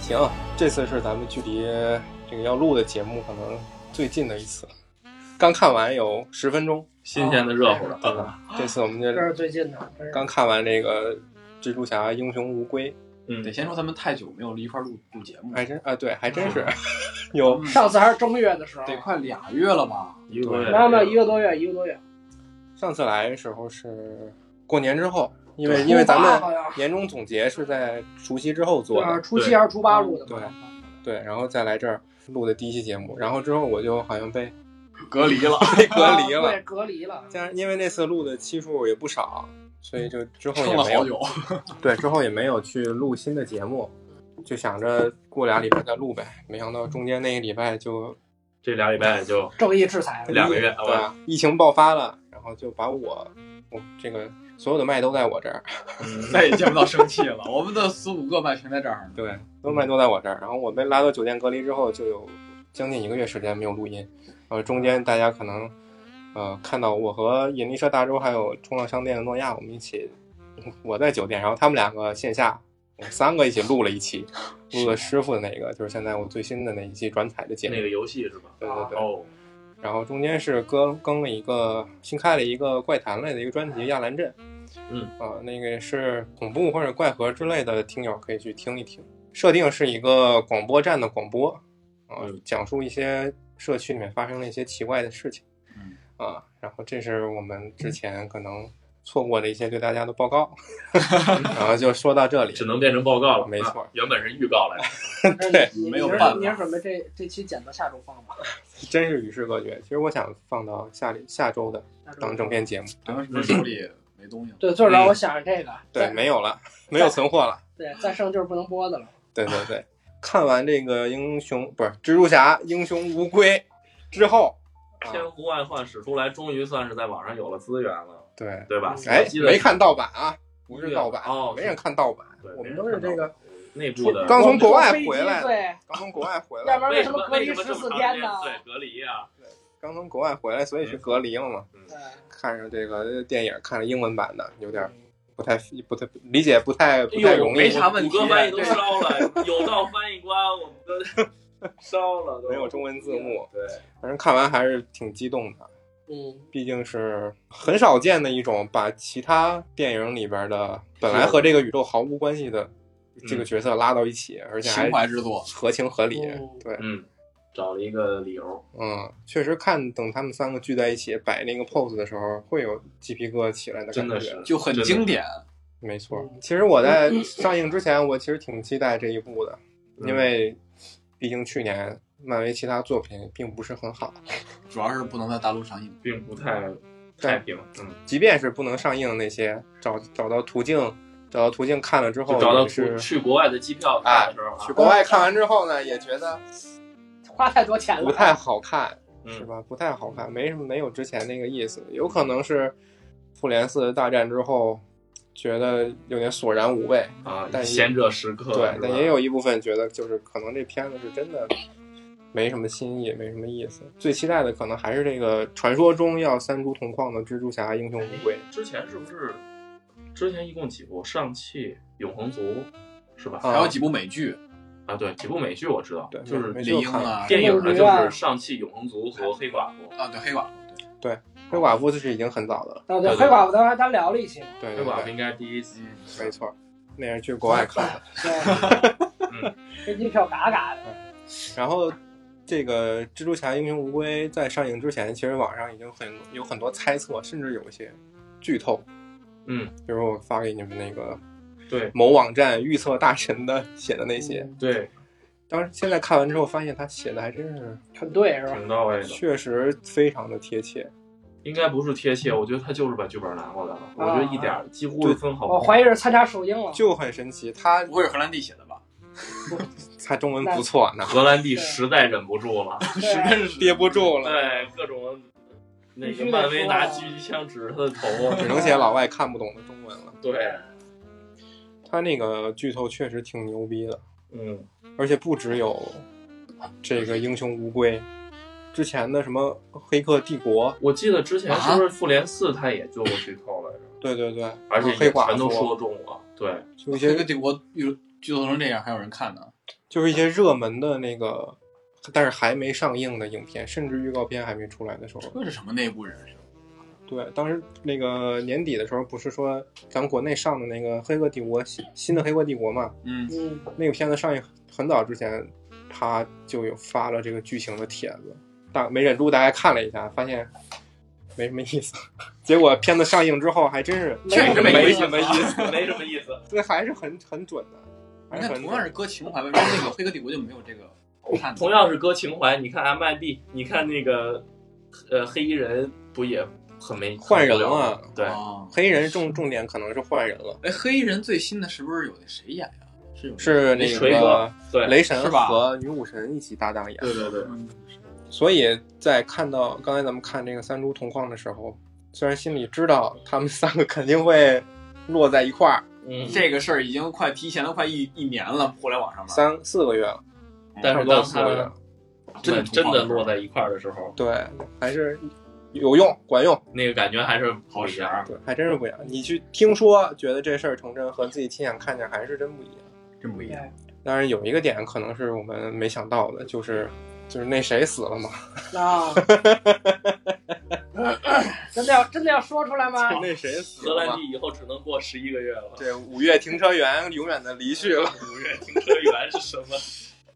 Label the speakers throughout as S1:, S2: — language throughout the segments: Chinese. S1: 行，这次是咱们距离这个要录的节目可能最近的一次了，刚看完有十分钟，
S2: 新鲜的
S3: 哦
S2: 热乎的，啊
S1: 对吧？这次我们就
S4: 这是最近的，这是
S1: 刚看完这个《蜘蛛侠：英雄无归》，
S2: 嗯，哎
S3: 得先说他们太久没有一块儿录录节目了，
S1: 还真啊，对，还真是有
S4: 上次还是正月的时候，
S3: 得快俩月了吧？
S2: 一个多月，
S4: 没有没有一个多月，一个多月，
S1: 上次来的时候是过年之后，因为
S4: 对
S1: 因为咱
S4: 初八好
S1: 们
S4: 像
S1: 年终总结是在除夕之后做
S4: 对，
S1: 的，
S4: 初七还是初八录的
S1: 对
S4: 嘛，
S3: 嗯
S1: 对，然后再来这儿录的第一期节目，然后之后我就好像被
S3: 隔离 了，
S1: 被 隔离
S4: 啊
S1: 了
S4: 对，，隔离了，
S1: 加上因为那次录的期数也不少，所以就之后
S3: 撑
S1: 也
S3: 了
S1: 没有
S3: 好久。
S1: 对之后也没有去录新的节目，就想着过俩礼拜再录呗，没想到中间那一礼拜就
S2: 这俩礼拜也 就
S4: 正义制裁了，
S2: 两个月
S1: 对吧、疫情爆发了，然后就把我我这个所有的麦都在我这儿，
S2: 嗯
S3: 再也见不到生气了。我们的四五个麦全在这儿呢。
S1: 对，
S2: 嗯
S1: 所有麦都在我这儿，然后我被拉到酒店隔离之后，就有将近一个月时间没有录音，呃，中间大家可能呃看到我和引力社大周还有冲浪商店的诺亚，我们一起我在酒店，然后他们两个线下。我们三个一起录了一期，录了师傅的那个，就是现在我最新的那一期转采的节目。
S2: 那个游戏是吧？
S1: 对对对，
S2: 哦，
S1: 然后中间是更更了一个新开了一个怪谈类的一个专辑《亚兰镇》，
S2: 嗯
S1: 啊、那个是恐怖或者怪盒之类的听友可以去听一听。设定是一个广播站的广播，啊、
S2: 嗯
S1: 讲述一些社区里面发生的一些奇怪的事情，
S3: 嗯
S1: 啊、然后这是我们之前可能错过的一些对大家的报 告，然后就说到这里，
S2: 只能变成报告了，
S1: 没错
S2: 啊原本是预告来着。
S1: 对
S4: 你你
S3: 没有
S4: 你是
S3: 办法
S4: 你是准备这这期剪到下周放吧？
S1: 真是与世隔绝。其实我想放到下里下周的
S4: 下周
S1: 当整篇节目，
S3: 咱们是不是手里没东西了？
S4: 对，就是让我想着这个，
S1: 对，
S4: 再
S1: 没有了，没有存货了。
S4: 对，再剩就是不能播的了。
S1: 对对对，看完这个英雄不是蜘蛛侠英雄无归之后，啊、
S2: 千呼万唤始出来，终于算是在网上有了资源了，
S1: 对，
S2: 对吧？
S3: 嗯
S1: 哎
S2: 我记，得
S1: 没看盗版啊，不是盗版，
S2: 哦
S1: 没人看盗版
S2: 对，
S1: 我们都是这个
S2: 内部的。
S1: 刚从国外
S4: 我们坐飞
S1: 回
S4: 机
S1: 来的呃
S4: 对，
S1: 刚从国 外回
S4: 要
S1: 来
S4: 不，然
S2: 为
S4: 什
S2: 什么
S4: 么隔离
S2: 为什么
S4: 十
S2: 这么
S4: 四
S2: 长
S4: 天呢？
S2: 时间对，隔离啊，
S1: 刚从国外回来，所以
S3: 嗯
S1: 去隔离了嘛。
S4: 对
S1: 看着这个电影，看着英文版的，有点不太不太理解，不太不
S3: 哎
S1: 太
S3: 呦
S1: 容易。
S3: 没啥问题
S2: 谷
S1: 啊
S2: 歌翻译都烧了，有道翻译官我们都烧了，都
S1: 没有中文字幕，
S2: 对。
S1: 反正看完还是挺激动的。
S4: 嗯，
S1: 毕竟是很少见的一种把其他电影里边的本来和这个宇宙毫无关系的这个角色拉到一起，而且还
S3: 情怀之作，
S1: 合情合理。
S4: 嗯
S1: 对，
S2: 嗯，找了一个理由，
S1: 嗯，确实看等他们三个聚在一起摆那个 pose 的时候，会有鸡皮疙瘩起来的
S2: 真
S1: 感
S2: 的
S1: 觉
S2: 是。
S3: 就很经典。
S1: 没错
S4: 嗯，
S1: 其实我在上映之前，我其实挺期待这一部的，
S2: 嗯
S1: 因为毕竟去年漫威其他作品并不是很好，
S3: 主要是不能在大陆上映。
S2: 并不太太平，嗯，
S1: 即便是不能上映那些，找找到途径，找到途径看了之后
S2: 就找到
S1: 也是
S2: 去去国外的机票
S1: 哎
S2: 的时候啊
S1: 去国外看完之后呢，也觉得
S4: 花太多钱了，
S1: 不太好看，
S2: 嗯
S1: 是吧？不太好看，没什么，没有之前那个意思。有可能是复联四大战之后，觉得有点索然无味。
S2: 啊，
S1: 但也
S2: 贤者时刻，
S1: 对
S2: 是，吧
S1: 但也有一部分觉得，就是可能这片子是真的没什么新意，没什么意思。最期待的可能还是这个传说中要三出同框的蜘蛛侠英雄无归。
S2: 之前是不是之前一共几部？上汽永恒族是吧？
S1: 啊
S3: 还有几部美剧，
S2: 啊，对，几部美剧我知道
S1: 对，
S2: 就是
S1: 美剧
S3: 猎鹰啊，
S2: 电影呢就
S4: 啊
S2: 是上汽永恒族和黑寡妇，
S3: 啊，对，黑寡妇，
S1: 黑寡妇这是已经很早的了，
S4: 啊，对，黑寡妇咱咱聊了一期嘛，
S1: 对
S2: 黑
S1: 对
S2: 寡妇
S1: 对，
S2: 应该是第一季，
S1: 没错，那是去国外看的。
S4: 对，
S2: 嗯，
S4: 飞机票嘎嘎的，
S1: 然后这个《蜘蛛侠：英雄无归》在上映之前，其实网上已经很有很多猜测，甚至有一些剧透。
S2: 嗯，
S1: 比如我发给你们那个
S2: 对
S1: 某网站预测大神的写的那些，
S4: 嗯
S2: 对，
S1: 当时现在看完之后，发现他写的还真是
S4: 很对
S1: 嗯
S4: 是吧？
S2: 挺到位的，
S1: 确实非常的贴切。
S2: 应该不是贴切，我觉得他就是把剧本拿过来了，我觉得一点儿几乎是分毫
S4: 我
S2: 不
S4: 怀疑是参加首映了，
S1: 就很神奇，他
S3: 不会是荷兰弟写的吧？
S1: 他中文不错 呢，
S2: 荷兰弟实在忍不住了，
S4: 对
S3: 实在是
S1: 憋不住了，
S2: 对各种那
S4: 必
S2: 个
S4: 须得
S2: 漫威
S4: 说
S2: 拿
S4: 啊
S2: 狙击枪指着他的头，
S1: 只能写老外看不懂的中文了。
S2: 对，
S1: 他那个剧透确实挺牛逼的。
S2: 嗯，
S1: 而且不只有这个英雄无归，之前的什么黑客帝国，
S2: 我记得之前是不是复联四他也做过剧透来着，
S1: 对对对，
S2: 而且
S1: 黑
S2: 也
S1: 寡
S2: 全都
S1: 妇，
S2: 说中了，对，
S1: 就一
S3: 这
S1: 些
S3: 个帝国有剧透成这样，还有人看呢。
S1: 就是一些热门的那个，但是还没上映的影片，甚至预告片还没出来的时候，
S3: 这是什么内部人士？
S1: 对，当时那个年底的时候，不是说咱们国内上的那个《黑客帝国》新新的《黑客帝国》嘛，
S3: 嗯，
S4: 嗯，
S1: 那个片子上映很早之前，他就有发了这个剧情的帖子，大没忍住大家看了一下，发现没什么意思。结果片子上映之后，还真是
S4: 确实
S1: 没
S4: 没
S1: 什么意思，
S5: 没什么意思。
S1: 这还是很很准的，还
S3: 你
S1: 是
S3: 看
S1: 很
S3: 同样
S1: 准。
S3: 是搁情怀，为什么那个《黑客帝国》就没有这个看头？
S5: 同样是搁情怀，你看 MIB，你看那个呃黑衣人不也很没
S1: 换人了？
S5: 对，
S3: 啊，
S1: 黑人重重点可能是换人了，
S3: 哎，黑衣人最新的是不是有那谁演呀？是有
S1: 是
S5: 那
S1: 那
S5: 锤哥
S1: 个
S5: 对
S1: 雷神
S3: 是吧
S1: 和女武神一起搭档演。
S5: 对对对，
S3: 嗯
S1: 所以在看到刚才咱们看这个三株同框的时候，虽然心里知道他们三个肯定会落在一块儿，
S5: 嗯，
S3: 这个事儿已经快提前了快一一年了，互联网上面
S1: 三四个月了，
S3: 嗯
S5: 但是
S1: 差不多
S5: 当
S1: 有四个月了
S5: 他，
S3: 真的
S5: 真真的落
S3: 在
S5: 在一块儿的时候，
S1: 对，还是有用，管用，
S5: 那个感觉还是啊不一样。
S1: 对，还真是不一样。你去听说，觉得这事儿成真，和自己亲眼看见还是真不一样。
S3: 真不一样。
S1: 当然有一个点可能是我们没想到的，就是就是那谁死了嘛，
S4: 那真的要真的要说出来吗？
S1: 那谁死
S5: 荷
S1: 了
S5: 兰
S1: 嘛？
S5: 弟以后只能过十一个月了。
S1: 对，五月停车员永远的离去了。
S5: 五月停车员是什么？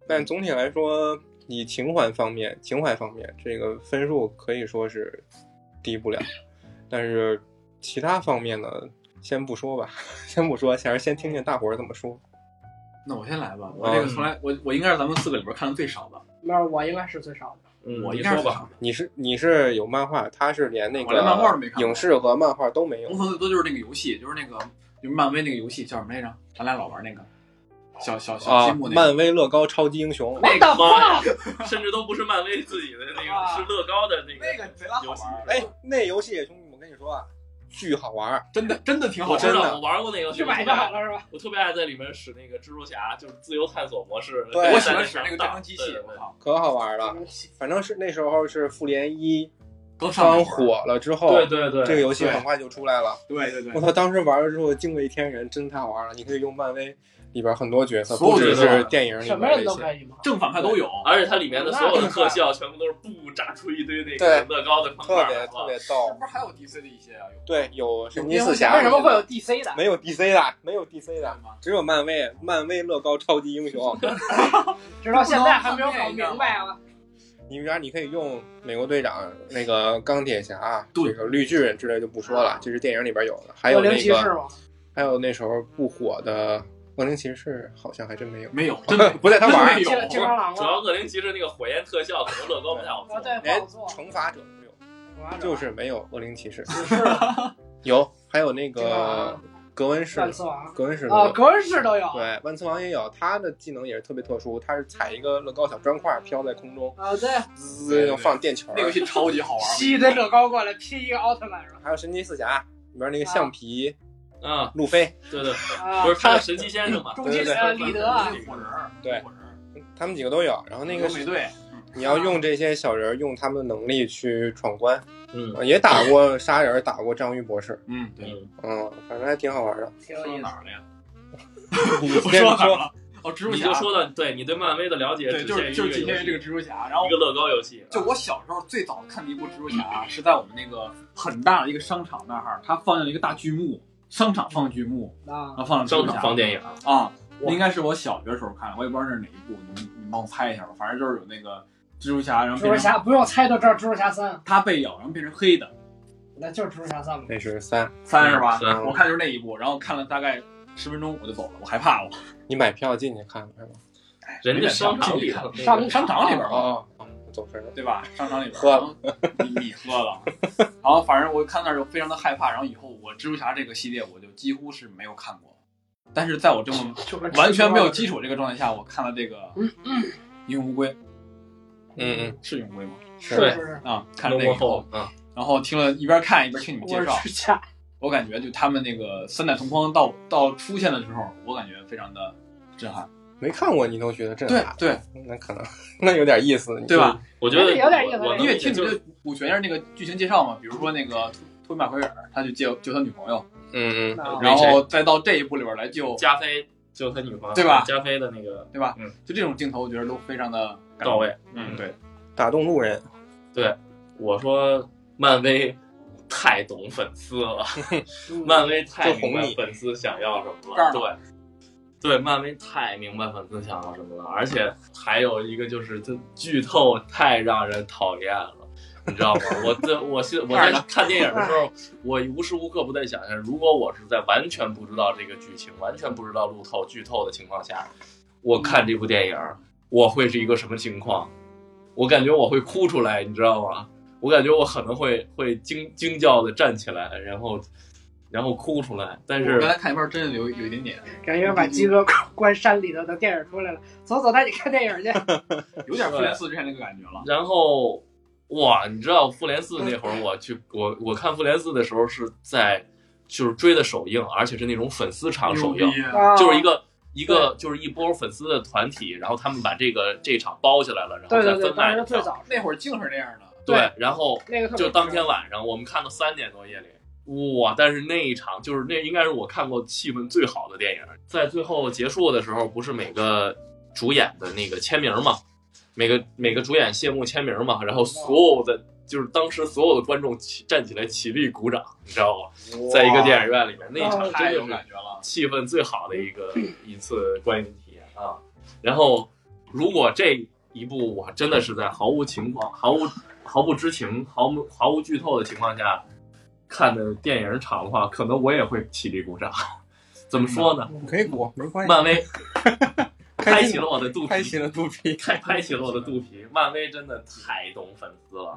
S1: 但总体来说，以情怀方面，情怀方面这个分数可以说是低不了，但是其他方面呢，先不说吧， 先不说，还是先听听大伙儿怎么说。
S3: 那我先来吧，我这个从来我我应该是咱们四个里边看的最少的，
S4: 那我应该是最少的。
S5: 嗯，
S3: 我
S5: 你
S3: 应该
S5: 说
S3: 是最
S5: 吧，
S3: 少的，
S1: 你是你是有漫画，他是连那
S3: 我连漫画都
S1: 个
S3: 没看过
S1: 影视和漫画都没
S3: 我
S1: 有。
S3: 可能最多就是那个游戏，就是那个就是漫威那个游戏叫什么来着？咱俩老玩那个小小小
S1: 啊
S3: 积木，那个。
S1: 漫威乐高超级英雄，
S4: What the
S5: 妈
S4: fuck？
S5: 甚至都不是漫威自己的那个，
S4: 啊
S5: 是乐高的那
S3: 那个
S5: 个
S3: 贼拉好
S5: 游戏
S3: 玩。
S1: 哎，那游戏兄弟，我跟你说啊，巨好玩儿。
S3: 真的哎真的挺好
S5: 我
S3: 玩
S5: 知
S1: 真
S5: 道，
S1: 的
S5: 我玩过那个游戏，
S4: 去
S5: 我特
S4: 买
S5: 别
S4: 就好
S5: 爱，
S4: 了是吧？
S5: 我特别爱在里面使那个蜘蛛侠，就是自由探索模式。
S1: 对
S3: 我
S1: 我
S3: 喜
S1: 喜
S3: 欢使那个战争机器，
S5: 对
S3: 我靠，
S1: 可好玩了，反正是那时候是复联一
S3: 刚上
S1: 刚
S3: 那会儿，
S1: 火了之后，
S5: 对对对，
S1: 这个游戏
S3: 对
S1: 很快就出来了。
S3: 对对
S1: 我
S3: 对，
S1: 操！当时玩了之后惊为天人，真太好玩了。你可以用漫威里边很多角色，
S3: 所有
S1: 不只
S5: 角色
S1: 是电影里
S4: 什
S1: 边
S4: 么人
S1: 那
S4: 都
S1: 些。
S4: 可以吗？
S3: 正反派都有，
S5: 而且它里面的所有的特效全部都是布炸出一堆那个
S1: 对
S5: 乐高的方块
S1: 特
S5: 儿
S1: 别
S5: 来，
S1: 特别
S3: 这
S1: 逗。
S3: 不是还有 DC 的一些啊？有
S1: 对，有神奇
S3: 蝙蝠
S1: 四
S3: 侠
S1: 侠，
S4: 为什么会有 DC 的？
S1: 没有 DC 的？没有 DC
S3: 对
S1: 的，
S3: 吗？
S1: 只有漫威。漫威乐高超级英雄，
S4: 直到现在还没有搞明白啊！
S1: 你比方你可以用美国队长、那个钢铁侠、
S3: 对
S1: 这个绿巨人之类就不说了，这是电影里边有的。还有
S4: 零
S1: 那
S4: 骑士
S1: 个，
S4: 吗？
S1: 还有那时候不火的恶灵骑士，好像还真 没有。
S3: 没有，真的
S1: 不带他玩
S3: 真
S1: 儿
S3: 的没
S4: 金金
S3: 有。
S4: 刚狼
S5: 主要
S4: 啊！
S5: 恶灵骑士那个火焰特效，可能乐高不太好做。
S4: 啊，对，不
S1: 连
S4: 好做，
S1: 惩罚者都没有。哎就是没有恶灵骑士，
S4: 只是
S1: 有还有那
S4: 这
S1: 个
S4: 个
S1: 格温士，
S4: 战刺王
S1: 格温士
S4: 啊，
S1: 的
S4: 格恩士都有
S1: 对，万磁王也有，他的技能也是特别特殊，他是踩一个乐高小砖块飘在空中，
S4: 啊，对，
S1: 滋就放电球儿。
S3: 那游戏超级好玩，
S4: 吸一堆乐高过来拼一个奥特曼是吧？
S1: 还有神奇四侠里边那个橡皮
S5: 嗯，
S1: 路飞，
S5: 对对，
S4: 啊
S5: 不，是他的神奇先生嘛，
S4: 终
S1: 对
S4: 极
S1: 对对
S4: 呃李德啊，
S3: 火人儿，
S1: 对
S3: 火人儿，
S1: 他们几个都有。然后那个
S3: 美
S1: 是
S3: 队，
S1: 你要用这些小人儿，用他们的能力去闯关，
S5: 嗯
S1: 呃也打过杀人儿，打过章鱼博士，
S3: 嗯，对。
S5: 嗯，
S1: 嗯，反正还挺好玩的。
S4: 挺有
S3: 说到
S4: 意思
S3: 哪。儿了呀？
S1: 你
S3: 我
S1: 先
S3: 说到哪儿
S1: 说，
S3: 了？哦，蜘蛛
S5: 你
S3: 侠。
S5: 就说到对你对漫威的了解，
S3: 对，就是就是仅
S5: 仅
S3: 限
S5: 限
S3: 于
S5: 于这
S3: 这个
S5: 个
S3: 蜘蛛侠。然后
S5: 一个乐高游戏，啊
S3: 就我小时候最早看的一部蜘蛛侠，啊是在我们那个很大的一个商场那儿，它放映了一个大剧幕，商场放剧幕，
S4: 啊
S3: 然，后放了蜘
S5: 商
S3: 蛛
S5: 场
S3: 侠
S5: 放电影，
S3: 啊，
S5: 哇
S3: 应该是我小学时候看的，我也不知道那是哪一部，你们你们帮我猜一下吧。反正就是有那个蜘蛛侠，然后
S4: 蜘
S3: 变
S4: 蛛
S3: 成
S4: 侠不用猜都知道，蜘蛛侠三，
S3: 他被咬，然后变成黑的，
S4: 那就是蜘蛛侠三嘛。
S1: 那是三，
S3: 三是吧？
S5: 嗯是
S3: 我看就是那一部，然后看了大概十分钟我就走了，我害怕我。
S1: 你买票进去看是吗？
S5: 人家商场里头那个
S4: 上
S3: 商场里边嘛。
S1: 哦哦，走神了。
S3: 对吧？商场里边儿
S1: 喝了，
S3: 然后你你喝了， 然后反正我看那儿就非常的害怕，然后以后我蜘蛛侠这个系列我就几乎是没有看过，但是在我这
S1: 嗯
S3: 么
S4: 就跟
S3: 完全没有基础这个状态下，我看了这个《英雄无归》，
S1: 嗯
S3: 是《英雄无归》吗？
S1: 嗯，
S4: 是
S1: 是
S5: 对
S4: 是是，
S3: 啊，看了
S5: 那
S3: 这个
S5: 幕
S3: 以后
S5: 后，，嗯，
S3: 然后听了一边看一边听你们介
S4: 我是
S3: 绍，
S4: 蜘蛛侠，
S3: 我感觉就他们那个三代同框到到出现的时候，我感觉非常的震撼，
S1: 没看过你都觉得震
S3: 对
S1: 撼，
S3: 对
S1: 那可能那有点意思，你
S3: 对吧？？
S5: 我觉得
S4: 有点意思
S5: 我我
S3: 因为听你
S5: 就
S3: 们
S5: 是
S3: 的五全是那个剧情介绍嘛，比如说那个托托比马奎尔，他去救救他女朋友。
S1: 嗯嗯，
S4: 啊
S3: 然后再到这一步里边来就
S5: 加菲
S2: 就他女朋友
S3: 对吧
S2: 加菲的那个
S3: 对吧
S2: 嗯，
S3: 就这种镜头，我觉得都非常的感
S2: 到
S3: 动。
S2: 位。
S3: 嗯，对，
S1: 打动路人，
S2: 对，我说漫威太懂粉丝了，漫威太明白粉丝想要什么了。
S3: 就哄
S2: 对，对，漫威太明白粉丝想要什么了，而且还有一个就是这剧透太让人讨厌了。你知道吗？我这我现我在看电影的时候，我无时无刻不在想象，如果我是在完全不知道这个剧情、完全不知道路透剧透的情况下，我看这部电影，我会是一个什么情况？我感觉我会哭出来，你知道吗？我感觉我可能会会惊惊叫的站起来，然后然后哭出来。但
S3: 我
S2: 是
S3: 刚才看一半真的有有一点点，
S4: 感觉把鸡哥关山里头的电影出来了，走走，带你看电影 去。
S3: 有点复联四之前那个感觉了。
S2: 然后哇，你知道复联四那会儿，我去我我看复联四的时候是在就是追的首映，而且是那种粉丝场首映，
S4: 啊
S2: 就是一个。一个就是一波粉丝的团体，然后他们把这个这场包下来了，然后
S4: 对
S2: 再
S4: 对对，
S2: 分
S4: 当
S2: 卖
S4: 时最
S2: 票。
S4: 早
S3: 那会儿竟是那样的，
S2: 对，然后
S4: 那个特别
S2: 就当天晚上，我们看到三点多夜里，哇！但是那一场就是那应该是我看过气氛最好的电影，在最后结束的时候，不是每个主演的那个签名嘛，每个每个主演谢幕签名嘛，然后所有的就是当时所有的观众起站起来起立鼓掌，你知道吗？在一个电影院里面，那一场
S3: 哇
S2: 哦
S3: 太
S2: 真
S3: 有
S2: 的是
S3: 感觉了。
S2: 气氛最好的一个一次观影体验啊。然后，如果这一部我真的是在毫无情况、毫无毫不知情、毫无毫无剧透的情况下看的电影场的话，可能我也会起立鼓掌。 怎么说呢？
S1: 可以鼓，没关系。
S2: 漫威
S1: 开
S2: 开
S1: 心
S2: 启了我的肚
S1: 拍
S2: 皮
S1: 起，了肚皮，
S2: 开拍起了我的肚皮。漫威真的太懂粉丝了，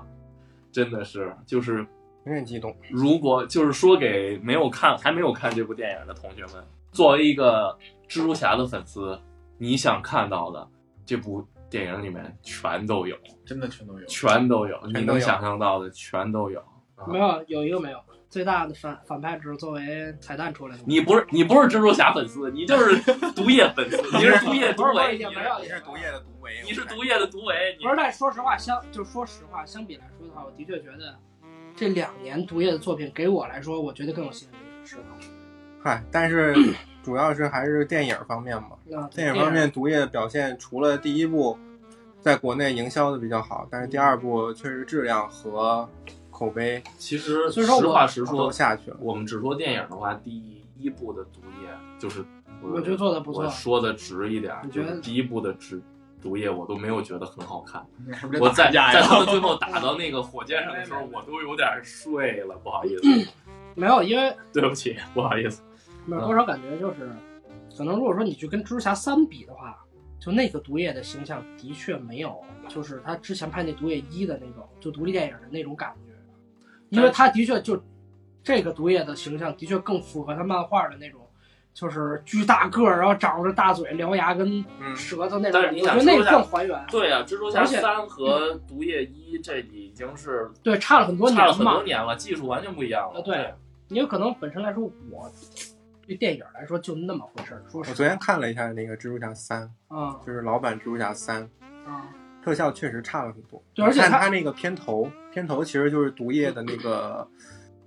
S2: 真的是就是
S1: 有点激动。
S2: 如果就是说给没有看还没有看这部电影的同学们，作为一个蜘蛛侠的粉丝，你想看到的这部电影里面全都有，
S3: 真的全都有。
S2: 全都有，
S1: 有
S2: 你能想象到的全都有。啊
S4: 没有有一个没有最大的反反派只是作为彩蛋出来的。
S2: 你不是你不是蜘蛛侠粉丝，你就是毒液粉 丝，你是毒液毒
S4: 不是
S2: 唯，
S4: 也
S2: 你
S4: 没有
S2: 是
S4: 你是毒液
S1: 的毒唯
S2: 你是毒液的毒唯，你
S4: 不是，但说实话，相就说实话，相比来说的话，我的确觉得这两年毒液的作品给我来说，我觉得更有吸引力。是吧？
S1: 嗨，但 是主要是还是电影方面嘛。
S4: 那
S1: 电影方面，毒液的表现除了第一部在国内营销的比较好，但是第二部确实质量和口碑
S2: 其实实
S4: 所以说我啊
S2: 话实
S1: 都
S2: 说，
S1: 下去了。
S2: 我们只说电影的话，第一部的毒液就是
S4: 我觉得做的不错
S2: 我。说的直一点儿，
S4: 你
S2: 就
S4: 觉得
S2: 是第一部的直毒液我都没有觉得很好看。
S3: 是不是得
S2: 我在
S3: 打架
S2: 在
S3: 呀？
S2: 他们最后打到那个火箭上的 时候，我都有点睡了，不好意思，
S4: 没有，因为
S2: 对不起，不好意思。
S4: 没
S2: 嗯
S4: 有多少感觉就是，可能如果说你去跟蜘蛛侠三比的话，就那个毒液的形象的确没有，就是他之前拍那毒液一的那种，就独立电影的那种感觉，因为他的确就这个毒液的形象的确更符合他漫画的那种。就是巨大个儿，然后长着大嘴、獠牙跟
S1: 嗯
S4: 舌头那种，
S2: 但
S4: 我
S2: 是你
S4: 觉
S2: 想
S4: 得那
S2: 说
S4: 个
S2: 一下
S4: 更还原。
S2: 对啊，蜘蛛侠
S4: 而且
S2: 三和毒液一这已经是
S4: 对，差了很多年
S2: 差了很
S4: 嘛
S2: 多。年了，技术完全不一样了。
S4: 呃对，因为可能本身来说，我对电影来说就那么回事儿。说
S1: 我
S4: 实
S1: 昨天看了一下那个《蜘蛛侠三
S4: 啊》，
S1: 就是老版《蜘蛛侠三》，
S4: 啊，
S1: 特效确实差了很多。
S4: 对而且
S1: 我看
S4: 它
S1: 它那个片头，片头其实就是毒液的那个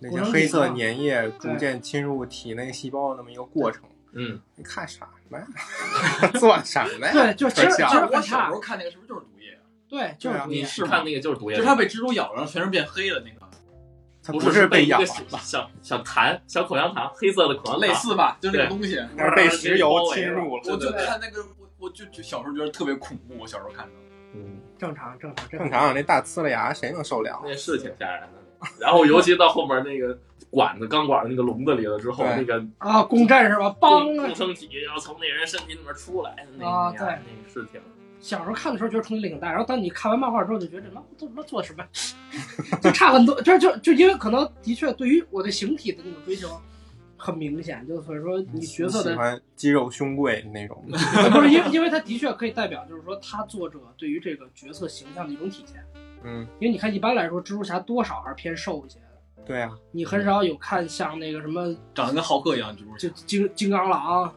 S1: 那些
S4: 过程
S1: 黑色
S4: 里嘛
S1: 粘液逐渐侵入体内细胞的那么一个过程。
S2: 嗯，
S1: 你看啥呢？ 做啥呢？
S4: 对，就其实
S1: 特
S4: 其
S1: 效
S4: 实
S3: 但是我
S4: 很
S3: 小
S4: 差
S3: 时候，看那个是不是就是毒液？
S4: 对，就
S1: 对
S4: 是
S1: 啊
S4: 不一
S2: 你
S4: 样
S2: 是看那个就是毒液
S3: 就是，他被蜘蛛咬了，然后全身变黑了那个，
S1: 它
S2: 不
S1: 是
S2: 被
S1: 被
S2: 一个
S1: 咬了，
S2: 小小小痰小口香糖，黑色的口香糖
S3: 类。似吧，就是那个东西。
S1: 它是被石
S2: 啊
S1: 油侵入了。
S3: 我就
S2: 对对
S3: 看那个，我我就就小时候觉得特别恐怖，我小时候看的。
S2: 嗯，
S4: 正常正常
S1: 正
S4: 正常。
S1: 常，那大呲了牙谁能受啊了？
S2: 那是挺吓人的。然后尤其到后面那个管子钢管的那个笼子里了之后，
S1: 对
S2: 那个
S4: 啊，共振是吧？啊
S2: 共
S4: 梆
S2: 共！生体要从那人身体里面出来，那
S4: 啊
S2: 那
S4: 对
S2: 那是挺
S4: 小时候看的时候觉得冲击力很大，然后当你看完漫画之后，就觉得这妈都他妈做什么，就差很多。就就就因为可能的确对于我对形体的那种追求很明显，就所以说你角色
S1: 喜
S4: 的
S1: 欢肌肉胸贵那种，
S4: 不是因为因为他的确可以代表，就是说他作者对于这个角色形象的一种体现。
S1: 嗯，
S4: 因为你看，一般来说，蜘蛛侠多少还是偏瘦一些的。
S1: 对啊，
S4: 你很少有看像那个什么，
S3: 长得跟浩克一样，蜘蛛侠
S4: 就。金金刚狼，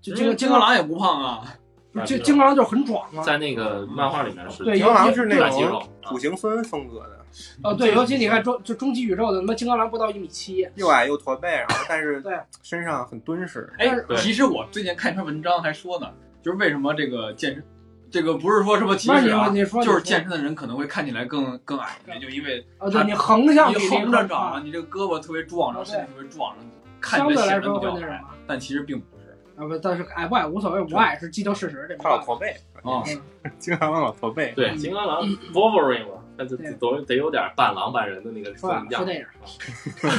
S4: 就
S3: 就
S4: 金
S3: 金
S4: 嗯金
S3: 刚
S4: 刚狼，
S3: 狼也不胖啊，
S2: 那
S4: 就
S2: 就
S4: 金刚就很壮啊。
S2: 在那个漫画里面是
S4: 对
S1: 金刚狼是那
S2: 大肌
S1: 种
S2: 肉，
S1: 土行孙风格的，
S4: 啊，对，尤其你看终就终极宇宙的，他妈金刚狼不到一米七，
S1: 又矮又驼背，然后但是
S4: 对
S1: 身上很敦实。
S3: 哎
S2: 对，
S3: 其实我最近看一篇文章还说呢，就是为什么这个健身，这个不是说什么歧
S4: 那
S3: 视
S4: 你
S3: 啊，
S4: 你说
S3: 就是
S4: 健
S3: 健身的人可能会看起来更更矮，
S4: 对
S3: 就因为
S4: 啊，对你横向比
S3: 你
S4: 例
S3: 横着
S4: 啊，
S3: 长，你这个胳膊特别壮，然后
S4: 对
S3: 身体特别壮，看
S4: 相
S3: 起
S4: 对来
S3: 显得
S4: 说
S3: 比
S4: 会
S3: 较
S4: 那什
S3: 矮，
S4: 么
S3: 但其实并不是。
S4: 啊不，但是矮不矮无所谓，我矮是既定事实，这没
S1: 他老
S4: 办法。
S1: 驼 背，
S3: 啊，
S1: 金刚狼老驼背。
S2: 对，金刚 狼 Wolverine 嘛，那就
S4: 对
S2: 得得有点半狼半人的那个
S4: 说
S2: 样
S4: 呀，
S2: 子
S4: 说电。影，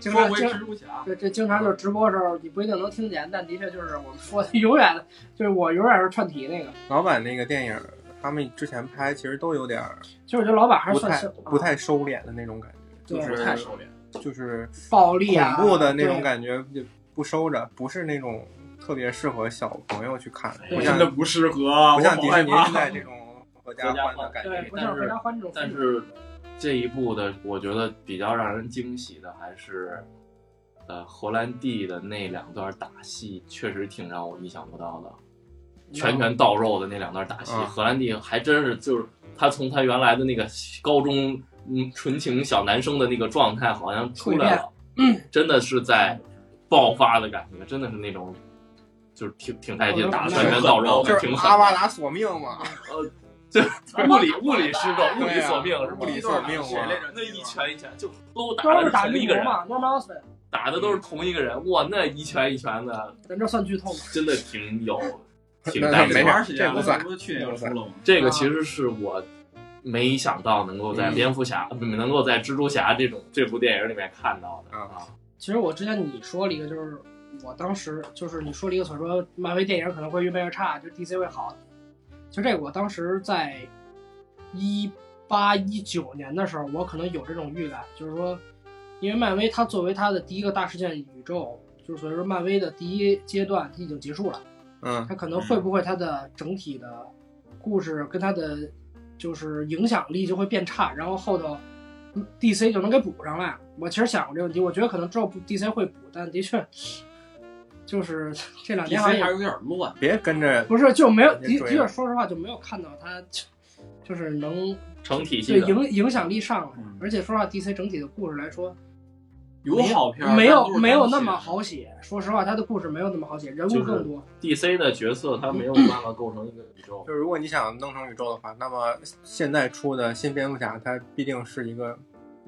S4: 经
S3: 说
S4: 常
S3: 回
S4: 经
S3: 蜘蛛侠，
S4: 这这经常就是直播的时候，你不一定能听见，但的确就是我们说的，永远的就是我永远是串题那个。
S1: 老版那个电影，他们之前拍其实都有点儿
S4: 其实我觉得老板还是
S1: 不
S4: 算
S1: 太
S4: 是
S1: 不太收敛的那种感觉，
S4: 对
S1: 就是
S3: 太收敛了，
S1: 就是
S4: 暴力
S1: 恐
S4: 啊，
S1: 怖的那种
S4: 对
S1: 感觉，也不收着，不是那种特别适合小朋友去看，
S2: 对
S1: 不
S3: 我
S1: 像
S3: 真的不适合，
S1: 不像迪
S3: 啊我好害
S1: 士尼
S3: 怕
S1: 现在这种合家欢的感
S4: 对，
S1: 觉
S4: 不。像回家欢这种。
S2: 但是这一部的，我觉得比较让人惊喜的还是，呃，荷兰弟的那两段打戏，确实挺让我意想不到的。拳拳到肉的那两段打戏，
S1: 嗯
S2: 荷兰弟还真是就是他从他原来的那个高中嗯纯情小男生的那个状态，好像出来了，
S4: 嗯
S2: 真的是在爆发的感觉，真的是那种就是挺挺带
S1: 哦
S2: 劲，打拳拳到肉，
S1: 就是啊
S2: 挺狠
S1: 阿瓦
S2: 的，
S1: 达索命嘛，
S2: 物理物理失重，物理索命是吧
S1: 物理索命啊
S3: 谁来着
S1: 嘛。
S2: 那一拳一拳就都打
S4: 都
S2: 的
S4: 是
S2: 是
S4: 打
S2: 同
S4: 绿
S2: 一个
S4: 魔
S2: 人，
S4: 嘛，Norman Osborn，
S2: 打的都是同一个人，哇，那一拳一拳的，
S4: 咱这算剧透吗？
S2: 真的挺有挺
S1: 那
S2: 带
S1: 没事
S2: 劲的
S3: 多。长时
S1: 这
S3: 间
S1: 不
S3: 了？
S1: 算
S3: 啊不是去年就出了吗？
S2: 这
S1: 啊
S2: 个其实是我没想到能
S1: 嗯
S2: 够在蝙蝠侠、不能够在蜘蛛侠这种这部电影里面看到的
S1: 啊
S2: 啊。
S4: 其实我之前你说了一个，就是我当时就是你说了一个所说漫威电影可能会越变越差，就 DC 会好。其实这个我当时在一八一九年的时候，我可能有这种预感，就是说，因为漫威它作为它的第一个大事件宇宙，就是所以说漫威的第一阶段它已经结束了，
S1: 嗯，
S4: 它可能会不会它的整体的故事跟它的就是影响力就会变差，然后后头嗯 DC 就能给补上来。我其实想过这个问题，我觉得可能之后不 DC 会补，但的确就是这两
S3: 比
S4: 年
S3: 谁
S4: 好像也
S3: 还有点乱，
S1: 别跟着
S4: 不是就没有的
S1: 也
S4: 的
S1: 追
S4: 确
S1: 了
S4: 说实话就没有看到它就就是能
S2: 成体系
S4: 对
S2: 的，
S4: 影影响力上来
S3: 嗯，
S4: 而且说实话 DC 整体的故事来说
S3: 有好片儿
S4: 没
S3: 但
S4: 有
S3: 都是
S4: 没有
S3: 单
S4: 那
S3: 线
S4: 么好写，说实话它的故事没有那么好写，人物
S2: 就是
S4: 更多。
S2: DC 的角色他没有办法构成一个宇宙
S1: 嗯就。是如果你想弄成宇宙的话，那么现在出的新蝙蝠侠，它必定是一个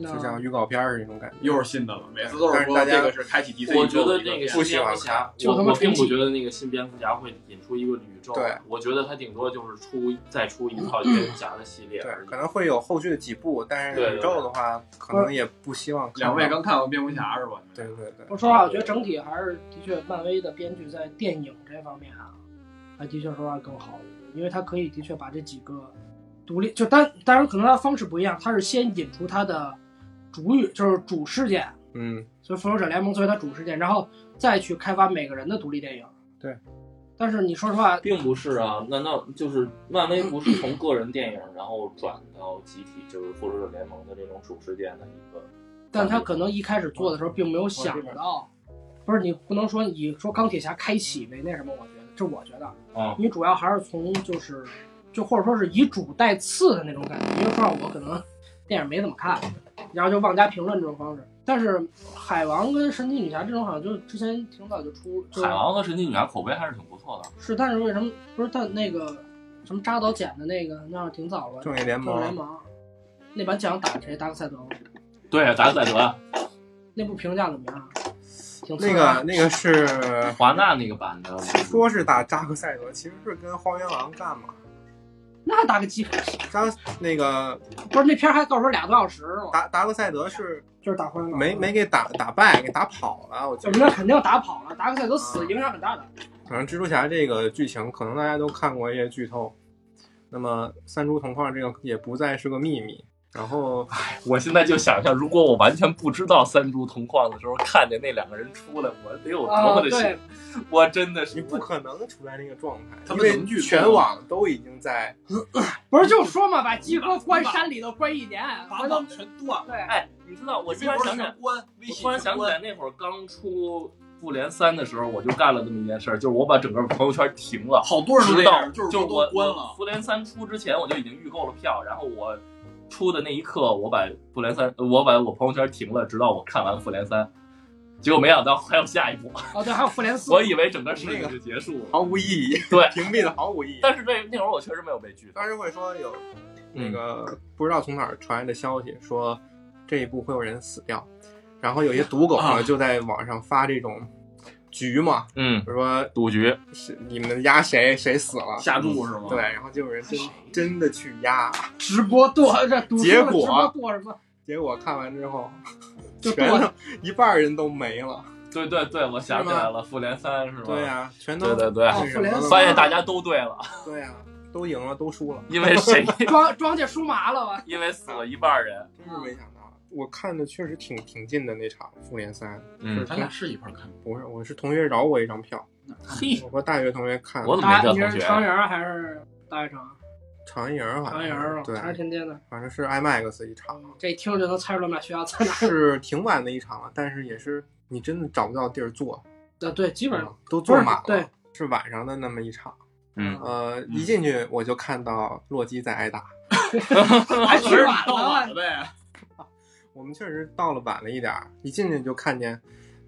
S4: 那
S1: 就像预告片儿这种感觉。
S3: 又是新的了，每次都
S1: 但
S3: 是
S1: 是
S3: 说
S1: 大家
S3: 这个是开启 DC
S2: 我
S3: 宇
S2: 觉
S3: 宙
S2: 得
S3: 的一
S2: 那
S3: 个
S2: 个
S1: 不
S2: 新
S1: 喜
S2: 蝙
S1: 欢
S2: 蝠侠，
S4: 就他
S2: 我
S4: 妈
S2: 我并
S4: 重
S2: 不
S4: 启
S2: 觉得那个新蝙蝠侠会引出一个宇宙，
S1: 对
S2: 我觉得他顶多就是出再出一套蝙蝠侠的系列
S1: 对
S2: 而，已
S1: 可。能会有后续的几部，但
S2: 对对
S1: 是宇宙的话，可能也不希望看
S3: 两
S1: 到。
S3: 位刚看过蝙蝠侠是吧？
S1: 对对对，
S4: 我说实话，我觉得整体还是的确，漫威的编剧在电影这方面啊，还的确说实话更好一点，因为他可以的确把这几个独立，就当当然可能他的方式不一样，他是先引出他的主语，就是主事件，
S1: 嗯，
S4: 所以复仇者联盟作为他主事件，然后再去开发每个人的独立电影。
S1: 对，
S4: 但是你说实话，
S2: 并不是啊，难道就是漫威不是从个人电影然后转到集体，就是复仇者联盟的这种主事件的一个？
S4: 但他可能一开始做的时候并没有想到，不是你不能说你说钢铁侠开启为那什么，我觉得这我觉得啊
S2: 嗯
S4: 你主要还是从就是就或者说是以主带次的那种感觉，因为说实话我可能电影没怎么看，然后就妄加评论这种方式。但是海王跟神奇女侠这种好像就之前挺早就出，就
S2: 海王和神奇女侠口碑还是挺不错的。
S4: 是，但是为什么不是但那个什么扎导剪的那个那挺早了，
S1: 正义联
S4: 正义联
S1: 盟，
S4: 盟那版讲打谁达克赛德吗，
S2: 对，啊达克赛德
S4: 那部评价怎么样啊？挺次
S1: 那
S4: 的
S1: 个那个是
S2: 华纳那个版的，
S1: 嗯说是打扎克赛德，其实是跟荒原狼干嘛。
S4: 那打个鸡，
S1: 扎那个
S4: 不是那片儿还告诉俩多小时呢，
S1: 达达克赛德是
S4: 就是打昏了，嗯
S1: 没没给打打败，给打跑了。我记
S4: 怎么
S1: 得，
S4: 着肯定打跑了，达克赛德
S1: 啊
S4: 死影响很大的。
S1: 反正蜘蛛侠这个剧情，可能大家都看过一些剧透。那么三株同框这个也不再是个秘密。然 后
S2: 我现在就想象，如果我完全不知道三株同框的时候，看见那两个人出来，我得有多
S4: 啊，
S2: 么的
S4: 对
S2: 心，，我真的
S1: 你
S2: 是
S1: 不可能处在那个状态，
S3: 他
S1: 因
S3: 们
S1: 为
S3: 能剧透吗
S1: 全网都已经在
S4: 不是就说嘛，把鸡哥关山里头关一年，
S3: 把
S4: 回
S3: 脑
S4: 头
S3: 全断了。
S4: 对，
S2: 哎，你知道，我
S3: 我
S2: 突然想起来，
S3: 关，微
S2: 我
S3: 信
S2: 突然想起
S3: 关
S2: 来那会儿刚出复联三的时候，我就干了这么一件事儿，就是我把整个朋友圈停 了。
S3: 好多人都这
S2: 知道，
S3: 样，
S2: 就是
S3: 都
S2: 我我
S3: 关了。
S2: 复联三出之前，我就已经预购了票，然后我出的那一刻，我把复联三，我把我朋友圈停了，直到我看完复联三。结果没想到还有下一部，
S4: 哦，对，还有复联四，
S2: 我以为整个事情就结束了。
S3: 毫无意 义，
S1: 屏蔽的毫无意义。
S2: 但是这那会儿我确实没有被拒
S1: 当
S2: 的。
S1: 时会说有那
S3: 嗯
S1: 个不知道从哪儿传来的消息，说这一部会有人死掉，然后有些赌狗
S3: 啊
S1: 呢就在网上发这种局嘛，
S2: 嗯，
S1: 就说
S2: 赌局，
S1: 是你们压谁谁死了，
S3: 下注是吗？
S1: 对，，然后就有人真真的去压，
S4: 直播剁这赌
S1: 结
S4: 直
S1: 果
S4: 播剁什么？
S1: 结果看完之后，
S4: 就
S1: 全
S4: 剁哦
S1: 一半人都没了。
S2: 对对对，我想起来了，复联三是吗？
S1: 对呀、全都
S2: 对对对，
S4: 哦复联四
S2: 哎发现大家都对了，
S1: 对呀、都赢了，都输了，
S2: 因为谁？
S4: 庄庄家输麻了吧？
S2: 因为死了一半人。
S1: 真是
S4: 嗯
S1: 没想到。我看的确实挺挺近的那场复联三，
S2: 嗯
S3: 咱俩是一块儿看的。
S1: 不是，我是同学饶我一张票，
S2: 嘿，
S1: 我和大学同学看
S2: 我怎么
S4: 大
S2: 没叫
S4: 你
S2: 同
S4: 是
S2: 学？
S4: 长营还是大悦城啊？
S1: 长营好像
S4: 长营啊，
S1: 对，啊
S4: 还是天津的？
S1: 反正是 IMAX 一场，
S4: 这一听就能猜出来我们俩学校在哪儿。
S1: 是挺晚的一场了，但是也是你真的找不到地儿坐，
S4: 啊， 对，基本上
S1: 嗯都坐满了，
S4: 不是对，
S1: 是晚上的那么一场。
S2: 嗯，
S1: 呃，一进去我就看到洛基在挨打，
S4: 还去
S3: 是
S4: 晚了吧。
S3: 呗。
S1: 我们确实到了晚了一点儿，一进去就看见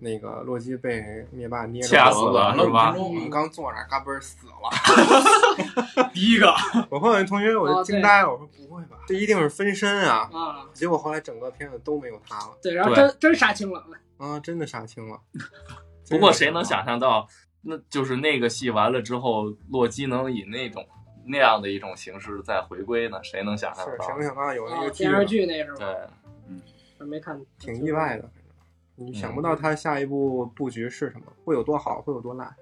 S1: 那个洛基被灭霸捏着
S2: 掐死
S1: 脖子
S2: 了是吧？
S1: 我们刚坐那儿，嘎嘣儿死 了。
S3: 第一个
S1: 我后来同学我
S4: 哦
S1: 就惊呆了，我说不会吧，这一定是分身啊！
S4: 啊，
S1: 结果后来整个片子都没有他了，
S4: 对，然后
S2: 对
S4: 真真杀青了，
S1: 啊，真的杀青了。
S2: 不过谁能想象到，那就是那个戏完了之后，洛基能以那种那样的一种形式再回归呢？谁能想
S1: 是
S2: 象到
S1: 谁？能想到有那
S4: 啊
S1: 个
S4: 电视
S1: 剧
S4: 剧那是吧？
S2: 对，
S4: 没看，
S1: 挺意外的，
S4: 嗯
S1: 反正你想不到他下一步布局是什么，会有多好，会有多烂，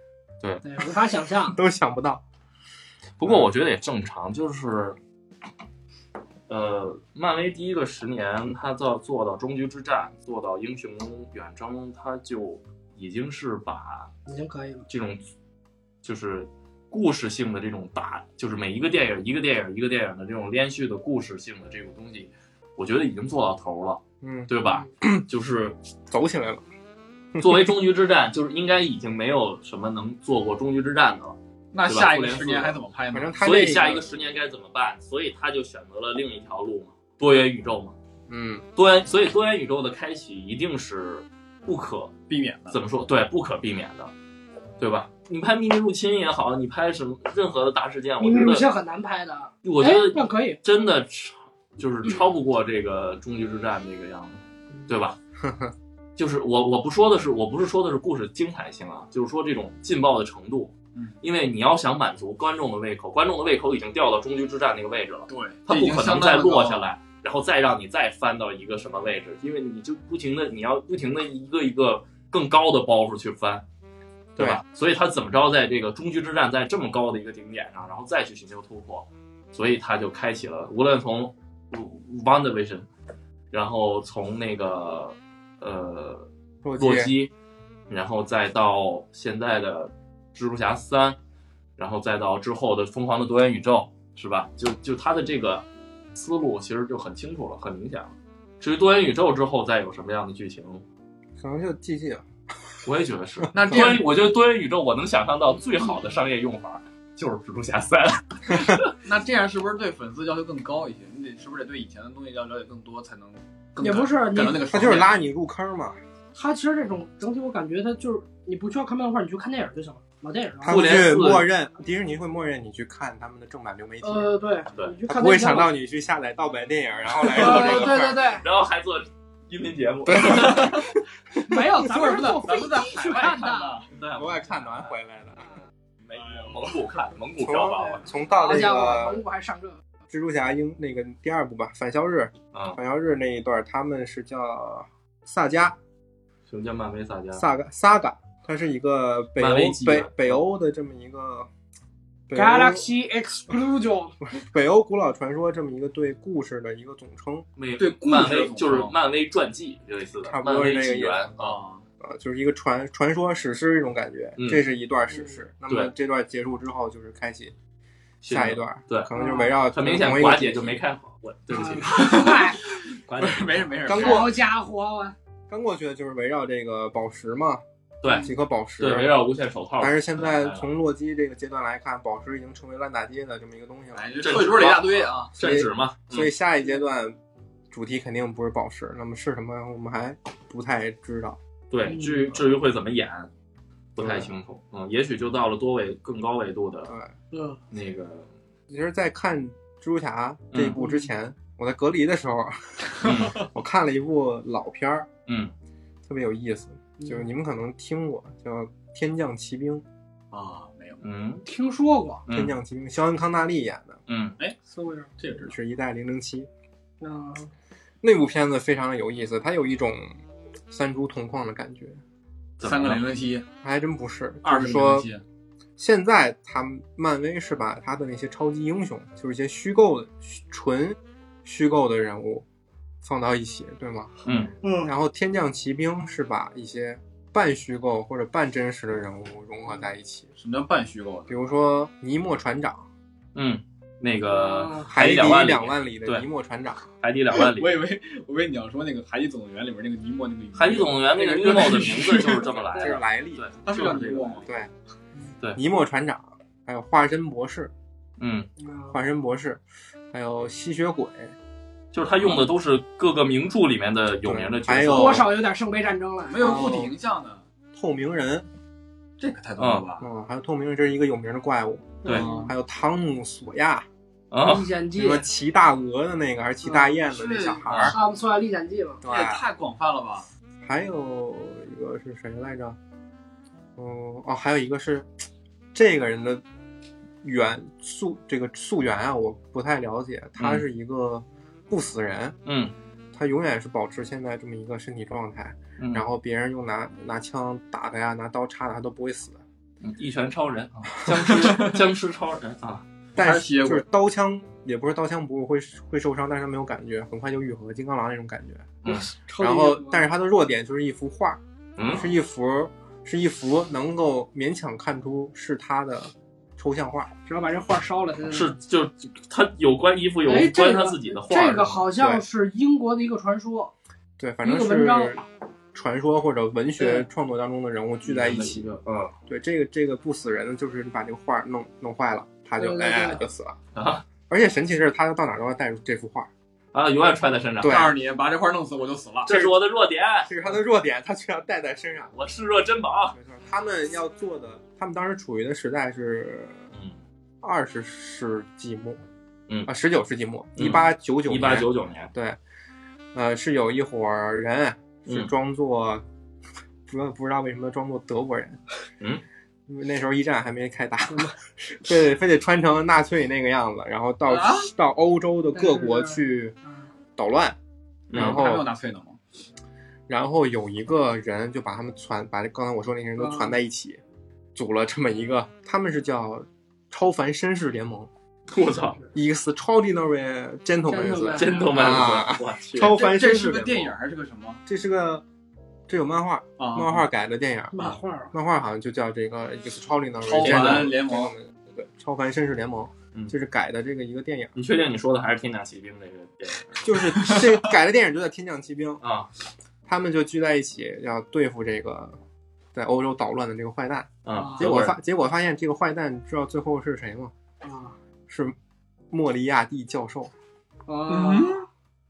S4: 对，无法想象。
S1: 都想不到。
S2: 不过我觉得也正常，就是，呃，漫威第一个十年，他到做到终局之战，做到英雄远征，他就已经是把
S4: 已经可以了。
S2: 这种就是故事性的这种打，就是每一个电影一个电影一个电影的这种连续的故事性的这种东西，我觉得已经做到头了，
S1: 嗯，
S2: 对吧？就是
S1: 走起来了。
S2: 作为终局之战，就是应该已经没有什么能做过终局之战的了。
S3: 那
S2: 对吧
S3: 下一
S2: 复
S3: 个
S2: 联
S3: 十
S2: 四
S3: 年还怎么拍呢？
S1: 反正他
S2: 所以
S1: 那
S2: 下一个，十年该怎么办？所以他就选择了另一条路嘛，多元宇宙嘛。
S1: 嗯，
S2: 多元，所以多元宇宙的开启一定是不可
S3: 避免的。
S2: 怎么说？对，不可避免的，对吧？你拍秘密入侵也好，你拍什么任何的大事件，我
S4: 你们
S2: 觉
S4: 乳腺
S2: 得，
S4: 很难拍的，
S2: 我觉
S4: 哎那
S2: 得
S4: 可以，
S2: 真的超就是超不过这个终极之战这个样子，对吧？ 就是我我不说的是，我不是说的是故事精彩性啊，就是说这种劲爆的程度。
S3: 嗯，
S2: 因为你要想满足观众的胃口，观众的胃口已经掉到终局之战那个位置了。
S3: 对，
S2: 它
S3: 这已
S2: 不
S3: 经
S2: 可
S3: 相
S2: 能
S3: 当
S2: 再
S3: 的
S2: 落
S3: 高
S2: 下。来，然后再让你再翻到一个什么位置，因为你就不停的你要不停的一个一个更高的包袱去翻，对吧？所以他怎么着在这个终局之战在这么高的一个顶点上，然后再去寻求突破，所以他就开启了无论从 Wonder Vision，然后从那个呃
S1: 洛基
S2: 洛基，然后再到现在的蜘蛛侠三，然后再到之后的疯狂的多元宇宙，是吧？就就他的这个思路其实就很清楚了，很明显了。至于多元宇宙之后再有什么样的剧情，
S1: 可能就 GG 了。
S2: 我也觉得是。
S3: 那这
S2: 多
S3: 样
S2: 元，我觉得多元宇宙我能想象到最好的商业用法就是蜘蛛侠三。
S3: 那这样是不是对粉丝要求更高一些？你得是不是得对以前的东西要了解更多，才能更
S4: 也不是
S3: 感
S4: 你
S3: 感到那个
S1: 他
S3: 爽
S1: 就是
S3: 点
S1: 拉你入坑嘛，
S4: 他其实这种整体我感觉他就是你不需要看漫画，你去看电影就行了，老电影啊
S1: 他。
S2: 复
S1: 们
S2: 联四
S1: 去默认迪士尼会默认你去看他们的正版流媒体，
S4: 呃，对，
S2: 对
S4: 你去
S1: 他
S4: 看
S1: 不会
S4: 那个
S1: 想到你去下载盗版电影，然后来做这
S4: 呃，
S1: 个
S4: 对
S1: 事
S4: 对
S1: 儿。
S4: 对，
S2: 然后还做音频节目。
S4: 没有，咱
S3: 咱
S4: 们是
S3: 们是
S4: 坐
S3: 在咱
S4: 飞
S3: 们在
S4: 机
S3: 海
S4: 去
S3: 外
S4: 看的。
S3: 的，
S2: 对，
S1: 国外看完回来的，
S2: 没蒙古看，蒙古票房
S1: 从从到
S4: 好
S1: 那
S4: 家伙，
S1: 个
S4: 蒙古还上这个，
S1: 蜘蛛侠英那个第二部吧，返校日，
S2: 啊，
S1: 返校日那一段他们是叫萨迦
S2: 什么叫漫威撒娇？
S1: 萨嘎萨嘎，它是一个北
S2: 漫
S1: 欧
S2: 威级的
S1: 北北欧的这么一个北欧
S4: Galaxy Explosion，
S1: 北欧古老传说这么一个对故事的一个总称，
S2: 美
S3: 对故事
S2: 漫威
S3: 的
S2: 就是
S3: 总和
S2: 漫威传记类似的，
S1: 差不
S2: 漫
S1: 多是
S2: 威
S1: 这个
S2: 纪
S1: 意
S2: 元
S1: 思。
S2: 啊。
S3: 啊，
S1: 呃，就是一个传传说史诗这种感觉
S2: 嗯。
S1: 这是一段史诗，那么
S2: 对
S1: 这段结束之后就是开启
S2: 是的
S1: 下一段，
S2: 对
S1: 可能就围绕
S2: 很明显
S1: 同，一个
S2: 寡
S1: 主
S2: 姐
S1: 题
S2: 就没看好，我对不起，
S4: 嗨，
S2: 寡姐
S3: 没事没事，
S1: 刚
S3: 没事
S1: 过
S4: 哎好家伙，
S1: 刚过去的就是围绕这个宝石嘛，
S2: 对
S1: 几颗宝石，
S2: 对，围绕无限手套。嗯
S1: 但是现在从洛基这个阶段来看，宝石已经成为烂大街的这么一个东西了。
S3: 哎，就退出了一大堆啊，
S2: 镇纸嘛，嗯
S1: 所以下一阶段主题肯定不是宝石，那么是什么我们还不太知道。
S2: 对，至
S1: 嗯
S2: 于至于会怎么演，不太清楚。嗯，也许就到了多维更高维度的
S1: 对，
S4: 嗯，
S2: 那个，
S1: 呃其实，在看蜘蛛侠这一部之前，我在隔离的时候，
S2: 嗯
S1: 我看了一部老片儿，
S2: 嗯，
S1: 特别有意思，就是你们可能听过，叫《天降奇兵》，
S3: 啊，没有，
S2: 嗯
S4: 听说过，
S1: 天
S2: 嗯
S1: 降奇兵》，肖恩康纳利演的，
S2: 嗯
S4: 搜一下。
S3: 这个知道。
S1: 是一代零零七。
S4: 嗯，
S1: 那部片子非常有意思，它有一种三株同框的感觉，
S2: 怎么
S3: 三个
S2: 了
S3: 零零七，
S1: 还真不是。
S3: 二
S1: 就是是
S3: 零零
S1: 说，
S3: 七，
S1: 现在他们漫威是把他的那些超级英雄，就是一些虚构的、虚纯虚构的人物放到一起，对吗？
S2: 嗯
S4: 嗯，
S1: 然后《天降奇兵》是把一些半虚构或者半真实的人物融合在一起，
S3: 什么叫半虚构的？
S1: 比如说尼莫船长，
S2: 嗯，那个
S4: 啊
S1: 嗯海底
S2: 底两万
S1: 两
S2: 里，
S1: 万里的
S2: 对
S1: 尼莫船长，
S2: 海底两万里
S3: 我，以为我以为你要说那个《海底总动员》里面那个尼莫那个
S2: 海底总动员那个 Nemo 的名字就是 这么来
S1: 这是
S2: 的。
S1: 来历。
S2: 对，
S3: 他是
S2: 就
S3: 叫
S2: 是
S3: 尼
S2: 这个
S3: 莫。吗？
S1: 对
S2: 对
S1: 尼莫船长，还有化身博士，
S2: 嗯，
S1: 化身博士，还有吸血鬼，
S2: 就是他
S4: 嗯
S2: 用的都是各个名著里面的有名的角色。
S1: 还有
S4: 多少有点圣杯战争了。
S3: 没有固体形象的，
S1: 透明人，
S3: 这个太多了吧？
S1: 嗯，还有透明人，这是一个有名的怪物，
S2: 对
S1: 嗯还有汤姆索亚，
S2: 啊
S4: 历，
S1: 比
S4: 险记啊
S1: 如说》，骑大鹅的那个，还是骑大雁的那小孩
S2: 嗯
S1: 儿，
S4: 阿姆斯特历险记》嘛。
S1: 对
S3: 这，也太广泛了吧？
S1: 还有一个是谁来着？嗯，哦，还有一个是这个人的原溯这个溯源啊，我不太了解，他是一个不死人，
S2: 嗯
S1: 他永远是保持现在这么一个身体状态，
S2: 嗯，
S1: 然后别人用拿拿枪打他呀，拿刀插他，他都不会死。
S2: 嗯一拳超 人啊，僵尸僵尸超人啊，
S1: 但
S3: 还是吸血
S1: 就
S3: 鬼
S1: 是刀枪也不是刀枪不入，会会受伤，但是他没有感觉，很快就愈合，金刚狼那种感觉。
S4: 超级
S1: 然后
S4: 英雄，
S1: 但是他的弱点就是一幅画，
S2: 嗯
S1: 是一幅是一幅能够勉强看出是他的抽象画。
S4: 只要把这画烧了，他就。
S2: 是就他有关衣服有
S4: 哎，这
S2: 关
S4: 个
S2: 他自己的画儿，
S4: 这个好像是英国的一个传说，
S1: 对，反正
S4: 一个文
S1: 是
S4: 章
S1: 传说或者文学
S4: 对
S1: 创作当中的人物聚在一起。
S2: 嗯
S1: 对，这个这个不死人就是你把这个画弄弄坏了，他就
S4: 对对
S1: 哎
S4: 对
S1: 就死了。
S2: 啊
S1: 而且神奇的是，他到哪儿都要带这幅画，
S2: 啊，永远揣在身上，
S1: 对
S3: 告诉你，把这块弄死我就死了。
S2: 这是我的弱点，
S1: 这是他的弱点，他却要带在身上。
S2: 我视若珍宝。
S1: 没错，他们要做的，他们当时处于的时代是
S2: 嗯，
S1: 二十世纪末，
S2: 嗯
S1: 啊，十九世纪末，
S2: 嗯
S1: 一八九九，
S2: 一八九九年，
S1: 对，呃，是有一伙人是
S2: 嗯
S1: 装作，不知道不知道为什么装作德国人，
S2: 嗯，
S1: 因为那时候一战还没开打， 非得非得穿成纳粹那个样子，然后到、
S3: 啊
S1: 到欧洲的各国
S4: 但是
S1: 去
S4: 嗯
S1: 捣乱，
S2: 嗯
S1: 然
S3: 还没有
S1: 后
S3: 纳粹呢吗？
S1: 然后有一个人就把他们攒，把刚才我说那些人都攒
S3: 嗯
S1: 在一起，组了这么一个，他们是叫超凡绅士联盟
S2: 我操
S1: ，Extraordinary Gentlemen，
S4: Gentlemen
S2: 真他妈
S1: 啊
S2: 的，我去，
S1: 超凡
S3: 这
S1: 绅
S3: 是
S1: 士
S3: 个
S1: 联
S3: 电
S1: 盟
S3: 影，还是个什么
S1: 这是个，这有漫画，
S3: 啊？
S1: 漫画改的电影，
S4: 漫画儿，啊
S1: 漫画好像就叫这个 Extraordinary
S3: 超凡联盟
S1: Gentlemen，对，超凡绅士联盟
S2: 嗯，
S1: 就是改的这个一个电影，
S2: 你确定你说的还是《天降奇兵》那个电影
S1: 就是这改的电影就叫《天降奇兵》，
S2: 啊？
S1: 他们就聚在一起要对付这个在欧洲捣乱的这个坏蛋。
S2: 嗯，
S1: 结果发结果发现这个坏蛋，知道最后是谁吗？
S4: 啊
S1: 是莫利亚蒂教授，
S3: 嗯
S4: 啊，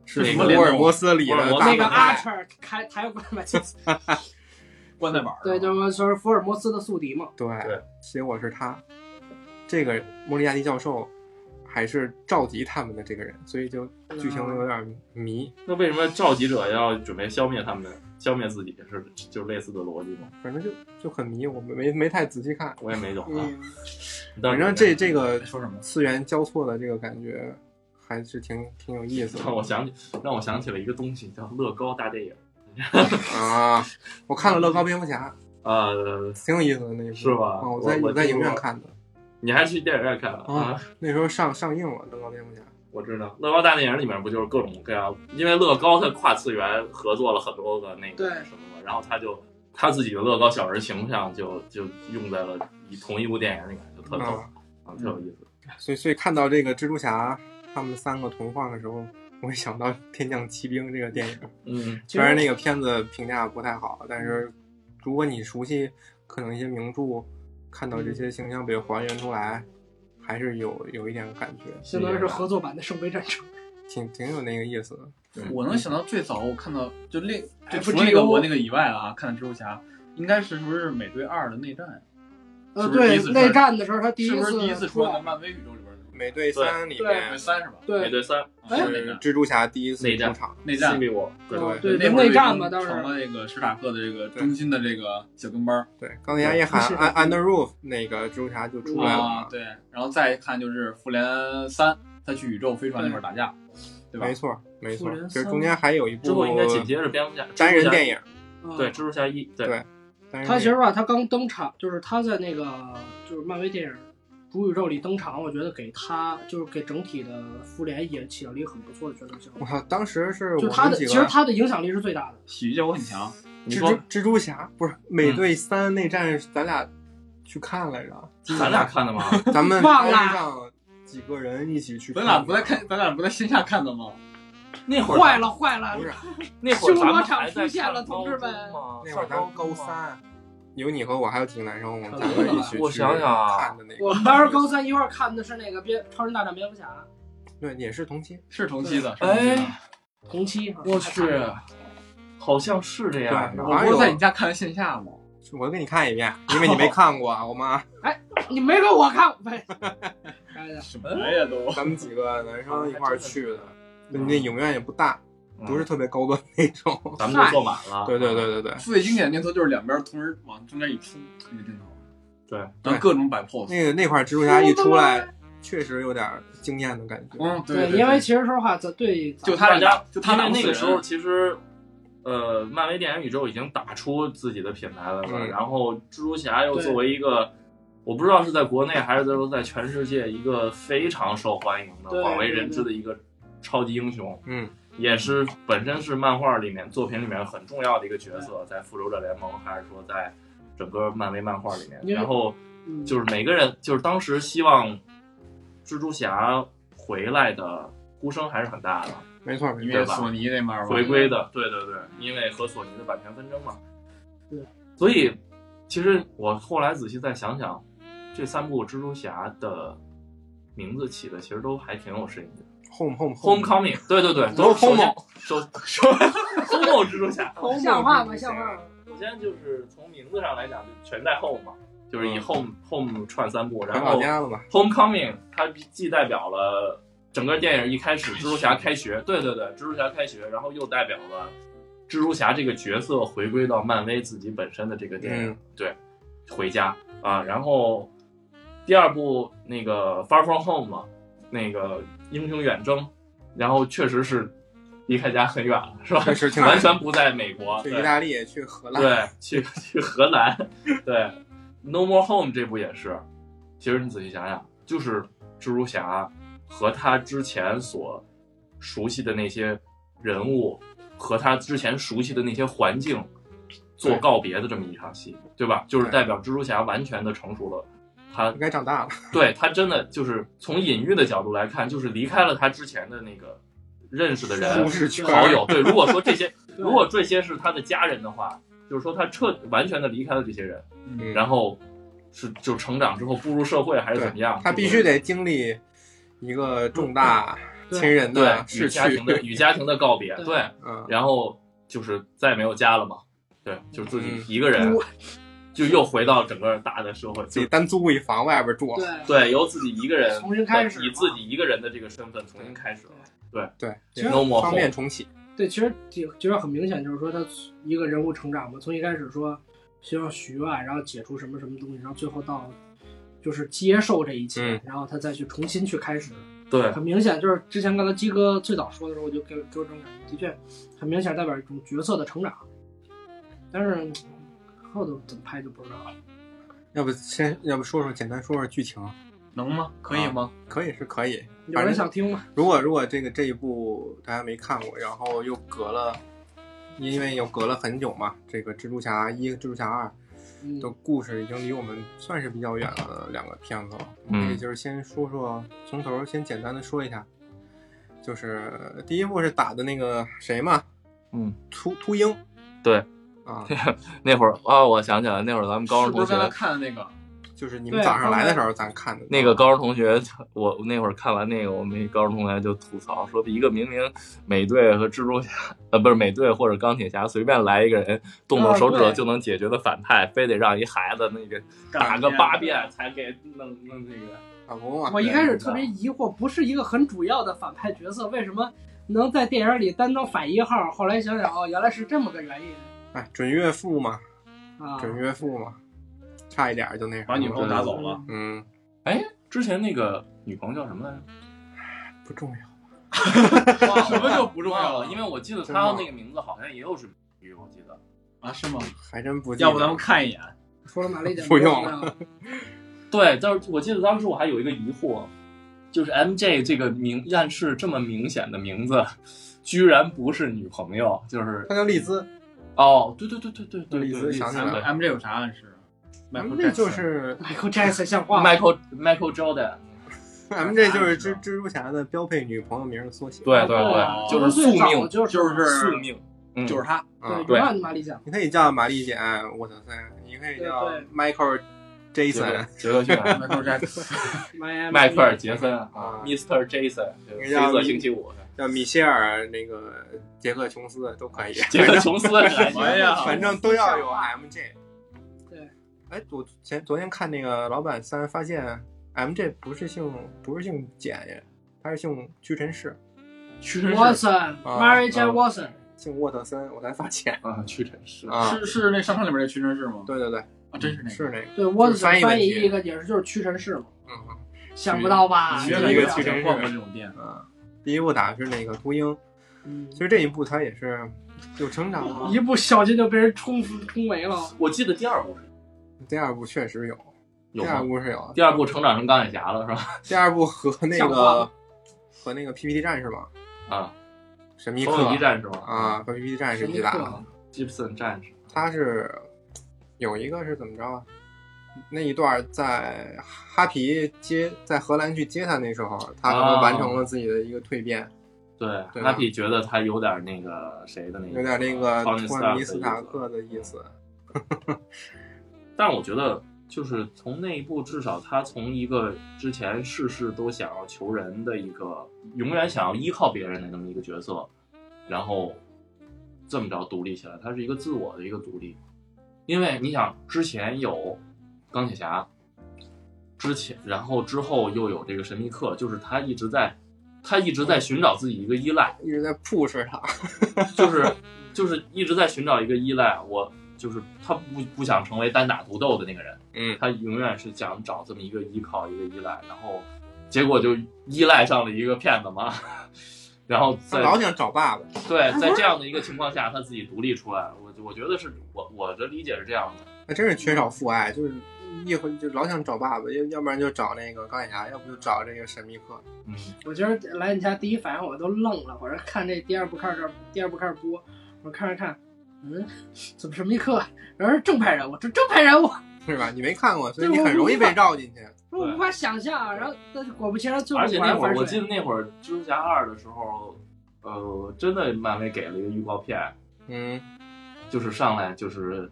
S1: 是
S2: 哪
S1: 福
S2: 个
S1: 尔摩斯里的大
S4: 那
S1: 反
S4: 个阿
S1: 派。
S4: 彻尔开台湾把
S3: 棺材板儿？
S4: 对，就是说是福尔摩斯的宿敌嘛。
S1: 对
S2: 对，
S1: 结果是他。这个莫利亚蒂教授还是召集他们的这个人，所以就剧情有点迷。
S2: 那为什么召集者要准备消灭他们呢？消灭自己是就类似的逻辑吗？
S1: 反正就就很迷，我没没没太仔细看。
S2: 我也没懂啊。
S4: 嗯，
S2: 但
S1: 反
S2: 是
S1: 正这这个
S3: 说什么？
S1: 次元交错的这个感觉还是挺挺有意思的
S2: 让我想起让我想起了一个东西，叫乐高大电影。
S1: 啊！我看了《乐高蝙蝠侠
S2: 呃，》，
S1: 挺有意思的那一部，
S2: 是吧
S1: 啊我在
S2: 我我
S1: 在
S2: 听
S1: 影院
S2: 过
S1: 看的。
S2: 你还去电影院看了
S1: 啊？那时候上上映了《登高蝙蝠侠》，
S2: 我知道乐高大电影里面不就是各种各样，因为乐高它跨次元合作了很多个那
S4: 对
S2: 个什么嘛，然后他就他自己的乐高小人形象就就用在了一同一部电影里面，就特逗
S1: 啊，
S2: 啊，特有意思。
S1: 所以所以看到这个蜘蛛侠他们三个同框的时候，我会想到《天降奇兵》这个电影。
S2: 嗯
S4: 嗯
S1: 虽然那个片子评价不太好，但是如果你熟悉可能一些名著，看到
S4: 嗯
S1: 这些形象被还原出来，还是有有一点感觉，
S4: 相当于是合作版的《圣杯战争》。
S1: 挺挺有那个意思的。
S3: 我能想到最早我看到就另就
S4: FGO
S3: 除了那个我那个以外啊，看的蜘蛛侠应该是是不是美队二的内战？
S4: 呃，
S3: 是不是
S4: 对
S3: 第一次，出来
S4: 内战的时候他第
S3: 是
S4: 一
S3: 不是
S4: 次
S3: 第一次
S4: 出
S3: 出现在
S4: 来，
S3: 漫威宇宙里边儿？
S1: 美队三里面
S3: 美队三是吧？啊
S2: 美
S4: 对，
S2: 队三
S4: 哎
S3: 是内战，
S1: 蜘蛛侠第一次
S2: 内
S1: 出
S2: 战
S1: 场，
S3: 内
S2: 西
S3: 战
S2: 比我，对
S1: 对
S4: 哦对，
S3: 那
S4: 就
S3: 会儿
S4: 内战嘛，
S3: 已经
S4: 当时
S3: 成了那个史塔克的这个中心的这个小跟班儿
S1: 对，钢铁侠一喊
S4: 是
S1: u n d e r roof”，那个蜘蛛侠就出来了
S3: 啊，
S1: 嘛。
S3: 对，然后再看就是复联三，他去宇宙飞船那块儿打架，对吧
S1: 没？错，没错
S4: 复。联
S1: 其实
S4: 三
S1: 中间还有一
S2: 之后
S1: 部
S2: 应该紧接着蝙蝠侠
S1: 单人电
S2: 影，
S1: 影，
S4: 嗯
S2: 对蜘蛛侠一，对
S1: 对单人
S4: 他
S1: 电
S4: 其实
S1: 影
S4: 吧，他刚登场，就是他在那个就是漫威电影《主宇宙》里登场，我觉得给他就是给整体的复联也起到了一个很不错的角色效
S1: 我
S4: 果。
S1: 靠，当时是
S4: 就
S1: 我
S4: 他
S1: 们
S4: 的，
S1: 几
S4: 其
S1: 个
S4: 实他的影响力是最大的。
S3: 喜剧效果很强，
S2: 你
S1: 蜘
S2: 说
S1: 蛛蜘蛛侠不是
S3: 嗯
S1: 美队三内战，咱俩去看来着，
S2: 咱俩看的吗？
S1: 咱们
S4: 忘了
S1: 班上几个人一起去，
S3: 咱俩不在，看，咱俩不在线下看的吗？
S2: 那会儿
S4: 坏了坏了
S1: 不，是
S2: 那会儿咱们
S4: 修罗场
S2: 还在
S4: 出现了
S2: 上高
S4: 同志们
S2: 中吗
S1: 那会儿咱
S2: 上
S1: 们高
S2: 高中吗
S1: 三，有你和我还有几个男生，我们三个一起去
S2: 我想想啊
S1: 看的那个，
S4: 我们班高三一块儿看的是那个蝙超人大战蝙蝠侠
S1: 对也是同期，
S3: 是同期的，是同期的
S2: 哎，
S4: 同期，啊
S2: 我去，好像是这样。
S1: 对
S2: 我
S3: 我
S1: 哪
S3: 不
S1: 有
S3: 是在你家看的线下吗？
S1: 我给你看一遍，因为你没看过啊，我 妈，
S4: 你没给我看， 喂，哎呀，
S3: 什么呀都？
S1: 咱们几个男生一块儿去的，
S3: 嗯
S1: 那那影院也不大，不是特别高端那种，
S2: 嗯咱们就坐满
S3: 啊
S2: 了。嗯
S1: 对对对对对，
S3: 最经典的镜头就是两边同时往中间一冲，那个镜头，
S2: 对，
S3: 然后各种摆 pose。
S1: 那个那块蜘蛛侠一出来，确实有点惊艳的感觉，
S3: 嗯，对，
S4: 对，因为其实说实话，咱对
S3: 就他
S2: 大
S3: 俩
S2: 家
S3: 打，就他俩
S2: 因为那个
S3: 死人
S2: 时候，其实，呃，漫威电影宇宙已经打出自己的品牌来了，
S1: 嗯
S2: 然后蜘蛛侠又
S4: 对
S2: 作为一个。我不知道是在国内还是说在全世界一个非常受欢迎的、
S4: 对
S2: 广为人知的一个超级英雄，
S1: 嗯。
S2: 也是本身是漫画里面作品里面很重要的一个角色，在复仇者联盟还是说在整个漫威漫画里面
S4: 因为，
S2: 然后
S4: 嗯
S2: 就是每个人就是当时希望蜘蛛侠回来的呼声还是很大的，
S1: 没错，没
S3: 因
S1: 错。
S3: 为索尼那边儿吧
S2: 回归的，对对对，因为和索尼的版权纷争嘛。
S4: 对，
S2: 所以其实我后来仔细再想想，这三部蜘蛛侠的名字起的其实都还挺有深意的。
S1: Home Home
S2: Homecoming，对对对，都是首先首首 Homo 蜘蛛侠，
S4: 像话吗？像话吗？
S2: 首先就是从名字上来讲，就全在 home 嘛，就是以
S1: 嗯
S2: home home 串三部，
S1: 回
S2: 然
S1: 老
S2: 后
S1: 家了吧？
S2: Homecoming，它既代表了整个电影一开始蜘蛛侠开学，对对对，蜘蛛侠开学，然后又代表了蜘蛛侠这个角色回归到漫威自己本身的这个电影，
S1: 嗯
S2: 对，回家啊，然后第二部那个 Far From Home 嘛，那个英雄远征，然后确实是离开家很远了，是吧
S1: 确？实挺
S2: 完全不在美
S1: 去
S2: 国，啊对
S1: 意大利，去 荷兰，
S2: 对， 去去荷兰，对，No More Home 这部也是。其实你仔细想想，就是蜘蛛侠和他之前所熟悉的那些人物，和他之前熟悉的那些环境做
S1: 对
S2: 告别的这么一场戏，对吧？就是
S1: 对
S2: 代表蜘蛛侠完全的成熟了。他
S1: 应该长大了。
S2: 对他真的就是从隐喻的角度来看，就是离开了他之前的那个认识的人
S1: 舒适 圈
S2: 好友。 对，如果说这些，如果这些是他的家人的话，就是说他彻完全的离开了这些人，
S1: 嗯
S2: 然后是就成长之后步入社会还是怎么样，
S1: 他必须得经历一个重大亲人
S2: 对
S1: 的
S2: 与
S1: 逝
S2: 家庭
S1: 去。
S2: 的与家庭的告别，
S4: 对
S2: 对，
S1: 嗯，
S2: 然后就是再也没有家了嘛，对，就是自己一个人
S4: 嗯，
S2: 就又回到整个大的社会，
S1: 自
S2: 就
S1: 己单租一房外边住。
S4: 对，
S2: 对，由自己一个人
S4: 重新开始
S2: 以自己一个人的这个身份重新开始了。
S1: 对，
S4: 其实
S1: 也
S2: No more
S1: 方便重启。
S4: 对，其实就就是很明显，就是说他一个人物成长嘛，从一开始说需要许愿，然后解除什么什么东西，然后最后到就是接受这一切，
S1: 嗯
S4: 然后他再去重新去开始。
S2: 对，
S4: 很明显，就是之前刚才鸡哥最早说的时候，我就给我给我这种感觉，的确很明显代表一种角色的成长。但是嗯后头怎么拍就不知道了。
S1: 要不先，要不说说简单说说剧情，
S3: 能吗？可以吗？
S1: 可以是可以。
S4: 有
S1: 反正
S4: 人想听吗？
S1: 如果如果这个这一部大家没看过，然后又隔了，因为又隔了很久嘛，这个蜘蛛侠一、蜘蛛侠二，
S4: 嗯
S1: 的，故事已经离我们算是比较远了两个片子了，
S2: 嗯
S1: 所以就是先说说从头，先简单的说一下，就是呃第一部是打的那个谁嘛，
S2: 嗯，
S1: 秃秃鹰，
S2: 对
S1: 啊、啊，
S2: 那会儿啊，我想起来，那会儿咱们高
S3: 是
S2: 中同
S3: 不是刚才
S2: 学，
S3: 看的那个？
S1: 就是你们早上来的时候咱看的啊
S2: 那个高中同学，我那会儿看完那个，我们一高中同学就吐槽说，一个明明美队和蜘蛛侠，呃，不是美队或者钢铁侠，随便来一个人动动手
S4: 啊
S2: 指头
S4: 对
S2: 就能解决的反派，非得让一孩子那个哦打个八遍才给弄弄那个。
S1: 打工啊，
S4: 我一开始特别疑惑，不是一个很主要的反派角色，为什么能在电影里担当反一号？后来想想，哦，原来是这么个原因
S1: 哎，准岳父嘛，
S4: 啊。
S1: 准岳父嘛，差一点就那什么
S3: 把女朋友
S1: 了
S3: 拿走 了，
S1: 嗯，
S2: 之前那个女朋友叫什么来着？
S1: 不重要。
S2: 什么就不重要了，因为我 记得
S1: 真忘
S2: 她
S1: 了
S2: 那个名字好像也有什么语，我记得。
S3: 啊？是吗？
S1: 还真不记得，
S3: 要不咱们看一眼？
S4: 除了玛丽简，
S1: 不用
S4: 了。
S2: 对，但是我记得当时我还有一个疑惑，就是 MJ 这个明暗示这么明显的名字，居然不是女朋友，就是
S1: 他叫丽兹，
S2: 哦，对对对对对对
S1: 丽
S2: 对，
S1: 兹想起来了
S2: 对
S3: M J 有啥暗示？Michael 啊
S1: 这
S3: Jackson
S1: 就是
S4: Michael Jackson 像话吗？
S2: Michael Michael Jordan，
S3: 哎
S1: M J 就是蜘
S3: 啊
S1: 蜘蛛侠的标配女朋友名的缩写。
S2: 对对
S4: 哦
S2: 对，就是宿
S4: 最早
S2: 命，
S4: 就是
S3: 就是
S2: 宿命，嗯
S3: 就是他，
S1: 啊，
S4: 对，永远的玛丽简。
S1: 你可以叫玛丽姐，哎我的天，你可以叫 Michael
S2: 杰克
S1: Jason，
S2: 杰克逊啊。
S3: Michael Jackson
S2: 迈
S4: 迈
S2: 克尔·杰森
S1: 啊
S2: 啊，Mr. Jason，就是
S1: 人家
S2: 黑色星期五，
S1: 叫米歇尔，那个杰克琼斯都可以。
S2: 杰克·琼斯，什
S3: 么呀
S1: 反正都要有 M J。
S4: 对。
S1: 哎，我前昨天看那个老板三，发现 M J 不是姓不是姓简呀，他是姓屈臣氏，
S2: 屈臣氏
S4: Watson，Mary
S1: 啊
S4: Jane Watson，
S1: 姓沃特森，我才发现
S2: 啊，屈臣氏
S1: 啊。
S3: 是是那商场里面的屈臣氏吗？
S1: 对对对，
S3: 啊，真是那
S1: 是那个，
S4: 对 Watson
S1: 翻
S4: 翻
S1: 译
S4: 译
S1: 问题
S4: 一个也是就是屈臣氏嘛，
S1: 嗯
S4: 想不到吧？
S3: 个。
S1: 是
S3: 啊原
S4: 这
S3: 来
S1: 一个
S3: 之
S1: 屈臣氏
S3: 前逛过这种店，
S1: 嗯啊。第一部打的是那个秃鹰，
S4: 嗯
S1: 其实这一部他也是有成长的。
S2: 嗯
S4: 一不小心就被人冲冲没了。
S2: 我记得第二部是
S1: 第二部确实有，
S2: 有
S1: 第二
S2: 吗？
S1: 部是有，
S2: 第二部成长成钢铁侠了是吧？
S1: 第二部和那
S4: 像话
S1: 个
S4: 吗
S1: 和那个 PPT 战士嘛，
S2: 啊，
S1: 神秘
S2: 后
S1: 客
S2: 一战是吗？
S1: 啊，和 PPT 战士一起打
S4: 克
S1: 的。
S4: 啊
S2: ，Gibson 战士
S1: 他是有一个是怎么着啊？那一段在哈皮接在荷兰去接他那时候，他可能
S2: 哦
S1: 完成了自己的一个蜕变，
S2: 对
S1: 对吧
S2: 哈皮觉得他有点那个谁的那个，
S1: 有点那个
S2: 托尼斯
S1: 托尼斯
S2: 塔
S1: 塔
S2: 克的意
S1: 克的意思。
S2: 思。但是我觉得，就是从那一部，至少他从一个之前事事都想要求人的一个，永远想要依靠别人的那么一个角色，然后这么着独立起来，他是一个自我的一个独立。因为你想，之前有钢铁侠，之前然后之后又有这个神秘客，就是他一直在，他一直在寻找自己一个依赖。
S1: 一直在啊 push 他，
S2: 就是就是一直在寻找一个依赖，我就是他不不想成为单打独斗的那个人，
S1: 嗯，
S2: 他永远是想找这么一个依靠，一个依赖，然后结果就依赖上了一个骗子嘛， 然后
S1: 他
S2: 在
S1: 老想找爸爸。
S2: 对在这样的一个情况下，他自己独立出来，我我觉得是我我的理解是这样的，
S1: 还真是缺少父爱，就是一会就老想找爸爸，要要不然就找那个钢铁侠，要不就找这个神秘客。
S2: 嗯，
S4: 我今儿来你家第一反应我都愣了，我说看这第二部开始这儿，第二部开始播，我看着看，嗯，怎么什么一刻，然后是正派人物，这正派人物，
S1: 是吧？你没看过，所以
S4: 对
S1: 你
S4: 我
S1: 很容易被绕进去。
S4: 我无法想象啊。然后但是果不其然，最后
S2: 而且那会儿
S4: 反
S2: 我记
S4: 水
S2: 得那会儿蜘蛛侠二的时候，呃，真的漫威给了一个预告片，
S1: 嗯，
S2: 就是上来就是，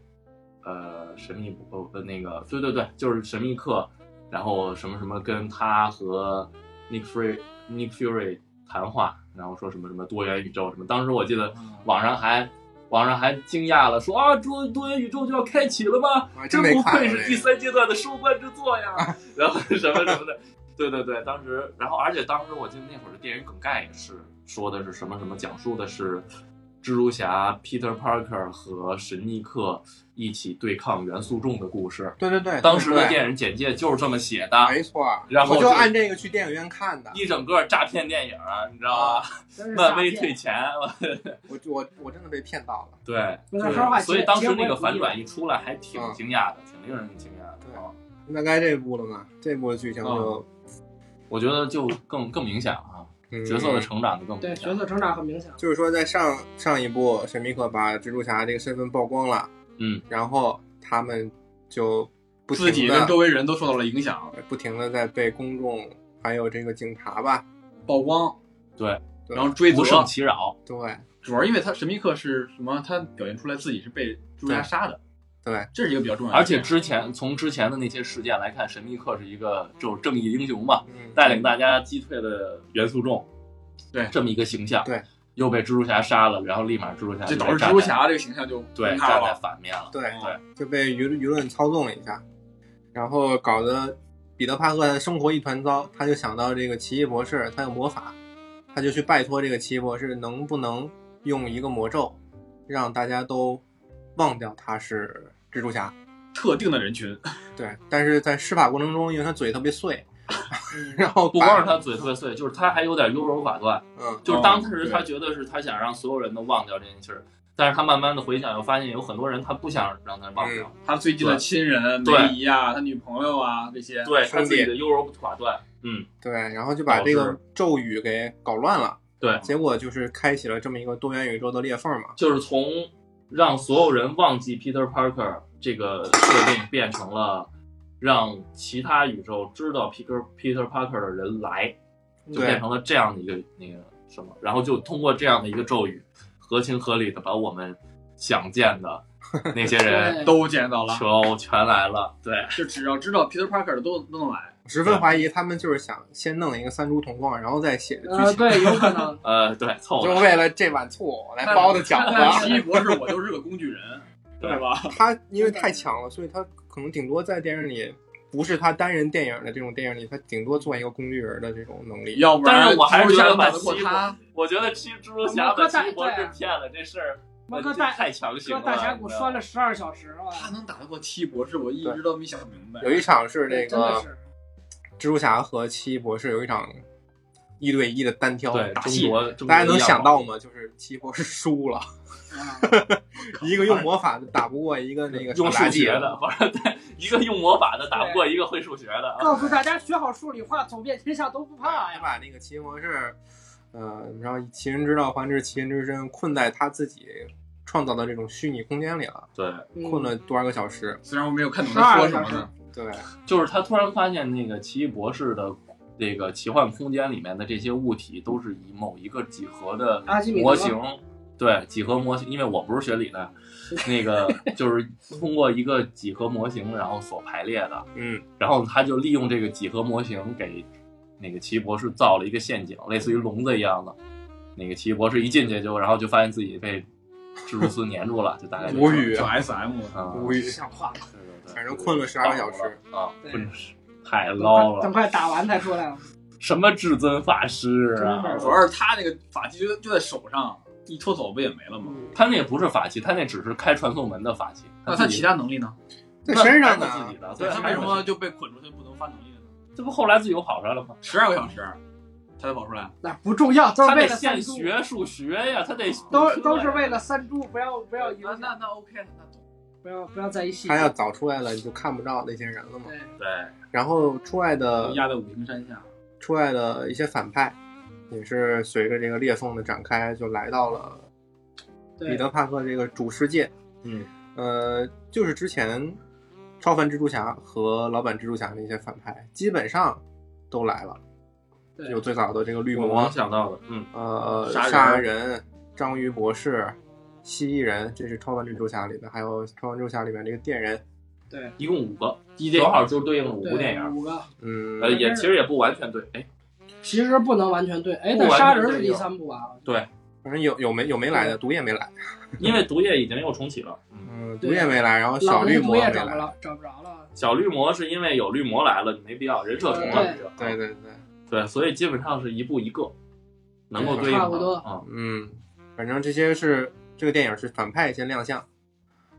S2: 呃，神秘不呃那个对对对，就是神秘客，然后什么什么跟他和 Nick Fury Nick Fury 谈话，然后说什么什么多元宇宙什么，当时我记得网上还网上还惊讶了，说啊，多多元宇宙就要开启了吗？
S1: 我还
S2: 真
S1: 没
S2: 不
S1: 看过
S2: 愧
S1: 这
S2: 是
S1: 个。
S2: 第
S1: 啊
S2: 三阶段的收官之作呀！ 然后什么什么的，对对对，当时，然后而且当时我记得那会儿的电影梗概也是说的是什么什么，讲述的是蜘蛛侠 Peter Parker 和神秘客一起对抗元素众的故事。
S1: 对对对，
S2: 当时的
S1: 哎对
S2: 电影简介就是这么写
S1: 对
S2: 的，
S1: 没错，
S2: 然后
S1: 啊我就
S2: 就
S1: 按这个去电影院看的。
S2: 一整个诈骗电影啊，你知道吧？
S4: 真哦是啊
S2: 漫威
S4: 诈骗
S2: 退钱，
S1: 我我我真的被骗到了。
S2: 对，
S4: 不是
S2: 就是
S4: 说实话
S2: 所以
S4: 结
S2: 当时
S4: 结
S2: 那
S4: 婚
S2: 个
S4: 不
S2: 反
S4: 易
S2: 转一出来，还挺
S1: 嗯
S2: 惊讶的，挺令人惊讶的。
S1: 对
S2: 啊
S1: 那该这部了嘛？这部的剧情就、
S2: 我觉得就更更明显了啊，
S1: 嗯
S2: 角色的成长就更
S4: 对
S2: 明显
S4: 角
S2: 了。
S4: 色成长很明显，
S1: 就是说，在上上一部，神秘客把蜘蛛侠这个身份曝光了，
S2: 嗯，
S1: 然后他们就不
S3: 自己
S1: 停
S3: 跟
S1: 的
S3: 周围人都受到了影响，
S1: 不停的在被公众还有这个警察吧，
S3: 曝光，
S2: 对，
S3: 然后追责
S2: 不胜其扰。
S1: 对，
S3: 主要因为他神秘客是什么？他表现出来自己是被蜘蛛侠杀的，
S1: 对，
S3: 这是一个比较重要的
S2: 而
S3: 点。
S2: 且之前从之前的那些事件来看，神秘客是一个就是正义英雄嘛，
S1: 嗯
S2: 带领大家击退了元素众，
S3: 对
S2: 这么一个形象，
S1: 对，
S2: 又被蜘蛛侠杀了，然后立马蜘蛛侠
S3: 这
S2: 就
S3: 导致
S2: 站
S3: 蜘蛛
S2: 在
S3: 侠这个形象就
S2: 对
S3: 崩塌
S2: 站在
S3: 了。
S2: 反面了，
S1: 对
S3: 嗯
S2: 对
S1: 就被舆论舆论操纵了一下，然后搞得彼得帕克的生活一团糟。他就想到这个奇异博士，他有魔法，他就去拜托这个奇异博士，能不能用一个魔咒，让大家都忘掉他是蜘蛛侠。
S3: 特定的人群，
S1: 对，但是在施法过程中，因为他嘴特别碎，然后
S2: 不光是他嘴特别碎，就是他还有点优柔寡断，
S1: 把，嗯，
S2: 就是
S3: 哦
S2: 当时
S3: 对
S2: 他觉得是他想让所有人都忘掉这件事儿，但是他慢慢的回想又发现有很多人他不想让他忘掉，
S3: 他最近的
S2: 对
S3: 亲人
S2: 对
S3: 梅姨啊，他女朋友啊这些，
S2: 对他
S1: 兄弟
S2: 自己的优柔寡断，嗯，
S1: 对，然后就把
S2: 导
S1: 这个
S2: 致
S1: 咒语给搞乱了。
S2: 对
S1: 结果就是开启了这么一个多元宇宙的裂缝嘛。
S2: 就是从让所有人忘记 Peter Parker 这个设定，变成了让其他宇宙知道 Peter Peter Parker 的人来，就变
S1: 对，
S2: 成了这样的一个那个什么，然后就通过这样的一个咒语，合情合理的把我们想见的那些人
S4: 对
S3: 都见到了，
S2: 都全来了，对。
S3: 就只要知道 Peter Parker 的都都能来。
S1: 十分怀疑他们就是想先弄一个三株同框，然后再写剧
S4: 呃，
S1: 情。
S4: 对，有可 能。
S2: 呃，对，凑
S1: 就
S2: 合。
S1: 为了这碗醋来包的饺
S3: 那奇
S1: 子。
S3: 异博士，我就是个工具人，
S2: 对
S3: 啊 对吧？
S1: 他因为太强了，所以他可能顶多在电影里，不是他单人电影的这种电影里，他顶多做一个工具人的这种能力。
S3: 要不然
S2: 但是我还是
S3: 蜘蛛
S2: 觉
S3: 侠
S2: 得
S3: 打
S2: 把
S3: 得过
S2: 西
S3: 他。
S2: 我觉得蜘蜘蛛侠把奇异
S4: 啊
S2: 博士骗了这事儿，
S4: 猫哥
S2: 这
S4: 大
S2: 太强行
S4: 哥
S2: 了。嗯
S4: 大峡谷摔了十二小时，哇，
S3: 他能打得过奇异博士，我一直都没想明白。
S1: 有一场是那
S4: 真的
S1: 个
S4: 是
S1: 蜘蛛侠和奇异博士有一场一对一的单挑
S2: 对
S1: 打
S2: 中
S1: 戏，
S2: 国，中国
S1: 大家能
S2: 一样啊
S1: 想
S2: 嘛
S1: 到吗？就是奇异博士输了，
S4: 啊，
S1: 一个用魔法打不过一个那个
S2: 用
S1: 手妲
S2: 数
S1: 己
S2: 学，的，不是对一个用魔法的打不过一个会数学的啊。
S4: 告诉大家学好数理化，走遍天下都不怕
S1: 他
S4: 呀。
S1: 把那个奇异博士，呃，然后以其人之道还治其人之身，困在他自己创造的这种虚拟空间里了。
S2: 对，
S4: 嗯
S1: 困了多少个小时？
S3: 虽然我没有看懂他说什么呢，
S1: 对，
S2: 就是他突然发现那个奇异博士的那个奇幻空间里面的这些物体都是以某一个几何的
S4: 阿基米德
S2: 模型，对几何模型，因为我不是学理 的，那个就是通过一个几何模型然后所排列的，
S1: 嗯，
S2: 然后他就利用这个几何模型给那个奇异博士造了一个陷阱，类似于笼子一样的。那个奇异博士一进去就，然后就发现自己被蜘蛛丝粘住了，就大概 就
S1: 无语
S3: 小
S1: 啊，
S3: S M，
S2: 啊，
S1: 无语
S4: 不，像话了，
S2: 对对对
S1: 反正困了12个小时
S2: 啊，
S4: 对
S2: 困了十太
S4: 等
S2: low 了，
S4: 快等
S2: 嗯
S4: 快打完才出来。
S2: 什么至尊法师
S4: 真
S2: 啊
S4: 是？
S3: 主要是他那个法器就就在手上，一脱走不也没了吗？
S4: 嗯
S2: 他那也不是法器，他那只是开传送门的法器。
S3: 那
S2: 自
S3: 他
S2: 己
S3: 其他能力呢？
S1: 在身上
S2: 那是自
S1: 呢
S2: 己。的，
S3: 对
S2: 对
S3: 他为什么就被捆出去不能发能力了呢？
S2: 这不后来自由跑出来了吗？
S3: 十二个小时，他才跑出来。
S4: 那不重要，都
S2: 他
S4: 是为
S2: 得
S4: 了
S2: 现
S4: 三猪，
S2: 学数学呀，他得
S4: 都都是为了三猪，不要不要影
S3: 那
S4: 响，
S3: 那那 OK，那懂。
S4: 不要不要在一起。
S1: 他要早出来了，你就看不到那些人了嘛。
S4: 对，
S2: 对
S1: 然后出来的
S3: 都压在五行山下，
S1: 出来的一些反派，也是随着这个裂缝的展开，就来到了
S4: 对
S1: 彼得帕克这个主世界。
S2: 嗯，
S1: 呃，就是之前超凡蜘蛛侠和老版蜘蛛侠那些反派，基本上都来了。
S4: 对
S1: 有最早的这个绿
S2: 我
S1: 魔
S2: 能，想到的，嗯，
S1: 呃，
S3: 杀人
S1: 杀人、章鱼博士、蜥蜴人，这是超凡蜘蛛侠里的，还有超凡蜘蛛侠里面这个电人，
S2: 一共五个，
S3: 一
S2: 正好就对应了五部
S4: 对
S2: 电影。
S4: 五个，
S1: 嗯，
S3: 哎
S2: 呃，也其实也不完全对，哎，
S4: 其实不能完全对。哎，
S2: 不
S4: 但
S2: 完
S4: 杀
S2: 全
S4: 人是
S2: 对
S4: 第
S2: 有
S4: 三部啊，
S1: 反正有有没有没来的，毒液没来，
S2: 因为毒液已经又重启了。嗯，
S1: 嗯，
S4: 对
S1: 毒液没来，然后
S4: 老
S1: 小绿
S4: 龙
S1: 魔
S4: 毒也
S1: 没
S4: 找不
S1: 来，
S4: 着，找不着了。
S2: 小绿魔是因为有绿魔来了，你没必要人设重了，
S4: 对
S1: 对对对，
S2: 对，所以基本上是一步一个，能够对应
S4: 差不多
S2: 啊。
S1: 嗯，反正这些是这个电影是反派先亮相，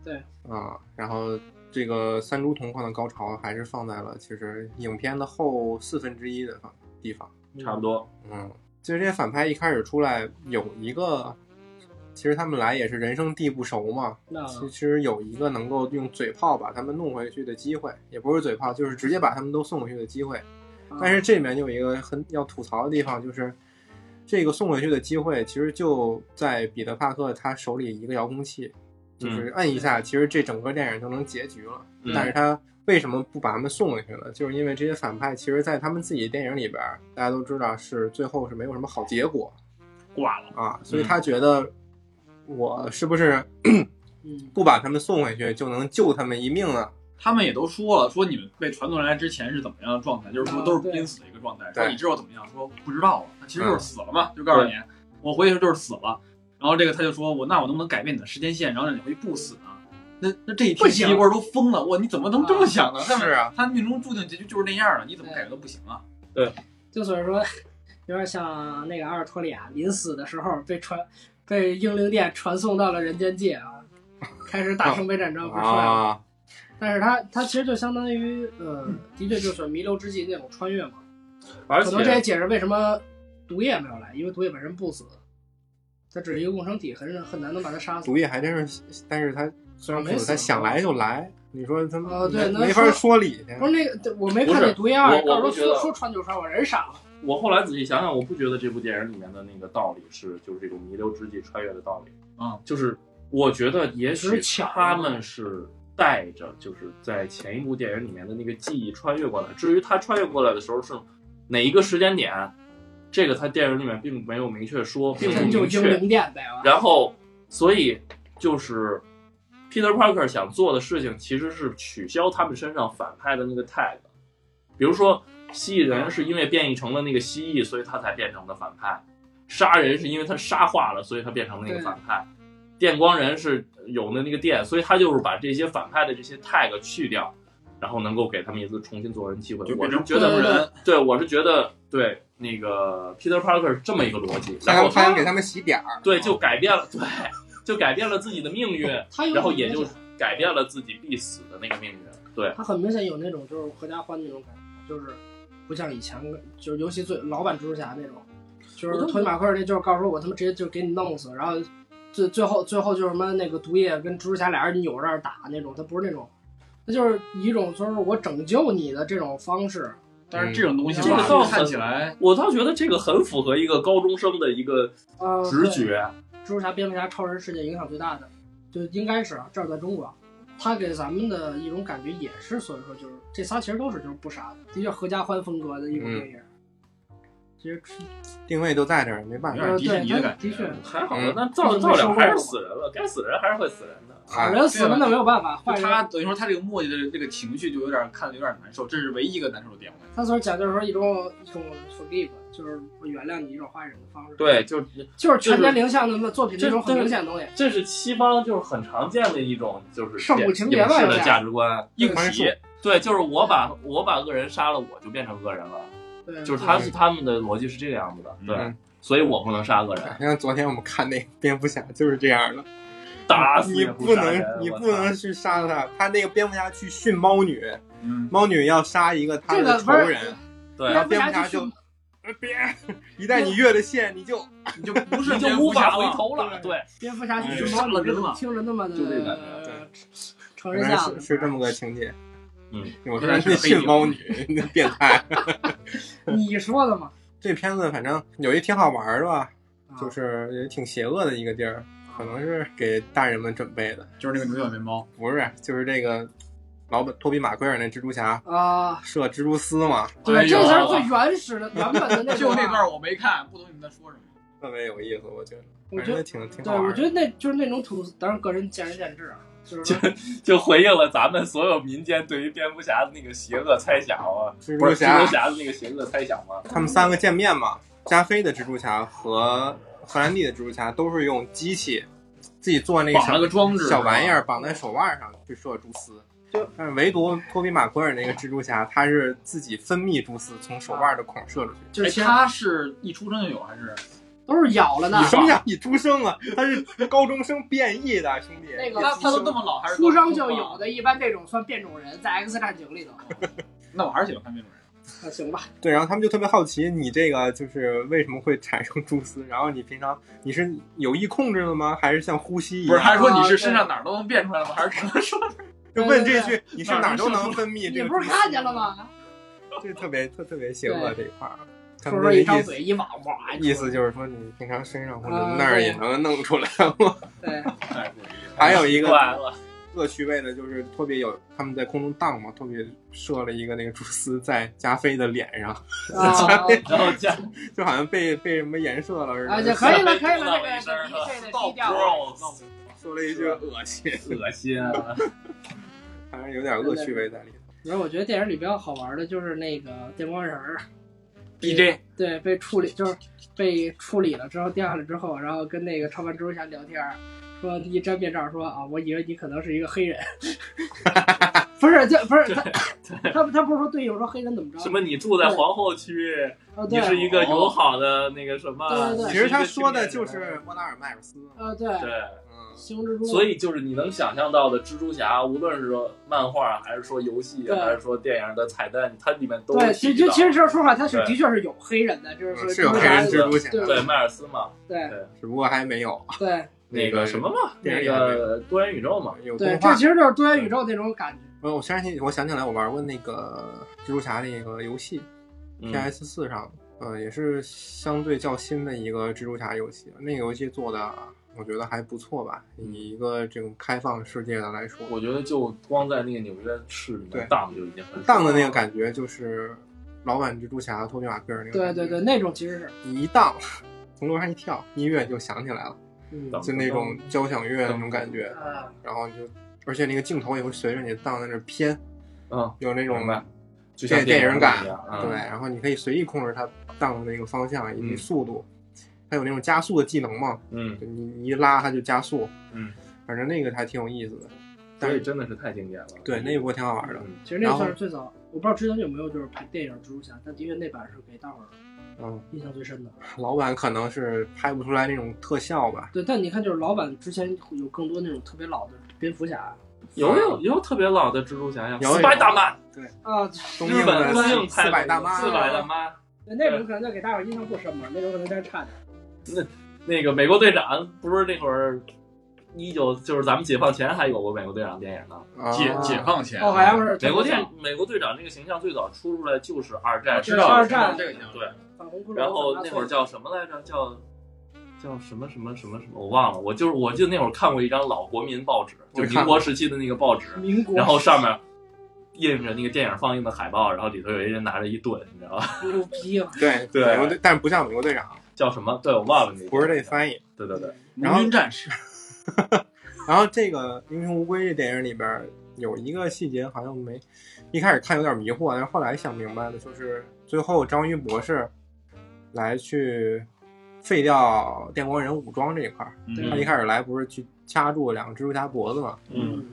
S4: 对
S1: 啊，然后这个三株同框的高潮还是放在了其实影片的后四分之一的方地方。
S2: 差不多。
S1: 嗯，其实这些反派一开始出来有一个，其实他们来也是人生地不熟嘛，
S4: 那
S1: 其实有一个能够用嘴炮把他们弄回去的机会，也不是嘴炮，就是直接把他们都送回去的机会。
S4: 啊
S1: 但是这里面有一个很要吐槽的地方，就是这个送回去的机会，其实就在彼得帕克他手里一个遥控器，就是摁一下，其实这整个电影就能结局了。
S2: 嗯
S1: 但是他为什么不把他们送回去呢？就是因为这些反派，其实，在他们自己电影里边，大家都知道是最后是没有什么好结果
S3: 挂了。
S1: 啊，所以他觉得我是不是
S4: 嗯，
S1: 不把他们送回去就能救他们一命啊？
S3: 他们也都说了，说你们被传送来之前是怎么样的状态，就是说
S4: 啊
S3: 都是
S4: 对
S3: 濒死的一个状态。
S1: 对
S3: 说你知道怎么样？说不知道啊，那其实就是死了嘛，就告诉你，我回去就是死了。然后这个他就说我那我能不能改变你的时间线，然后让你回去不死呢？那那这一
S4: 不
S3: 批
S4: 行
S3: 西瓜都疯了，哇！你怎么能这么想呢？他们
S1: 是啊，
S3: 他命中注定结局就是那样的，你怎么改变都不行啊！
S4: 就所以说，有点像那个阿尔托里亚临死的时候被传被英灵殿传送到了人间界啊，开始
S2: 哦
S4: 打圣杯战争，不是出来了。
S1: 啊，
S4: 但是他他其实就相当于呃，的确就是弥留之际那种穿越嘛。
S2: 而
S4: 可能这也
S2: 且
S4: 解释为什么毒液没有来，因为毒液本身不死，它只是一个共生体，很很难能把它杀死。
S1: 毒液还真是，但是他虽然不
S4: 没
S1: 死，
S4: 死
S1: 他想来就来，你说他
S4: 哦对
S1: 没
S4: 那
S1: 没法
S4: 说
S1: 说理去。
S4: 不是那个，对我没看
S2: 不
S4: 那
S2: 是
S4: 毒液二，
S2: 我
S4: 到时候
S2: 我不觉得
S4: 说说穿就穿，我人傻了。
S2: 我后来仔细想想，我不觉得这部电影里面的那个道理是就是这种弥留之际穿越的道理。
S3: 嗯，
S2: 就是我觉得也
S4: 啊只
S2: 许
S4: 是巧
S2: 他们是带着就是在前一部电影里面的那个记忆穿越过来。至于他穿越过来的时候是哪一个时间点，这个他电影里面并没有明确说，并不
S4: 人就
S2: 明
S4: 英
S2: 确。
S4: 灵殿呗，我
S2: 然后，所以就是 Peter Parker 想做的事情，其实是取消他们身上反派的那个 tag。比如说，蜥蜴人是因为变异成了那个蜥蜴，所以他才变成的反派；杀人是因为他杀化了，所以他变成了那个反派；电光人是有的那个电，所以他就是把这些反派的这些 tag 去掉，然后能够给他们一次重新做人机会
S3: 就。
S2: 我
S3: 变
S2: 是
S3: 成
S2: 觉
S3: 普通
S2: 得，
S3: 人，
S2: 对，我是觉得对那个 Peter Parker 是这么一个逻辑，
S1: 他
S2: 然后
S1: 想他想给他们洗点儿，
S2: 对，就改变了，对，就改变了自己的命运，
S4: 他有
S2: 然后
S4: 很
S2: 也
S4: 明
S2: 就
S4: 显
S2: 改变了自己必死的那个命运。对，
S4: 他很明显有那种就是合家欢那种感觉，就是不像以前，就是尤其最老版蜘蛛侠那种，就是托尼马克那就是告诉我他妈直接就给你弄死，然后最最后最后就是什么那个毒液跟蜘蛛侠俩人扭着那儿打那种，他不是那种，他就是以一种就是我拯救你的这种方式，
S3: 但是这种东西
S2: 这
S3: 吧
S2: 个倒，很
S3: 看起来
S2: 我倒觉得这个很符合一个高中生的一个
S4: 呃，
S2: 直
S4: 对
S2: 觉。
S4: 蜘蛛侠、蝙蝠侠、超人事件影响最大的，就应该是啊，这是在中国，他给咱们的一种感觉也是，所以说就是这仨其实都是就是不傻的，的确合家欢风格的一种电影。其实呃
S1: 定位都在这儿，没办
S3: 有
S1: 法。
S3: 点迪士尼的感
S4: 对
S3: 觉
S4: 他。的
S2: 还好
S1: 嗯
S2: 吧，那照
S4: 嗯
S2: 照
S4: 没说
S2: 了还
S4: 过
S2: 是死人了，该死人还是会死人的。
S4: 好
S1: 啊，
S4: 人死了那没有办法，坏人
S3: 他等于说他这个墨迹的这个情绪就有点看的有点难受，这是唯一一个难受的点。我
S4: 他所讲就是说一种一种 forgive，就是我原谅你一种坏人的方式。，
S2: 对，就是
S4: 就是全年龄向的那作品的一种很明显的东西。
S2: 这是西方就是很常见的一种就是
S4: 圣母情节
S2: 影
S4: 吧
S2: 视
S4: 有
S2: 的
S4: 点
S2: 价值观。
S3: 硬
S1: 宽
S3: 皮
S1: 恕，
S2: 对，就是我把我把恶人杀了，我就变成恶人了。
S4: 对，
S2: 就是他是他们的逻辑是这个样子的，对
S1: 嗯，
S2: 所以我不能杀恶人。
S1: 像昨天我们看那个蝙蝠侠就是这样的，
S2: 打死
S1: 你
S2: 也
S1: 不
S2: 杀人
S1: 能你
S2: 我
S1: 不
S2: 操
S1: 能去杀他，他那个蝙蝠侠去训猫女，
S3: 嗯，
S1: 猫女要杀一个他
S4: 这个
S1: 的
S4: 不
S1: 仇
S4: 是
S1: 人，
S2: 对
S1: 然
S4: 蝙
S1: 后
S4: 蝠
S1: 蝙蝠
S4: 侠
S1: 侠
S4: 就
S1: 就呃别，一旦你越了线，你就
S3: 你就 不是
S2: 你
S3: 蝙
S2: 就
S3: 蝠
S2: 无法
S3: 侠
S2: 回
S3: 了
S2: 头了。对，
S4: 蝙蝠侠去
S3: 哎
S4: 猫
S3: 杀了人了
S4: 听着那么的
S2: 就这感觉
S1: 对
S4: 成人
S1: 原来
S4: 像
S1: 是是这么个情节。
S2: 嗯，
S1: 我说那训猫女那变态。
S4: 你说的嘛？
S1: 这片子反正有一挺好玩儿的吧，
S4: 啊
S1: 就是也挺邪恶的一个地儿，可能是给大人们准备的，
S3: 就是那个牛角面包，
S1: 不是就是这个老本托比马奎尔那蜘蛛侠
S4: 啊，
S1: 射蜘蛛丝嘛，
S4: 对，这才
S3: 才
S4: 是最原始的、原本的那啊
S3: 就
S4: 那
S3: 那段我没看，不懂你们在说什么。
S1: 特别有意思，我觉得，
S4: 我
S1: 反
S4: 觉
S1: 正
S4: 得，
S1: 挺挺好
S4: 对，我
S1: 玩
S4: 觉
S1: 的。
S4: 得那就是那种吐司，当然个人见仁见智啊，就是 说
S2: 就回应了咱们所有民间对于蝙蝠侠的那个邪恶猜想啊，
S1: 蜘
S2: 不
S1: 蛛
S2: 是蜘
S1: 侠
S2: 蛛，侠的那个邪恶猜想嘛。
S1: 他们三个见面嘛，加菲的蜘蛛侠和荷兰弟的蜘蛛侠都是用机器自己做那个
S3: 绑
S1: 小
S3: 了个装置，
S1: 小玩意儿绑在手腕上去射蛛丝。就但是唯独托比马奎尔那个蜘蛛侠，他是自己分泌蛛丝从手腕的孔射出去。
S3: 哎。
S4: 就是他
S3: 他是一出生就有还是？
S4: 都是咬了的
S1: 你，什么叫你出生啊？他是 高中生变异的兄弟。
S4: 那个
S3: 他他都这么老还是
S4: 出生就有？的，一般这种算变种人，在 X 战警 里头，
S3: 那我还是喜欢看这种
S4: 啊
S3: 人。
S4: 行吧？
S1: 对，然后他们就特别好奇，你这个就是为什么会产生蛛丝？然后你平常你是有意控制的吗？还是像呼吸一
S3: 不是，
S1: 样？
S3: 还是说你是身上哪儿都能变出来吗？还是只能说
S1: 就问这句，你是
S3: 哪儿
S1: 哪儿都
S3: 能
S1: 能分泌？
S4: 你不是看见了？吗？
S1: 这特别特特别邪恶这一块儿。他
S4: 说
S1: 们
S4: 说
S1: 那个
S4: 一
S1: 意
S4: 张
S1: 思
S4: 嘴一网啊哇，
S1: 意思就是说，你平常身上或者
S4: 啊
S1: 那儿
S4: 对
S1: 也能弄出来吗？
S4: 对，啊
S3: 太诡异了。
S1: 还有一个
S2: 完了，
S1: 乐趣为了就是特别有他们在空中荡嘛，特别射了一个那个蛛丝在加菲的脸上，
S4: 啊，
S2: 然后加
S1: 就好像被被什么颜射了似的，
S4: 啊就可以了，可以了， 这个低这个低调了，
S1: 说了一句恶心，
S2: 恶心 啊！
S1: 反正有点恶趣味在里头。
S4: 然后我觉得电影里比较好玩的就是那个电光人儿
S3: DJ
S4: 对，被处理就是被处理了之后掉下来之后，然后跟那个超凡蜘蛛侠聊天儿，说一摘面罩说啊，我以为你可能是一个黑 人，不是，就不是他他他不是说队友说黑人怎么着？
S2: 什么？你住在皇后区，
S4: 啊，对
S2: 你，是一个友好的那个什么？
S4: 对对对
S1: 其实他说的就是莫纳尔迈尔斯，
S4: 啊对，
S2: 对。
S1: 嗯，
S4: 西红蜘蛛，
S2: 所以就是你能想象到的蜘蛛侠，无论是说漫画还是说游戏，
S4: 对
S2: 还是说电影的彩蛋，它里面都
S4: 对，
S2: 提
S4: 其
S2: 到
S4: 实其实这说法，他是
S2: 对
S4: 的确是有黑人的，就是说
S1: 嗯是有黑人蜘蛛侠，
S4: 对
S2: 对迈尔斯嘛，
S4: 对
S1: 只不过还没有
S4: 对
S2: 那个什么嘛，
S1: 电
S2: 那
S1: 影里还没有
S2: 个多元宇宙嘛，
S1: 有
S4: 对，
S1: 动
S4: 这
S1: 画呃
S4: 其。实就是多元宇宙那种感觉。
S1: 我我相信，我想起来，我玩过那个蜘蛛侠那个游戏
S2: 嗯，
S1: ，PS 四上，呃，也是相对较新的一个蜘蛛侠游戏。那个游戏做的，我觉得还不错吧，以一个这种开放世界的来说，
S2: 我觉得就光在那个纽约市里
S1: 对
S2: 面荡就已经很
S1: 荡的那个感觉就是老版蜘蛛侠托尼马奎尔那个
S4: 对
S1: 感觉，
S4: 对对，那种其实是，
S1: 你一荡，从楼上一跳，音乐就响起来了，
S4: 嗯
S2: 荡
S1: 就那种交响乐那种感觉，
S4: 啊，
S1: 然后你就，而且那个镜头也会随着你荡在那儿偏，
S2: 嗯，
S1: 有那种
S2: 明白，就
S1: 电
S2: 像
S1: 电
S2: 影
S1: 影感
S2: 一样，，嗯
S1: 对，然后你可以随意控制它荡的那个方向以及
S2: 嗯
S1: 速度，它有那种加速的技能嘛，
S2: 嗯
S1: 就你你一拉它就加速，
S2: 嗯，
S1: 反正那个还挺有意思的，但
S2: 所以
S1: 是
S2: 真的是太经典了，
S1: 对那一波挺好玩的，
S2: 嗯
S4: 其实那算是最早。我不知道之前有没有就是拍电影《蜘蛛侠》，但的确那版是给大伙儿
S1: 嗯，
S4: 印象最深的。
S1: 老版可能是拍不出来那种特效吧，
S4: 对，但你看，就是老版之前有更多那种特别老的蝙蝠侠啊
S2: 有有有特别老的蜘蛛侠呀，
S1: 有有
S2: 四百大妈，
S4: 啊，
S1: 东
S2: 日
S1: 映
S2: 本
S1: 的
S2: 东映
S1: 四
S2: 拍
S1: 四百大妈，
S2: 四百大妈，
S4: 对那种可能就给大伙儿印象不深嘛，那种可能真差点。
S2: 那个美国队长不是那会儿一九就是咱们解放前还有过美国队长电影呢。
S1: 啊
S3: 解解放前，
S4: 哦，好像是
S2: 美国电美国队长这个形象最早出出来就是二战，
S3: 我知
S4: 道
S3: 道
S4: 二战
S3: 这个形象
S2: 对，
S4: 反红骷髅
S2: 然后那会儿叫什么来着？叫叫什么什么什么什么？我忘了。我就是我记得那会儿看过一张老国民报纸，
S1: 我
S2: 就
S1: 也
S2: 民
S1: 看
S2: 国
S1: 过
S2: 时期的那个报纸，
S4: 民国，
S2: 然后上面印着那个电影放映的海报，然后里头有一人拿着一盾，你知道吧？
S4: 牛逼啊！
S1: 对
S2: 对
S1: 美国队，但是不像美国队长，
S2: 叫什么？对，我忘了那个。
S1: 不是这翻译。
S2: 对对对，
S1: 然后
S3: 无军战士，
S1: 然后这个《英雄无归》这电影里边有一个细节，好像没一开始看有点迷惑，但是后来想明白了，就是最后章鱼博士来去废掉电光人武装这一块儿，
S4: 对
S1: 他一开始来不是去掐住两个蜘蛛侠脖子嘛，
S2: 嗯，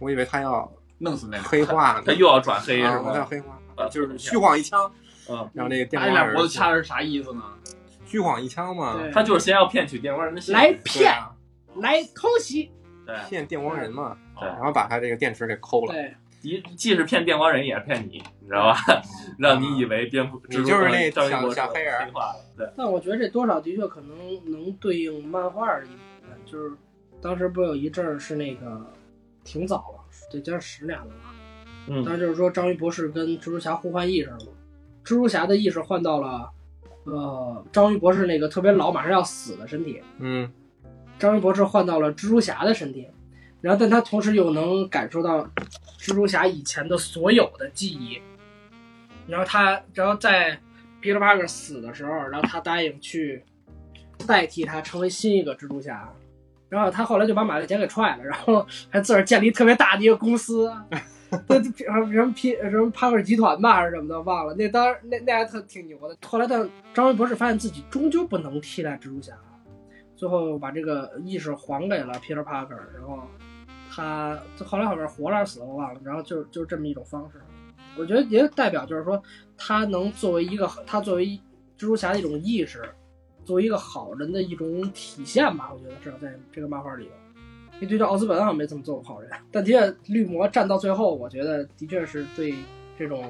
S1: 我以为他要
S3: 弄死那个，
S1: 黑化呢，
S2: 他又要转黑是
S1: 啊他要
S2: 吧？
S1: 黑化，
S2: 啊
S1: 就是虚晃一枪，
S2: 嗯，
S1: 让那个电
S3: 他
S1: 光
S3: 俩
S1: 人
S3: 脖子掐着是啥意思呢？
S1: 虚晃一枪嘛，
S4: 对
S2: 他就是先要骗取电光人的信，
S4: 来
S1: 对
S4: 骗，
S1: 啊，
S4: 来偷袭，
S2: 对，
S1: 骗电光人嘛，
S2: 对
S1: 然后把他这个电池给
S2: 嗯
S1: 抠了。
S4: 对，
S2: 一既是骗电光人，也是骗你，你知道吧？ 让你以为蝙蝠
S1: 你
S2: 蜘蛛
S1: 就是那小
S2: 张张一博士
S1: 小黑人儿
S2: 黑化了，对，
S4: 但我觉得这多少的确可能能对应漫画儿的一部分，就是当时不有一阵儿是那个挺早了，得将近十年了吧？
S2: 嗯
S4: 当时就是说章鱼博士跟蜘蛛侠互换意识了嘛，蜘蛛侠的意识换到了呃章鱼博士那个特别老马上要死的身体，
S1: 嗯，
S4: 章鱼博士换到了蜘蛛侠的身体，然后但他同时又能感受到蜘蛛侠以前的所有的记忆，然后他，然后在 Peter Parker 死的时候，然后他答应去代替他成为新一个蜘蛛侠，然后他后来就把马利杰给踹了，然后还自个儿建立特别大的一个公司。对，什么什么皮什么帕克集团吧，还是什么的，忘了。那当然，那那还特挺牛的。后来，但章鱼博士发现自己终究不能替代蜘蛛侠，最后把这个意识还给了 Peter Parker，然后他后来好像是活了还是死了我忘了，然后就就这么一种方式，我觉得也代表就是说他能作为一个他作为蜘蛛侠的一种意识，作为一个好人的一种体现吧，我觉得至少在这个漫画里头。因为对，奥斯本好像没怎么做过好人，但的确，绿魔站到最后，我觉得的确是对这种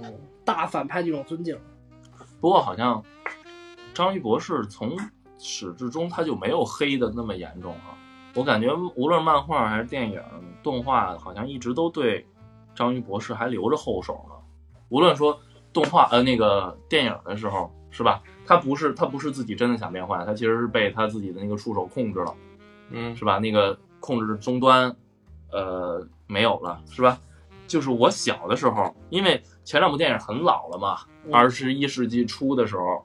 S4: 大反派的一种尊敬。
S2: 不过好像章鱼博士从始至终他就没有黑的那么严重啊。我感觉无论漫画还是电影、动画，好像一直都对章鱼博士还留着后手呢。无论说动画呃那个电影的时候是吧，他不是他不是自己真的想变坏，他其实是被他自己的那个触手控制了。
S1: 嗯，
S2: 是吧？那个控制终端，呃没有了，是吧？就是我小的时候，因为前两部电影很老了嘛，二十一世纪初的时候，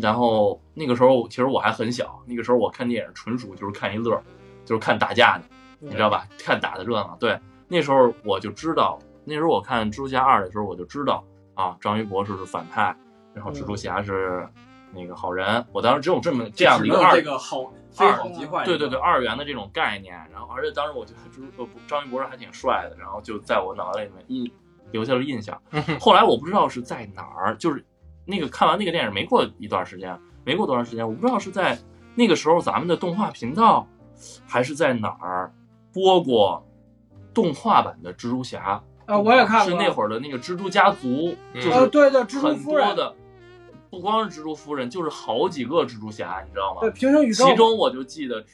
S2: 然后那个时候其实我还很小，那个时候我看电影纯属就是看一乐，就是看打架的，你知道吧？看打的热闹。对，那时候我就知道，那时候我看《蜘蛛侠二》的时候，我就知道啊，章鱼博士是反派，然后蜘蛛侠是那个好人。我当时只有这么这样的一
S3: 只
S2: 个
S3: 能
S2: 二
S3: 这个好非好即坏，
S2: 对对对，，二元的这种概念。然后，而且当时我觉得朱呃不张一博士还挺帅的，然后就在我脑袋里面印留下了印象。
S4: 嗯
S2: 后来我不知道是在哪儿，就是那个看完那个电影没过一段时间，没过多长时间，我不知道是在那个时候咱们的动画频道还是在哪儿播过动画版的蜘蛛侠。
S4: 啊，我也看过。
S2: 是那会儿的那个蜘蛛家族，
S1: 嗯
S2: 就是
S4: 啊，对对，蜘蛛
S2: 很
S4: 夫
S2: 多
S4: 人，
S2: 的，不光是蜘蛛夫人，就是好几个蜘蛛侠，你知道吗？
S4: 对平行宇宙，
S2: 其中我就记得，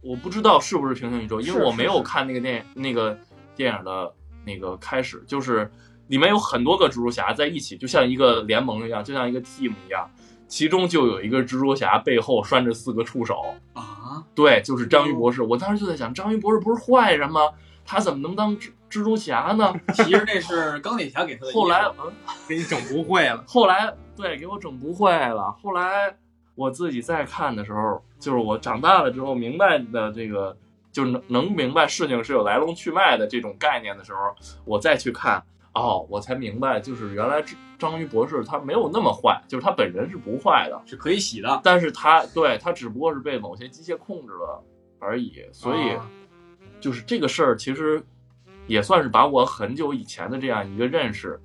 S2: 我不知道是不是平行宇宙，因为
S4: 是
S2: 我
S4: 是
S2: 没有看那个电那个电影的那个开始，就是里面有很多个蜘蛛侠在一起，就像一个联盟一样，就像一个 team 一样。其中就有一个蜘蛛侠背后拴着四个触手，
S3: 啊，
S2: 对，就是章鱼博士。我当时就在想，章鱼博士不是坏人吗？他怎么能当蜘蜘蛛侠呢？
S3: 其实那是钢铁侠给他的衣服。
S2: 后来，嗯，
S1: 给你整不会了。
S2: 后来对给我整不会了。后来我自己再看的时候，就是我长大了之后明白的这个，就是能能明白事情是有来龙去脉的这种概念的时候，我再去看，哦，我才明白，就是原来这章鱼博士他没有那么坏，就是他本人是不坏的，
S3: 是可以洗的，
S2: 但是他对他只不过是被某些机械控制了而已，所以
S3: 啊
S2: 就是这个事儿其实也算是把我很久以前的这样一个认识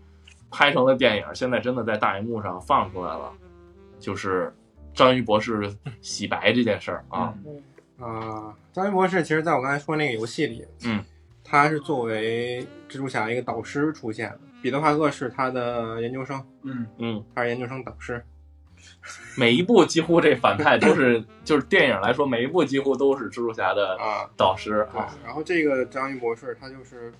S2: 拍成了电影，现在真的在大荧幕上放出来了，就是章鱼博士洗白这件事儿啊，
S4: 嗯
S1: 啊，章鱼博士其实在我刚才说那个游戏里，
S2: 嗯，
S1: 他是作为蜘蛛侠一个导师出现的。彼得·帕克是他的研究生，
S3: 嗯，
S2: 嗯，
S1: 他是研究生导师。
S2: 每一部几乎这反派都是就是电影来说，每一部几乎都是蜘蛛侠的
S1: 啊，
S2: 导师
S1: 对
S2: 啊，。
S1: 然后这个章鱼博士他就是，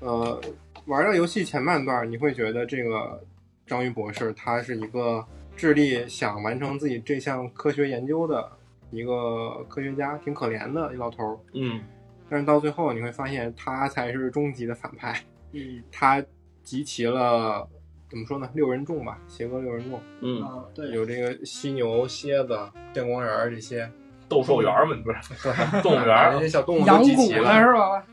S1: 呃，玩到游戏前半段，你会觉得这个章鱼博士他是一个致力想完成自己这项科学研究的一个科学家，挺可怜的一老头儿。
S2: 嗯，
S1: 但是到最后你会发现，他才是终极的反派。
S4: 嗯
S1: 他集齐了怎么说呢？六人众吧，邪恶六人众，
S2: 嗯，
S4: 啊，对，
S1: 有这个犀牛、蝎子、电光人儿这些
S5: 斗兽园儿嘛，你不是 动物园
S1: 把
S5: 儿
S1: 这些小动物
S4: 养
S1: 都集
S4: 蛊
S1: 齐了，
S4: 啊的是吧？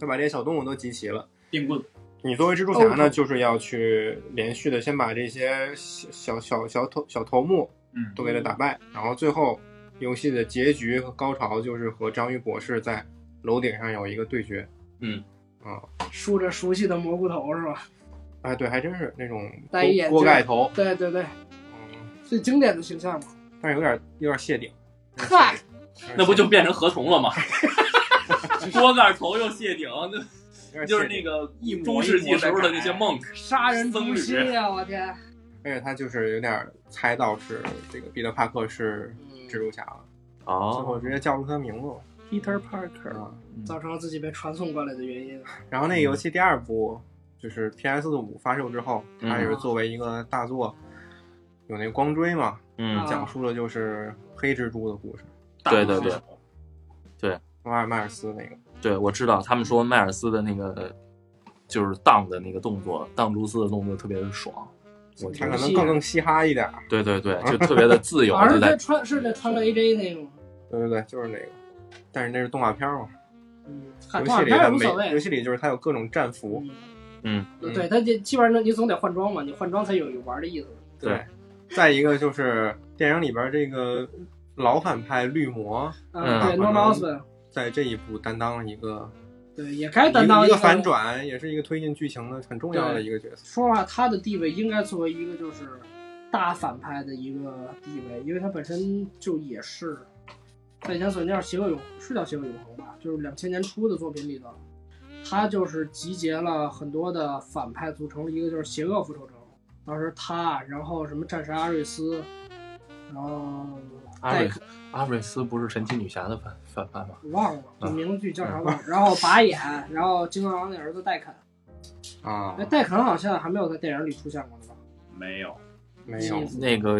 S1: 他把这些小动物都集齐了。
S3: 电棍
S1: 你作为蜘蛛侠
S4: 哦
S1: 呢，就是要去连续的先把这些小小小小头小头目
S3: 嗯
S1: 都给他打败，然后最后游戏的结局和高潮就是和章鱼博士在楼顶上有一个对决。
S4: 梳着熟悉的蘑菇头是吧？
S1: 哎，对，还真是那种
S4: 戴一眼
S1: 锅锅
S4: 镜
S1: 盖头，
S4: 对对对，
S1: 嗯，
S4: 最经典的形象嘛。
S1: 但是有点有点谢顶。
S4: 嗨，
S2: 那不就变成合同了吗？锅盖头又谢顶，那
S1: 有点
S2: 就
S1: 谢
S2: 是
S1: 顶
S2: 那个
S3: 一模
S2: 中世纪时候的那些梦。
S4: 杀人诛心呀！我天，
S1: 而且他就是有点猜到是这个彼得·帕克是蜘蛛侠了，最后
S2: 嗯哦
S1: 直接叫出他名字了。
S2: ，Peter Parker，
S1: 啊，
S4: 造成了自己被传送过来的原因。啊
S1: 然后那个游戏第二部就是 PS 五发售之后，
S2: 嗯
S1: 它也是作为一个大作，有那个光追嘛，
S2: 嗯
S4: 啊，
S1: 讲述的就是黑蜘蛛的故事，
S2: 对对对，
S1: 迈尔迈尔斯那个。
S2: 对，我知道，他们说迈尔斯的那个就是荡的那个动作，荡蛛丝的动作特别的爽。我觉
S1: 他可
S2: 得啊
S1: 能更更嘻哈一点儿，
S2: 对对对，就 特别的自由，
S4: 而
S2: 就
S4: 且这
S2: 在
S4: 穿啊是那穿个 AJ 那个吗？
S1: 对对对，就是那个。但是那是动画片嘛，
S4: 嗯，看
S1: 游
S4: 动画
S1: 戏里
S4: 片也
S1: 它
S4: 无所
S1: 每游
S4: 谓。
S1: 戏里就是它有各种战服，
S2: 嗯
S1: 嗯
S4: 对，但这基本上你总得换装嘛，你换装才有有玩的意思。嗯
S2: 对。
S1: 再一个就是电影里边这个老反派绿魔，
S2: 嗯
S4: 对，No
S1: 换
S4: m o
S1: 装
S4: s e
S1: 在这一部担当了一个
S4: 对，也该担当
S1: 一个反。转，也是一个推进剧情的很重要的一个角色。
S4: 说实话，他的地位应该作为一个就是大反派的一个地位，因为他本身就也是在以前所叫《邪恶永》是叫《邪恶永恒》吧，就是两千年初的作品里头，他就是集结了很多的反派，组成了一个就是邪恶复仇者。当时他，然后什么战神阿瑞斯，然后
S2: 阿瑞
S4: 戴克
S2: 阿瑞斯不是神奇女侠的反反派吗？
S4: 忘了，就名字具体叫啥忘了。然后拔眼，然后金刚狼的儿子戴肯，
S1: 啊
S4: 哎，戴肯好像还没有在电影里出现过呢吧？
S3: 没有，
S1: 没
S4: 有
S1: 有
S4: 意思
S2: 那个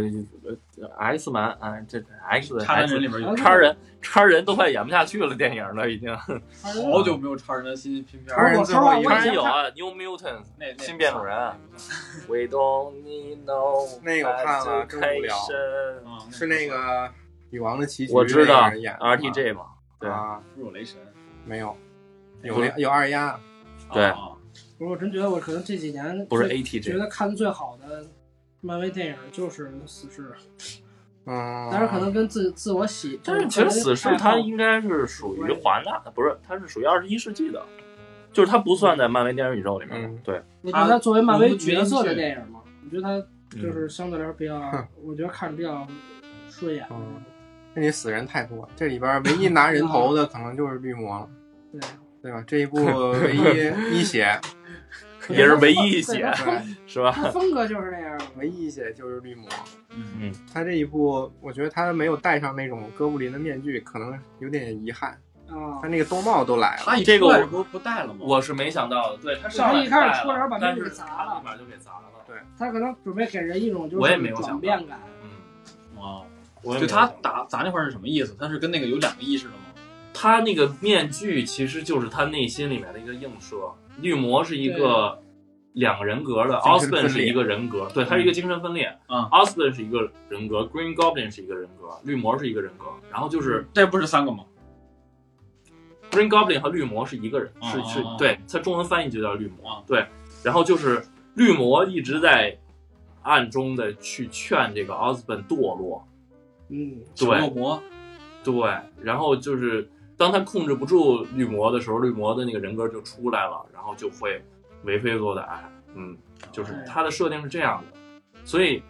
S2: 呃 X 男啊，这 X
S3: 插在人里边有
S2: 叉人叉人都快演不下去了，电影了已 经。
S3: 好久没有超人的新新片
S4: 不是
S3: 儿
S4: 我说话，我
S2: 叉人
S4: 以前
S2: 有
S4: 看
S2: 啊，New Mutants
S3: 那那
S2: 哦新变种人 啊，We don't need no
S1: 那个我看了真无聊
S2: education
S3: 嗯，
S1: 是那个女王的棋局，
S2: 我知
S1: 那
S2: 道
S1: 个人演的吗
S2: RTJ 嘛，对
S1: 啊，
S3: 不是有雷神，
S1: 没有，有那有二丫，
S2: 对
S3: 啊
S4: 不是我真觉得我可能这几年
S2: 不是
S4: 最觉
S2: ATJ，
S4: 得看最好的漫威电影就是《死侍》，
S1: 嗯，
S4: 但是可能跟自自我喜，
S2: 但嗯是其
S4: 就
S2: 实
S4: 是
S2: 死侍
S4: 爱好
S2: 它应该是属于华纳，不是，它是属于二十一世纪的，就是它不算在漫威电影宇宙里面的
S1: 嗯。
S2: 对，
S4: 你觉得它作为漫
S3: 我
S4: 威
S3: 们
S4: 角色的
S3: 明确
S4: 电影吗？你觉得它就
S2: 嗯
S4: 是相对来说比较，我觉得看着比较顺眼。
S1: 嗯那你死人太多，这里边唯一拿人头的可能就是绿魔了，
S4: 对，
S1: 对吧？这一 部唯一一血，
S2: 也是唯一一血
S4: 对它风
S2: 是吧？
S4: 它风格就是那样的。
S1: 唯一一血就是绿魔。
S3: 嗯
S2: 嗯，
S1: 他这一部，我觉得他没有戴上那种哥布林的面具，可能有点遗憾。
S4: 啊
S1: 他，那个兜帽都来了，
S3: 他一
S2: 这个
S3: 出来
S2: 我
S3: 的时候不戴了吗？
S2: 我是没想到的，对他
S4: 他
S2: 上来
S4: 一开始
S2: 带
S4: 出来时候把
S2: 但
S4: 面具
S2: 是
S4: 给砸了
S2: 立马就给砸了。
S4: 他可能准备给人一种就
S2: 我也
S4: 是
S2: 没有想
S4: 转
S2: 到
S4: 变感。
S2: 嗯，
S3: 啊，
S2: 我也
S3: 就
S2: 没想
S3: 他
S2: 到
S3: 打砸那块儿是什么意思？他是跟那个有两个意识的吗？
S2: 他那个面具其实就是他内心里面的一个映射。绿魔是一个两个人格的
S1: 精神分裂
S2: ，Osborn 是一个人格，对，他是一个精神分裂。
S3: 嗯
S2: ，Osborn 是一个人格，Green Goblin 是一个人格，绿魔是一个人格。然后就是
S3: 这不是三个吗？
S2: Green Goblin 和绿魔是一个人，
S3: 哦
S2: 是是
S3: 哦哦，
S2: 对，他中文翻译就叫绿魔
S3: 哦。
S2: 对，然后就是绿魔一直在暗中的去劝这个 Osborn 堕落，
S4: 嗯，
S2: 对，
S3: 小恶魔
S2: 对，然后就是当他控制不住绿魔的时候，绿魔的那个人格就出来了，然后就会为非作歹。嗯，就是
S3: 哦
S2: 他的设定是这样的，所以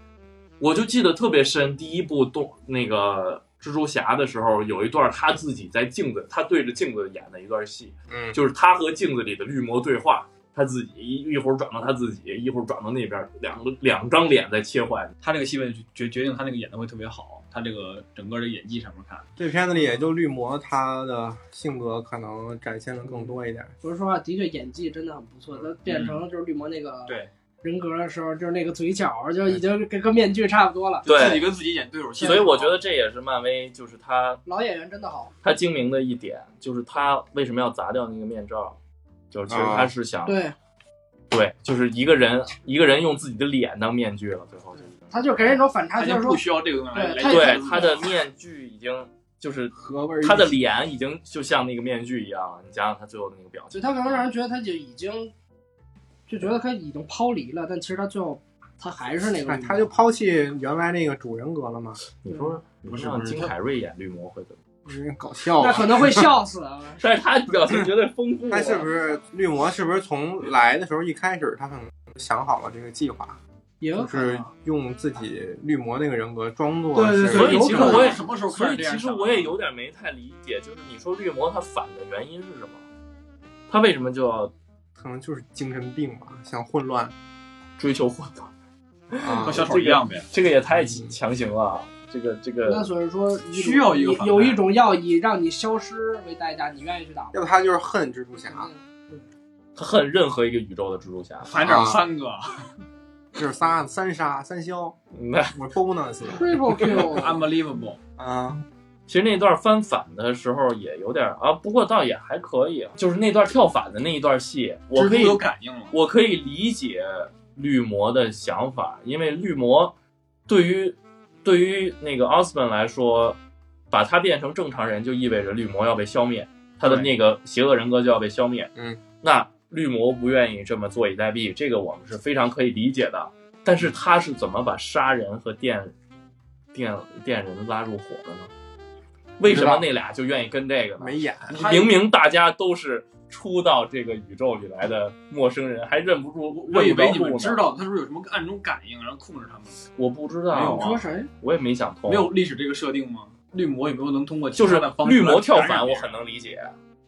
S2: 我就记得特别深，第一部动那个蜘蛛侠的时候，有一段他自己在镜子，他对着镜子演的一段戏，
S1: 嗯，
S2: 就是他和镜子里的绿魔对话。他自己一一会儿转到他自己，一会儿转到那边，两个两张脸在切换。
S3: 他这个戏份决决定他那个演的会特别好，他这个整个这个演技上面看，
S1: 这片子里也就绿魔他的性格可能展现的更多一点。
S4: 我是说话，的确演技真的很不错。他变成就是绿魔那个
S3: 对
S4: 人格的时候，就是那个嘴角就已经跟跟面具差不多了。
S2: 对
S3: 自己跟自己演对手戏，
S2: 所以我觉得这也是漫威，就是他
S4: 老演员真的好，
S2: 他精明的一点就是他为什么要砸掉那个面罩，就是其实他是想、
S4: 对
S2: 对就是一个人一个人用自己的脸当面具了，最后就是
S4: 他就给人一种反差，
S3: 他已
S4: 就
S3: 经
S4: 是说
S3: 不需要这个东西来
S4: 对
S3: 来
S2: 对
S3: 演
S2: 他的面具已经就是
S1: 合味儿一体
S2: 他的脸已经就像那个面具一样了，你想想他最后的那个表情，
S4: 就他可能让人觉得他就已经就觉得他已经抛离了，但其实他最后他还是那个
S1: 哎
S4: 绿魔，
S1: 他就抛弃原来那个主人格了嘛，
S2: 你说你
S3: 不是
S2: 说让
S3: 不是
S2: 金
S3: 他
S2: 凯瑞演绿魔会怎么样？
S1: 不是搞笑
S4: 那
S1: 啊？
S4: 可能会笑死啊。
S2: 但是他表情绝对丰富啊，
S1: 他是不是绿魔？是不是从来的时候一开始他可能想好了这个计划，
S4: 也有
S1: 就
S4: 可能啊
S1: 是用自己绿魔那个人格装作
S4: 对对
S1: 是
S2: 所以其实我也
S3: 什么时候
S2: 所
S3: 开
S2: 以
S3: 始这样
S2: 其实
S3: 想的啊
S2: 我也有点没太理解，就是你说绿魔他反的原因是什么？他为什么就要
S1: 可能就是精神病吧，想混乱
S2: 追求混乱？
S1: 啊
S3: 和。小丑一样
S4: 啊
S3: 呗，
S2: 这个也太
S3: 嗯
S2: 强行了，啊这个这
S4: 那
S2: 个
S4: 所以说一种，
S3: 需要一个反派
S4: 有一种药以让你消失为代价，你愿意去打吗？
S1: 要不他就是恨蜘蛛
S2: 啊
S1: 侠，
S2: 他恨任何一个宇宙的蜘蛛侠，
S3: 反正三个
S1: 就是三三杀三消，
S2: 嗯那
S1: 我 bonus
S4: Triple Q，
S3: unbelievable，
S1: 啊，
S2: 其实那段翻反的时候也有点儿啊，不过倒也还可以，啊就是那段跳反的那一段戏，我可
S3: 蜘蛛
S2: 以
S3: 有感应了，
S2: 我可以理解绿魔的想法，因为绿魔对于对于那个奥斯本来说，把他变成正常人就意味着绿魔要被消灭，他的
S3: 对
S2: 那个邪恶人格就要被消灭。
S1: 嗯，
S2: 那绿魔不愿意这么坐以待毙，这个我们是非常可以理解的。但是他是怎么把杀人和电电电人拉入伙的呢？为什么那俩就愿意跟这个呢？
S1: 没演，
S2: 明明大家都是出到这个宇宙里来的陌生人，还认不住，
S3: 我以
S2: 认不着
S3: 为
S2: 路
S3: 你
S2: 呢
S3: 们知，道他是不是有什么暗中感应，然后控制他们，
S2: 我不知
S3: 没
S2: 道
S3: 有
S4: 你说
S2: 啊，
S4: 谁？
S2: 我也没想通。
S3: 没有历史这个设定吗？绿魔有没有能通过其
S2: 就
S3: 他
S2: 是
S3: 的方式
S2: 绿魔跳
S3: 来感
S2: 反，
S3: 染别
S2: 我
S3: 人
S2: 很能理解，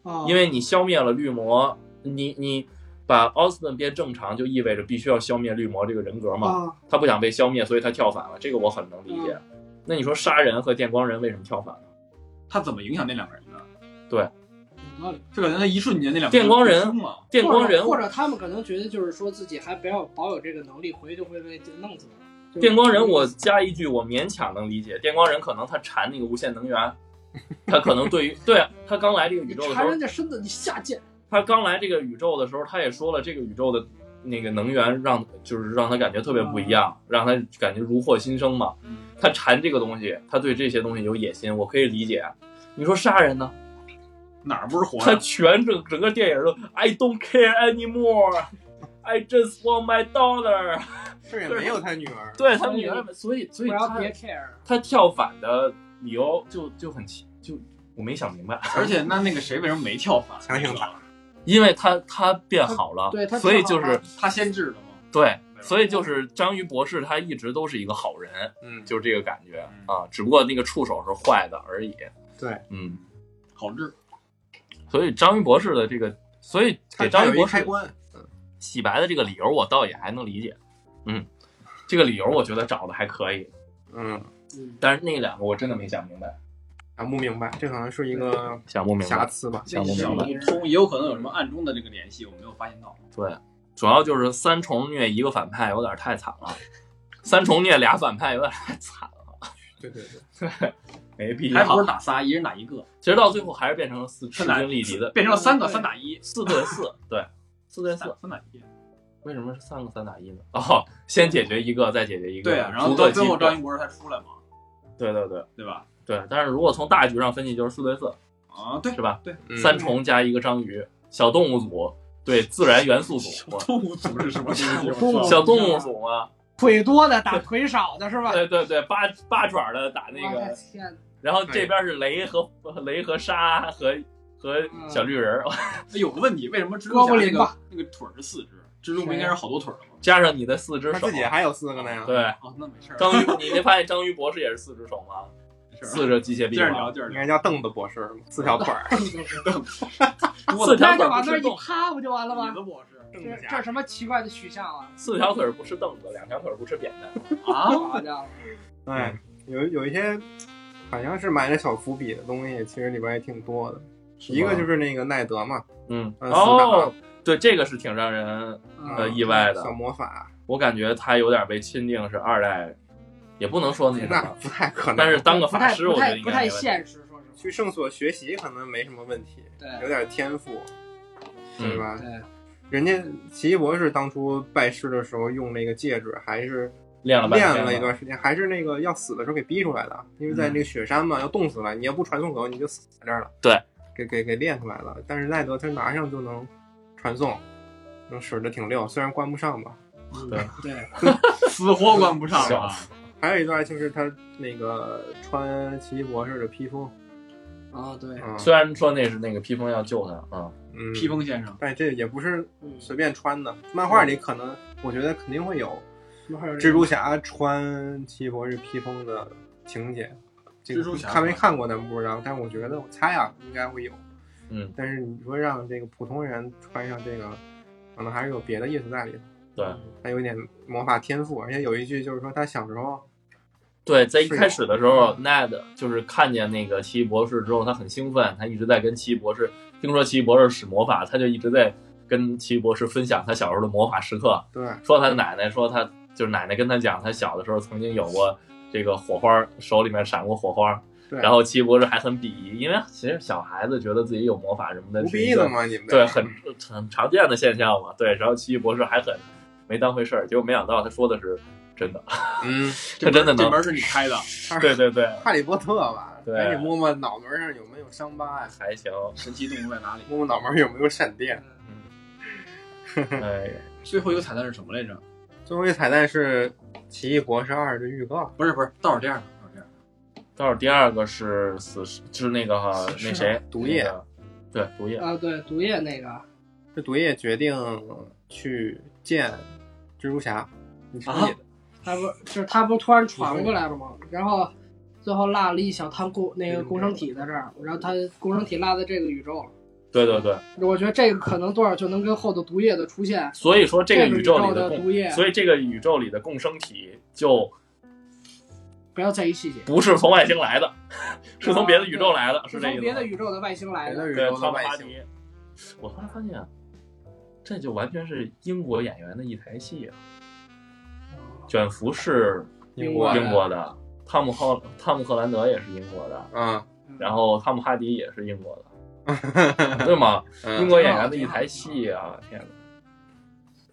S4: 啊，
S2: 因为你消灭了绿魔，你你把奥斯本变正常，就意味着必须要消灭绿魔这个人格嘛。
S4: 啊，
S2: 他不想被消灭，所以他跳反了，这个我很能理解。那你说杀人和电光人为什么跳反呢？
S3: 他怎么影响那两个人的？
S4: 有道理。
S3: 就感觉他一瞬间那两个
S2: 电光人
S3: 就疯了
S2: 电光人
S4: 或者或者他们可能觉得就是说自己还不要保有这个能力，回去会被弄死的。就
S2: 电光人，我加一句，我勉强能理解。电光人可能他馋那个无限能 源，他可能对于对啊他刚来这个宇
S4: 你
S2: 宙的时
S4: 缠
S2: 候
S4: 人，家身子，你下贱。
S2: 他刚来这个宇宙的时候，他也说了，这个宇宙的那个能源让就是让他感觉特别不一样，让他感觉如获新生嘛。他馋这个东西，他对这些东西有野心，我可以理解。啊你说杀人呢？
S3: 哪儿不是活
S2: 他
S3: 的？
S2: 全整整个电影都 I don't care anymore。I just want my dollar
S1: 这也没有他女儿，
S2: 对。他们女儿，所以所
S4: 不
S2: 以
S4: 要
S2: 他
S4: 别 care，
S2: 他跳反的理由就就很奇，就我没想明白，
S3: 而且那那个谁为什么没跳反？
S1: 强行打，
S2: 因为他他变好了，
S4: 对他
S2: 所以就是
S3: 他先治的吗？
S2: 对，所以就是章鱼博士他一直都是一个好人，
S1: 嗯，
S2: 就是这个感觉啊，只不过那个触手是坏的而已。
S1: 对，
S2: 嗯，
S3: 好治，
S2: 所以章鱼博士的这个，所以
S1: 他
S2: 给章
S1: 有
S2: 鱼
S1: 一
S2: 博
S1: 开
S2: 士
S1: 关，
S2: 洗白的这个理由，我倒也还能理解，嗯，这个理由我觉得找的还可以，
S1: 嗯，啊
S2: 但是那两个我真的没想明白，
S1: 想不明白，这可能是一个
S2: 想不明
S1: 瑕
S2: 白。
S1: 疵吧。
S2: 想不明
S3: 想
S2: 白
S3: 不通，也有可能有什么暗中的这个联系，我没有发现到。
S2: 对，主要就是三重虐一个反派有点太惨 了，三重虐俩反派有点太惨了，
S1: 对对对，
S2: 没必
S3: 还不是打仨，一人打一个，
S2: 其实到最后还是变成了四势
S3: 他打
S2: 均力敌的，
S3: 变成了三个
S4: 对
S3: 三打一，
S2: 四对 四，对，四对
S3: 三
S2: 四。
S3: 三打一。
S2: 为什么是三个三打一呢？哦，先解决一个，再解决一个，
S3: 对啊，然后
S2: 逐
S3: 到
S2: 个
S3: 最
S2: 击
S3: 后
S2: 破。
S3: 张一博士才出来嘛，
S2: 对对对
S3: 对吧？
S2: 对，但是如果从大局上分析，就是四对四，
S3: 啊，对
S2: 是吧？
S3: 对，
S1: 嗯
S2: 三重加一个章鱼，小动物组对自然元素组，
S3: 动物组织什么
S4: 小动物
S2: 小动物组啊，
S4: 腿多的打腿少的是吧？
S2: 对对对，八八爪的打那
S4: 我的
S2: 个
S4: 天哪，
S2: 然后这边是雷和 雷和沙和和
S1: 嗯
S2: 小绿人儿，
S3: 有个问题，为什么蜘蛛
S4: 哥布
S3: 侠
S4: 林
S3: 那个
S4: 吧
S3: 那个腿儿是四只，蜘蛛不应该是好多腿儿的吗？
S2: 加上你的四只
S1: 他
S2: 手
S1: 自，己还有四个呢呀。
S2: 对，
S3: 哦，那没事儿，
S2: 章鱼，你没发现章鱼博士也是四只手吗？
S3: 没事儿
S2: 四只机械
S3: 接
S2: 臂
S3: 着
S2: 吗？
S3: 聊，接着
S1: 应
S3: 聊。
S1: 该叫凳子博士嘛，四条腿儿，
S2: 四条腿儿不
S4: 那就往那儿
S2: 是
S4: 一
S2: 凳，
S4: 趴不就完了
S3: 你
S4: 吗？
S3: 的博士
S1: 凳
S4: 这
S1: 子
S4: 这
S1: 侠
S4: 是什么奇怪的取向啊？
S2: 四条腿儿不是凳子，两条腿儿不是扁担。
S3: 啊，
S4: 好家伙，
S1: 哎，有有一些好像是埋了小伏笔的东西，其实里边也挺多的。 一个就是那个奈德嘛，
S2: 嗯
S1: 嗯四
S2: 哦，对，这个是挺让人呃
S1: 嗯
S2: 意外的
S1: 小。魔法，
S2: 我感觉他有点被钦定是二代，也不能说那什
S1: 那
S2: 么，
S1: 不太可能。
S2: 但是当个
S4: 不
S2: 法
S4: 太
S2: 师，
S4: 不
S2: 我觉
S4: 太
S2: 得应
S4: 不
S2: 该
S4: 太
S2: 没问题。
S4: 现实，说实话。
S1: 去圣所学习可能没什么问题，有
S4: 对
S1: 点天赋，对
S2: 嗯，
S1: 吧？
S4: 对，
S1: 人家奇异博士当初拜师的时候用那个戒指，还是
S2: 练了半
S1: 练
S2: 天
S1: 了一段时间，还是那个要死的时候给逼出来的。因为在那个雪山嘛，要冻死了，你要不传送走，你就死在这儿了。
S2: 对，
S1: 给给给练出来了。但是奈德他拿上就能传送，能使的挺溜，虽然关不上吧。
S4: 对，
S3: 死活关不上
S2: 笑
S3: 啊！
S2: 死
S1: 还有一段就是他那个穿奇异博士的披风，
S4: 啊对，
S1: 嗯，
S2: 虽然说那是那个披风要救他啊，
S1: 嗯
S3: 披，风先生，
S1: 但这也不是
S4: 嗯，
S1: 随便穿的。漫画里可能我觉得肯定会有，
S2: 嗯
S4: 还有
S1: 蜘蛛侠穿奇异博士披风的情节，这个
S3: 蜘蛛侠
S1: 看没看过咱不知道，但是我觉得我猜啊应该会有。
S2: 嗯，
S1: 但是你说让这个普通人穿上这个，可能还是有别的意思在里头。
S2: 对，
S1: 他有一点魔法天赋，而且有一句就是说他小时候，
S2: 对，在一
S1: 是有
S2: 开始的时候，Ned 就是看见那个奇异博士之后，他很兴奋，他一直在跟奇异博士，听说奇异博士使魔法，他就一直在跟奇异博士分享他小时候的魔法时刻，
S1: 对，
S2: 说他奶奶，说他就是奶奶跟他讲，他小的时候曾经有过这个火花，手里面闪过火花，
S1: 对
S2: 然后奇异博士还很鄙夷，因为其实小孩子觉得自己有魔法什么的，
S1: 无
S2: 是
S1: 逼
S2: 一个
S1: 的嘛，你们
S2: 对，很很常见的现象嘛，对，然后奇异博士还很没当回事儿，结果没想到他说的是真的，
S1: 嗯，
S2: 这真的
S3: 这
S2: 能，
S3: 门是你开的，
S2: 对对对，
S1: 哈利波特吧，
S2: 对
S1: 赶紧摸摸脑门上有没有伤疤呀、
S2: 还 行。
S3: 神奇动物在哪里？
S1: 摸摸脑门上有没有闪
S4: 嗯
S1: 电。
S2: 哎呀，
S3: 最后一个彩蛋是什么来着？
S1: 最后一彩蛋是《奇异博士二》的预告，
S3: 不是不是，倒是这样的，倒是这样的。
S2: 倒数第二个是死侍，就是那个哈
S4: 侍
S2: 那谁
S1: 毒液，
S2: 那个对毒液，
S4: 啊对，毒液那个，
S1: 这毒液决定去见蜘蛛侠，你说
S2: 啊
S1: 你的。
S4: 他不就是他不突然传过来了吗？然后最后落了一小滩共那个共生体在这儿，然后他共生体落在这个宇宙，
S2: 对对对，
S4: 我觉得这个可能多少就能跟后头毒液的出现，
S2: 所以说这
S4: 个
S2: 个宇宙里
S4: 的
S2: 共，
S4: 毒液
S2: 所以这个宇宙里的共生体就
S4: 不要在意细节，
S2: 不是从外星来的， 是从别的宇宙来的，
S4: 啊是
S2: 这
S4: 从
S2: 意
S4: 别
S2: 思
S3: 啊
S4: 的
S2: 吗？
S4: 宇宙的外星来
S1: 别
S4: 的。
S1: 的宇
S2: 对，
S1: 宙的
S2: 汤
S1: 外
S2: 帕
S1: 星，
S2: 迪，我突然发现，这就完全是英国演员的一台戏啊！啊卷福是
S1: 英
S4: 国的
S2: 英国的，汤姆赫汤姆赫兰德也是英国的，
S1: 啊，
S2: 然后汤姆哈迪也是英 国的，对吗？
S1: 嗯
S2: 英国演员的一台戏啊，天哪！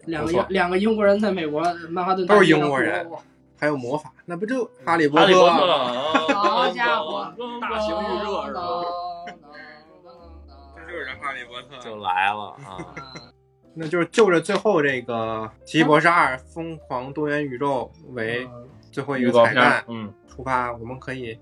S4: 两个
S1: 不错
S4: 英两个英国人在美国曼哈顿
S1: 都是
S4: 大街上
S1: 英国人
S4: 活
S1: 还有魔法，那不就
S2: 嗯
S1: 哈利波哦
S2: 哈利波特
S1: 吗？
S2: 啊，
S3: 好
S2: 家
S3: 伙
S2: 大
S3: 大型预热是吧？
S1: 这就是哈利波特，
S2: 就来了 啊！
S1: 那就是就着最后这个《奇异博士二：疯狂多元宇宙》为
S4: 嗯
S1: 最后一
S2: 预
S1: 个
S2: 告
S1: 彩
S2: 片
S1: 蛋
S2: 儿，嗯，
S1: 出发，我们可以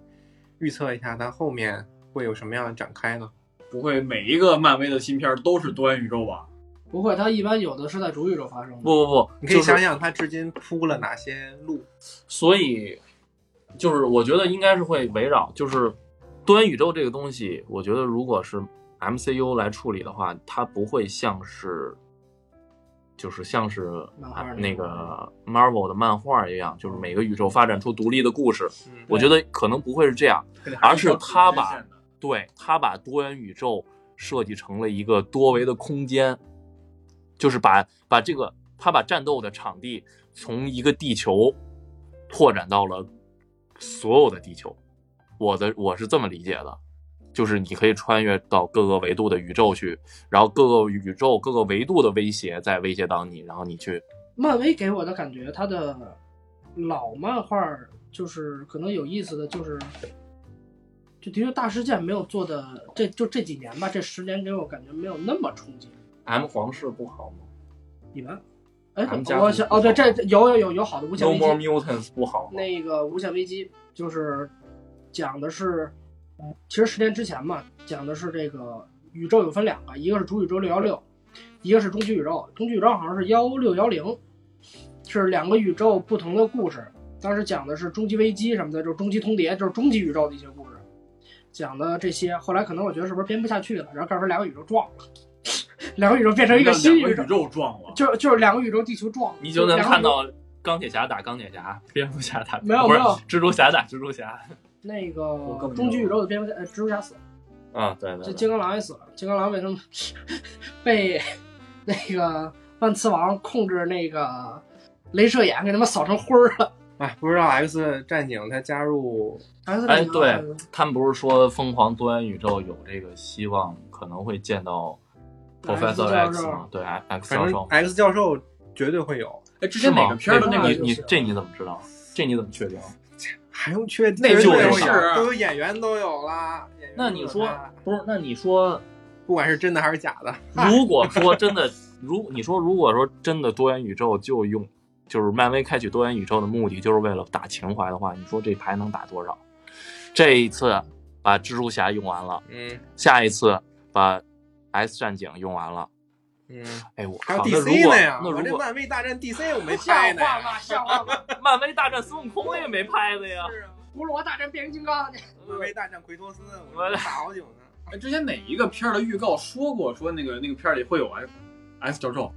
S1: 预测一下它后面会有什么样的展开呢？
S3: 不会每一个漫威的新片儿都是多元宇宙吧？
S4: 不会，它一般有的是在主宇宙发生的。
S2: 不不不，
S1: 你可以
S2: 就是
S1: 想想它至今铺了哪些路？
S2: 所以就是我觉得应该是会围绕，就是多元宇宙这个东西，我觉得如果是 MCU 来处理的话，它不会像是就是像是
S4: 漫画
S2: 啊
S4: 那
S2: 那个 Marvel 的漫画一样，就是每个宇宙发展出独立的故事。
S1: 嗯，
S2: 我觉得可能不会是这样，而是他把对他把多元宇宙设计成了一个多维的空间，就是把把这个他把战斗的场地从一个地球拓展到了所有的地球。我的我是这么理解的，就是你可以穿越到各个维度的宇宙去，然后各个宇宙各个维度的威胁在威胁到你，然后你去
S4: 漫威给我的感觉，它的老漫画儿就是可能有意思的就是，就的确大事件没有做的，这就这几年吧，这十年给我感觉没有那么冲击。
S2: M 皇室不好吗
S4: 你们，哎，
S2: 咱们家
S4: 我想哦，对，这这有有有有好的无限
S2: ？No
S4: 危机
S2: More Mutants 不好吗？
S4: 那个《无限危机》就是讲的是，其实十年之前嘛，讲的是这个宇宙有分两个，一个是主宇宙六幺六，一个是中区宇宙。中区宇宙好像是幺六幺零，是两个宇宙不同的故事。当时讲的是终极危机什么的，就是终极通牒，就是终极宇宙的一些故事，讲的这些。后来可能我觉得是不是编不下去了，然后告诉说两个宇宙撞了，两个宇宙变成一个新宇
S3: 宇
S4: 宙，
S3: 宙撞了，
S4: 就就是两个宇宙地球撞了，
S2: 你就能
S4: 两个宇
S2: 看
S4: 宙
S2: 到钢铁侠打钢铁侠，蝙蝠侠打
S4: 没有
S2: 不是
S4: 没有
S2: 蜘蛛侠打蜘蛛侠
S4: 那
S3: 根
S4: 个
S3: 本
S4: 终极
S3: 就
S4: 宇宙的蝙蝠侠、呃、蜘蛛侠死了。
S2: 啊，对
S4: 这
S2: 对
S4: 金
S2: 对，
S4: 刚狼也死了，金刚狼为什么 被 那个万磁王控制那个镭射眼给他们扫成灰儿了？
S1: 哎，不知道 X 战警它加入
S4: 还是
S2: 哎对，他们不是说疯狂多元宇宙有这个希望，可能会见到 Professor
S4: X
S2: X
S4: 教授
S2: 吗？对，X X
S1: 反
S2: 教
S1: 正
S2: 授
S1: X 教授绝对会有，
S3: 哎，之
S2: 是
S3: 前哪
S2: 吗？
S3: 个片儿的那
S4: 那
S3: 个
S2: 你
S4: 个
S2: 你
S4: 就是
S2: 这你怎么知道？这你怎么确定？
S1: 还用确定？
S3: 那
S1: 绝对
S2: 就是
S1: 会有
S3: 啊
S1: 都有演员都有啦。演员
S2: 那
S1: 都
S2: 你
S1: 有
S2: 说
S1: 啦
S2: 不是？那你说，
S1: 不管是真的还是假的，
S2: 如果 说真的，如你说如果说真的多元宇宙就用，就是漫威开启多元宇宙的目的就是为了打情怀的话，你说这牌能打多少？这一次把蜘蛛侠用完了。
S1: 嗯
S2: 下一次把 S 战警用完了，
S1: 嗯，
S2: 哎，我
S1: 还有
S2: 靠，那如
S1: DC
S2: 果
S1: 呢呀，
S2: 那
S1: 我
S2: 如
S1: 这
S2: 果
S1: 漫威大战 DC 我没
S4: 像
S1: 拍呢
S4: 话
S1: 呀，
S4: 吗？像话吗？
S2: 漫威大战孙悟空也没拍的 呀，嗯
S1: 是啊，
S4: 葫芦娃大战变形金刚去，
S1: 漫威大战奎托斯，我这打好久 呢。
S3: 哎，之前哪一个片儿的预告说过说那个那个片儿里会有哎 X X 教授？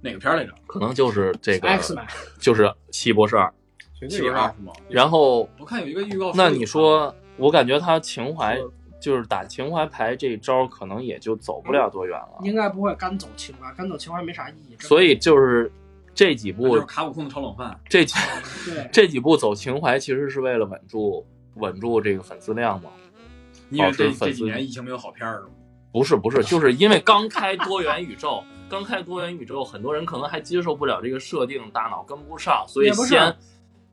S3: 哪个片儿来着？
S2: 可能就是这个
S4: X 版
S2: 就是西博士
S1: 嗯
S2: 二。
S1: 绝啊
S3: 七十二是吗？
S2: 然后
S3: 我看有一个预
S1: 哦
S3: 告。
S2: 那你，
S1: 嗯
S2: 说，我感觉他情怀就是打情怀牌这招，可能也就走
S1: 嗯
S2: 不了多远了。
S4: 应该不会干走情怀，干走情怀没啥意义。真的
S2: 所以就是这几
S3: 那就
S2: 部
S3: 是卡普空的炒冷饭。
S2: 这几
S4: 对，
S2: 这几部走情怀，其实是为了稳住稳住这个粉丝量嘛。
S3: 你以为
S2: 保
S3: 这
S2: 持粉丝
S3: 这几年疫情没有好片儿是吗？
S2: 不是不是，就是因为刚开多元宇宙，刚开多元宇宙，很多人可能还接受不了这个设定，大脑跟不上，所以
S4: 也不是
S2: 先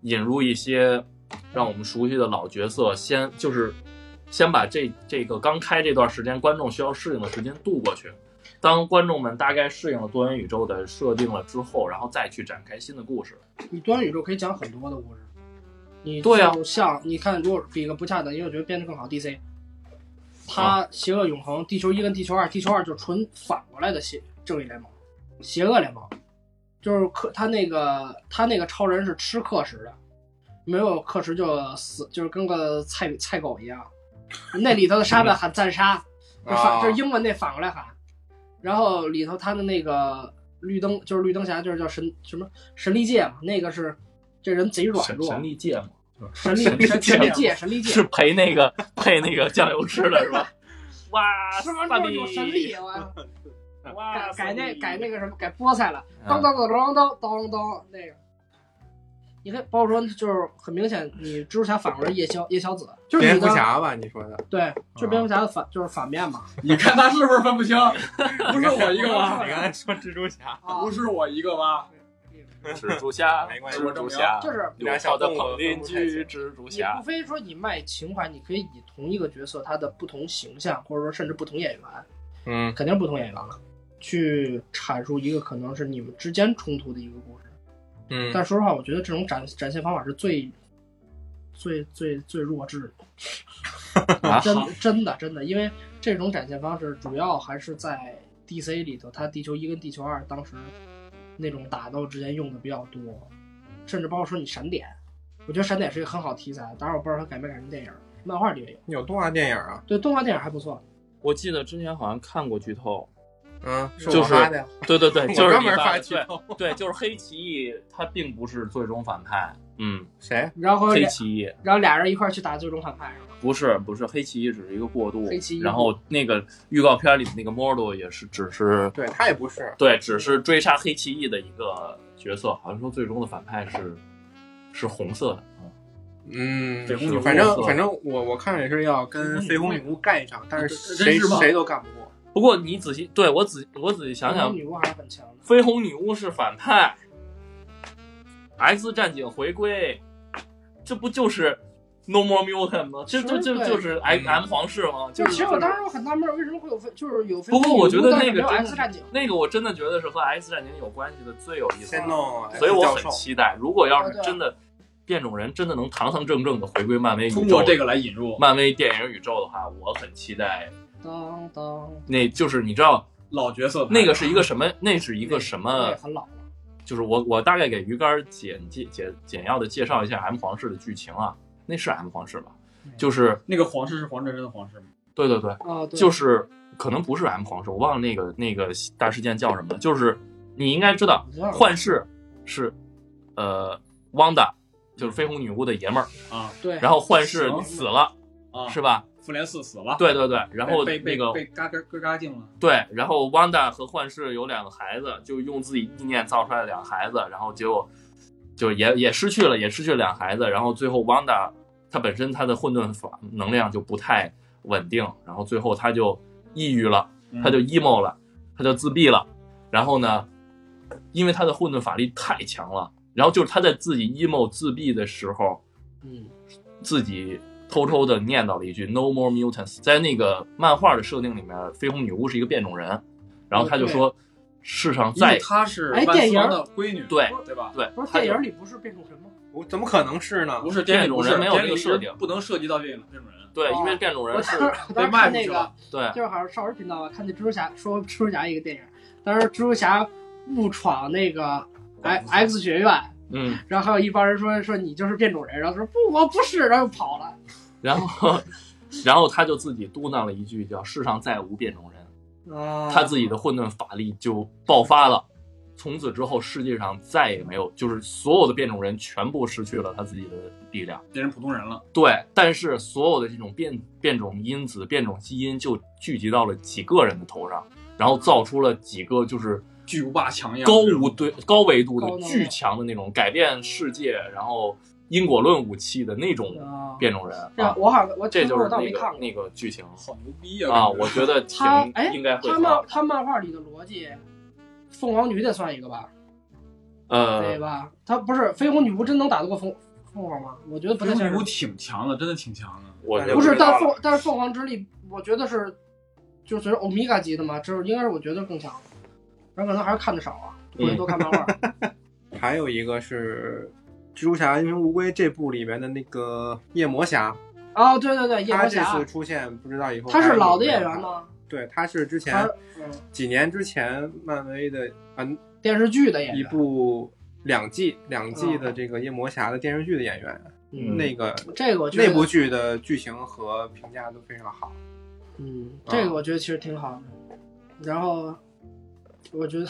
S2: 引入一些让我们熟悉的老角色，先就是先把这这个刚开这段时间观众需要适应的时间度过去。当观众们大概适应了多元宇宙的设定了之后，然后再去展开新的故事。
S4: 你多元宇宙可以讲很多的故事。你
S2: 对啊
S4: 就像你看，如果比个不恰当，因为我觉得编得更好。DC，它《邪恶永恒》、地球一跟地球二，地球二就是纯反过来的邪正义联盟，邪恶联盟就是克他那个他那个超人是吃克什的，没有克什就死，就是跟个菜菜狗一样。那里头的沙赞喊赞杀，就反就是英文那反过来喊，然后里头他的那个绿灯就是绿灯侠，就是叫神什么神力界嘛，那个是这人贼软
S2: 神
S4: 弱，
S2: 神力界嘛，
S4: 神力
S2: 神力
S4: 神
S2: 界
S4: 神力界神力界
S2: 是陪那个配那个酱油吃的是吧？哇，
S4: 吃完之后有神力，我
S2: 哇塞
S4: 改嗯改那改那个什么改菠菜了，
S2: 嗯
S4: 当当当当当当当那个。你看，包括说就是很明显，你蜘蛛侠反过来夜宵夜宵子，就是
S1: 蝙
S4: 你
S1: 蝠
S4: 的
S1: 侠吧，你说的，
S2: 嗯
S4: 对，就是蝙蝠侠的反就是反面嘛。
S3: 你看他是不是分不清？不是我一 个
S1: 你
S3: 挖，
S1: 刚才说蜘蛛侠，
S4: 啊
S3: 不是我一个挖，
S2: 蜘蛛 侠，
S1: 没关系
S2: 蜘蛛侠，
S4: 就是
S1: 你俩
S2: 友
S1: 小
S2: 好的
S1: 动物
S2: 跑
S1: 分
S2: 进
S1: 不太清
S2: 去，蜘蛛
S4: 你
S2: 侠
S4: 不。非说你卖情怀，你可以以同一个角色他的不同形象，或者说甚至不同演员，
S1: 嗯，
S4: 肯定是不同演员了，去阐述一个可能是你们之间冲突的一个故事。
S1: 嗯
S4: 但说实话，我觉得这种展展现方法是最最最最弱智的，
S2: 啊
S4: 真真的真的，因为这种展现方式主要还是在 DC 里头，它地球一跟地球二当时那种打斗之间用的比较多，甚至包括说你闪点，我觉得闪点是一个很好题材，当然我不知道它改没改成电影，漫画里也有，
S1: 有动画电影啊，
S4: 对动画电影还不错，
S2: 我记得之前好像看过剧透，
S1: 嗯，是
S2: 就
S1: 我
S2: 是
S1: 发的呀，
S2: 对对对，
S1: 我
S2: 就是
S1: 专
S2: 你
S1: 门发
S2: 的
S1: 剧透。
S2: 对对，就是黑奇异，他并不是最终反派。嗯，
S1: 谁？
S4: 然后
S2: 黑
S4: 俩
S2: 奇异
S4: 然后俩人一块儿去打最终反派是吧？
S2: 不是不是黑奇异，只是一个过渡。
S4: 黑崎一
S2: 然后那个预告片里的那个 Mordo 也是只是
S1: 对他也不是，
S2: 对，只是追杀黑奇异的一个角色，好像说最终的反派是是红色的。嗯
S1: 嗯
S2: 绯红女，巫
S1: 反正
S2: 是吧
S1: 反正我我看也是要
S4: 嗯
S1: 跟绯红女巫干一场，但是
S4: 啊
S3: 真
S1: 谁
S3: 是吗
S1: 谁都干不过。
S2: 不过你仔细对我仔我仔细想想，
S4: 女巫还是很强的，
S2: 绯红女巫是反派，X 战警回归，这不就是 No More Mutant 吗？这这这
S4: 对
S2: 就是 M
S1: 嗯
S2: M 皇室吗？
S4: 就
S2: 就是
S4: 其
S2: 是
S4: 实我当时我很纳闷，为什么会有分，就是有分。
S2: 不过我觉得那个
S4: 有
S2: 真
S4: X
S2: 的
S4: 战警，
S2: 那个我真的觉得是和 X 战警有关系的最有意思
S1: 先
S2: 了，
S1: 弄，
S2: 所以我
S1: 哎教
S2: 很
S1: 授
S2: 期待。如果要
S4: 啊
S2: 是
S4: 对啊
S2: 真的变种人真的能堂堂正正的回归漫威宇
S3: 通
S2: 宙
S3: 过，这个来引入
S2: 漫威电影宇宙的话，我很期待。
S4: 当当，
S2: 那就是你知道
S3: 老角色牌
S2: 那个是一个什么？那是一个什
S4: 那
S2: 么
S4: 也？很老了。
S2: 就是我我大概给鱼竿简介简简要的介绍一下 M 皇室的剧情啊，那是 M 皇室吧？就是
S3: 那个皇室是黄真真的皇室吗？
S2: 对对对，
S4: 啊，对，
S2: 就是可能不是 M 皇室，我忘了那个那个大事件叫什么了。就是你应该知道
S4: 我，知道了
S2: 幻视是呃汪达，就是绯红女巫的爷们儿，
S3: 啊
S4: 嗯对，
S2: 然后幻视
S3: 行
S2: 死了
S3: 啊，
S2: 是吧？
S3: 复联四死了，
S2: 对对对，然后
S3: 被
S2: 那
S3: 被
S2: 个
S3: 被嘎嘎嘎嘎净了，
S2: 对，然后汪达和幻视有两个孩子，就用自己意念造出来的两个孩子，然后结果就也也失去了，也失去了两个孩子，然后最后汪达他本身他的混沌法能量就不太稳定，然后最后他就抑郁了，
S3: 嗯
S2: 他就 emo 了，他就自闭了，然后呢，因为他的混沌法力太强了，然后就是他在自己 emo 自闭的时候，
S4: 嗯，
S2: 自己偷偷的念叨了一句 “No more mutants”。在那个漫画的设定里面，绯红女巫是一个变种人，然后他
S4: 哦
S2: 就说世上
S3: 因为
S2: 再
S3: 她是
S4: 哎
S3: 万
S4: 电
S3: 磁
S4: 影
S3: 王
S4: 儿
S3: 的闺女，
S2: 对
S3: 对吧？
S2: 对
S4: 不是
S2: 他
S4: 电
S2: 就
S4: 影里不是变种人吗？
S1: 我怎么可能是呢？
S3: 不是
S2: 这
S3: 电
S2: 种
S3: 不是
S2: 人没有
S3: 电
S2: 这个
S3: 影
S2: 设定
S3: 不能涉及到这种这种人。
S2: 对，
S4: 哦
S2: 因为变种
S4: 我
S2: 人
S4: 当
S2: 是
S4: 时我当时看那
S3: 被卖出去
S4: 个
S3: 了，
S2: 对
S4: 就是好像少儿频道吧，看那蜘蛛侠说蜘蛛侠一个电影，当时蜘蛛侠误闯那个 X X 学院，
S2: 嗯，
S4: 然后还有一帮人说说你就是变种人，然后说不我不是，然后又跑了。
S2: 然后 然后他就自己嘟囔了一句叫“世上再无变种人”，
S4: 啊，
S2: 他自己的混沌法力就爆发了。从此之后，世界上再也没有，就是所有的变种人全部失去了他自己的力量。
S3: 变成普通人了，
S2: 对，但是所有的这种变变种因子、变种基因就聚集到了几个人的头上，然后造出了几个就是
S3: 巨无霸强一样
S2: 高
S3: 的人
S2: 无对高维度
S4: 高
S2: 的
S4: 能
S2: 巨
S4: 量
S2: 强的那种改变世界，然后因果论武器的那种
S4: 啊，
S2: 变种人
S4: 这样
S2: 啊，
S4: 我好像我
S2: 这
S4: 听
S2: 就
S4: 说
S2: 是
S4: 我倒
S2: 那
S4: 没看
S2: 个
S4: 过。
S2: 那个剧情
S3: 好牛逼
S2: 啊，
S3: 感觉
S2: 我觉得挺
S4: 他哎
S2: 应该会
S4: 他漫
S2: 的，
S4: 他漫画里的逻辑，凤凰女得算一个吧，
S1: 嗯
S4: 对
S2: 呃，
S4: 吧？他不是绯红女巫真能打得过凤凤凰吗？我觉得不太
S3: 女
S4: 像
S3: 巫
S4: 是。
S3: 挺强的，真的挺强的。
S2: 我觉
S1: 那
S2: 得
S4: 不是，
S1: 知道
S4: 但
S1: 了
S4: 凤但是凤凰之力，我觉得是就是欧米伽级的嘛，就是应该是我觉得更强。然后可能还是看的少啊，回去多看漫画。
S1: 嗯还有一个是蜘蛛侠，因为乌龟这部里面的那个夜魔侠，
S4: 哦，对对对，夜
S1: 他
S4: 魔
S1: 这
S4: 侠
S1: 次，出现不知道以后
S4: 他
S1: 还有
S4: 是
S1: 没有
S4: 老的演员？吗？
S1: 对，他是之
S4: 他
S1: 前
S4: 是嗯，
S1: 几年之前漫威的啊
S4: 电视剧的演
S1: 一
S4: 员。
S1: 部两季两季的这个夜魔侠的电视剧的演员，
S4: 嗯，
S1: 那个
S4: 这个我觉得
S1: 那部剧的剧情和评价都非常好。
S4: 嗯，
S1: 啊
S4: 这个我觉得其实挺好的。然后我觉得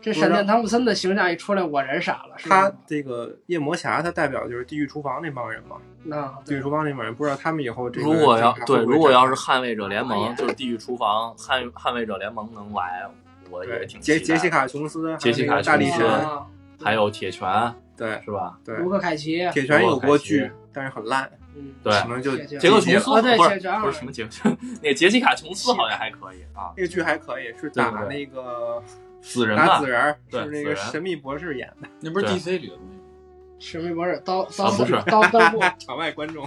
S4: 这闪电汤普森的形象一出来，我人傻了。是吧
S1: 他这个夜魔侠，他代表就是地狱厨房那帮人嘛，
S4: 那
S1: 地狱
S4: 啊对
S1: 厨房那帮人，不知道他们以后这个
S2: 如果要
S1: 警察
S2: 对，
S1: 会不会
S2: 如果
S1: 这样
S2: 要是捍卫者联
S4: 哎
S2: 盟
S4: 呀
S2: 就是地狱厨房捍捍卫者联盟能来，我也
S1: 对
S2: 挺期
S1: 杰杰
S2: 待
S1: 西。卡琼斯、
S2: 杰西
S1: 还有
S2: 卡
S1: 那个大力
S2: 琼斯
S1: 神，
S4: 啊
S2: 还有铁拳，
S1: 对
S2: 是吧？
S1: 对，
S4: 卢克凯奇，
S1: 铁拳有过
S2: 我
S1: 剧
S2: 看，
S1: 但是很烂，
S4: 嗯，
S2: 对
S1: 可能就
S4: 铁拳
S2: 杰克琼斯
S4: 啊对
S2: 不
S4: 杰
S2: 是
S4: 杰克
S2: 不是什么杰克，那个杰西卡琼斯好像还可以啊，
S1: 那个剧还可以，是打
S2: 对
S1: 那个
S2: 死人
S1: 打
S2: 吧
S1: 死，人儿，
S2: 对
S1: 是那个
S2: 死人
S1: 神秘博士演的，
S3: 那不是
S2: 对
S3: DC 里的东西吗？
S4: 史密博士，刀刀
S2: 啊不是
S4: 刀 刀布，
S1: 场外观 众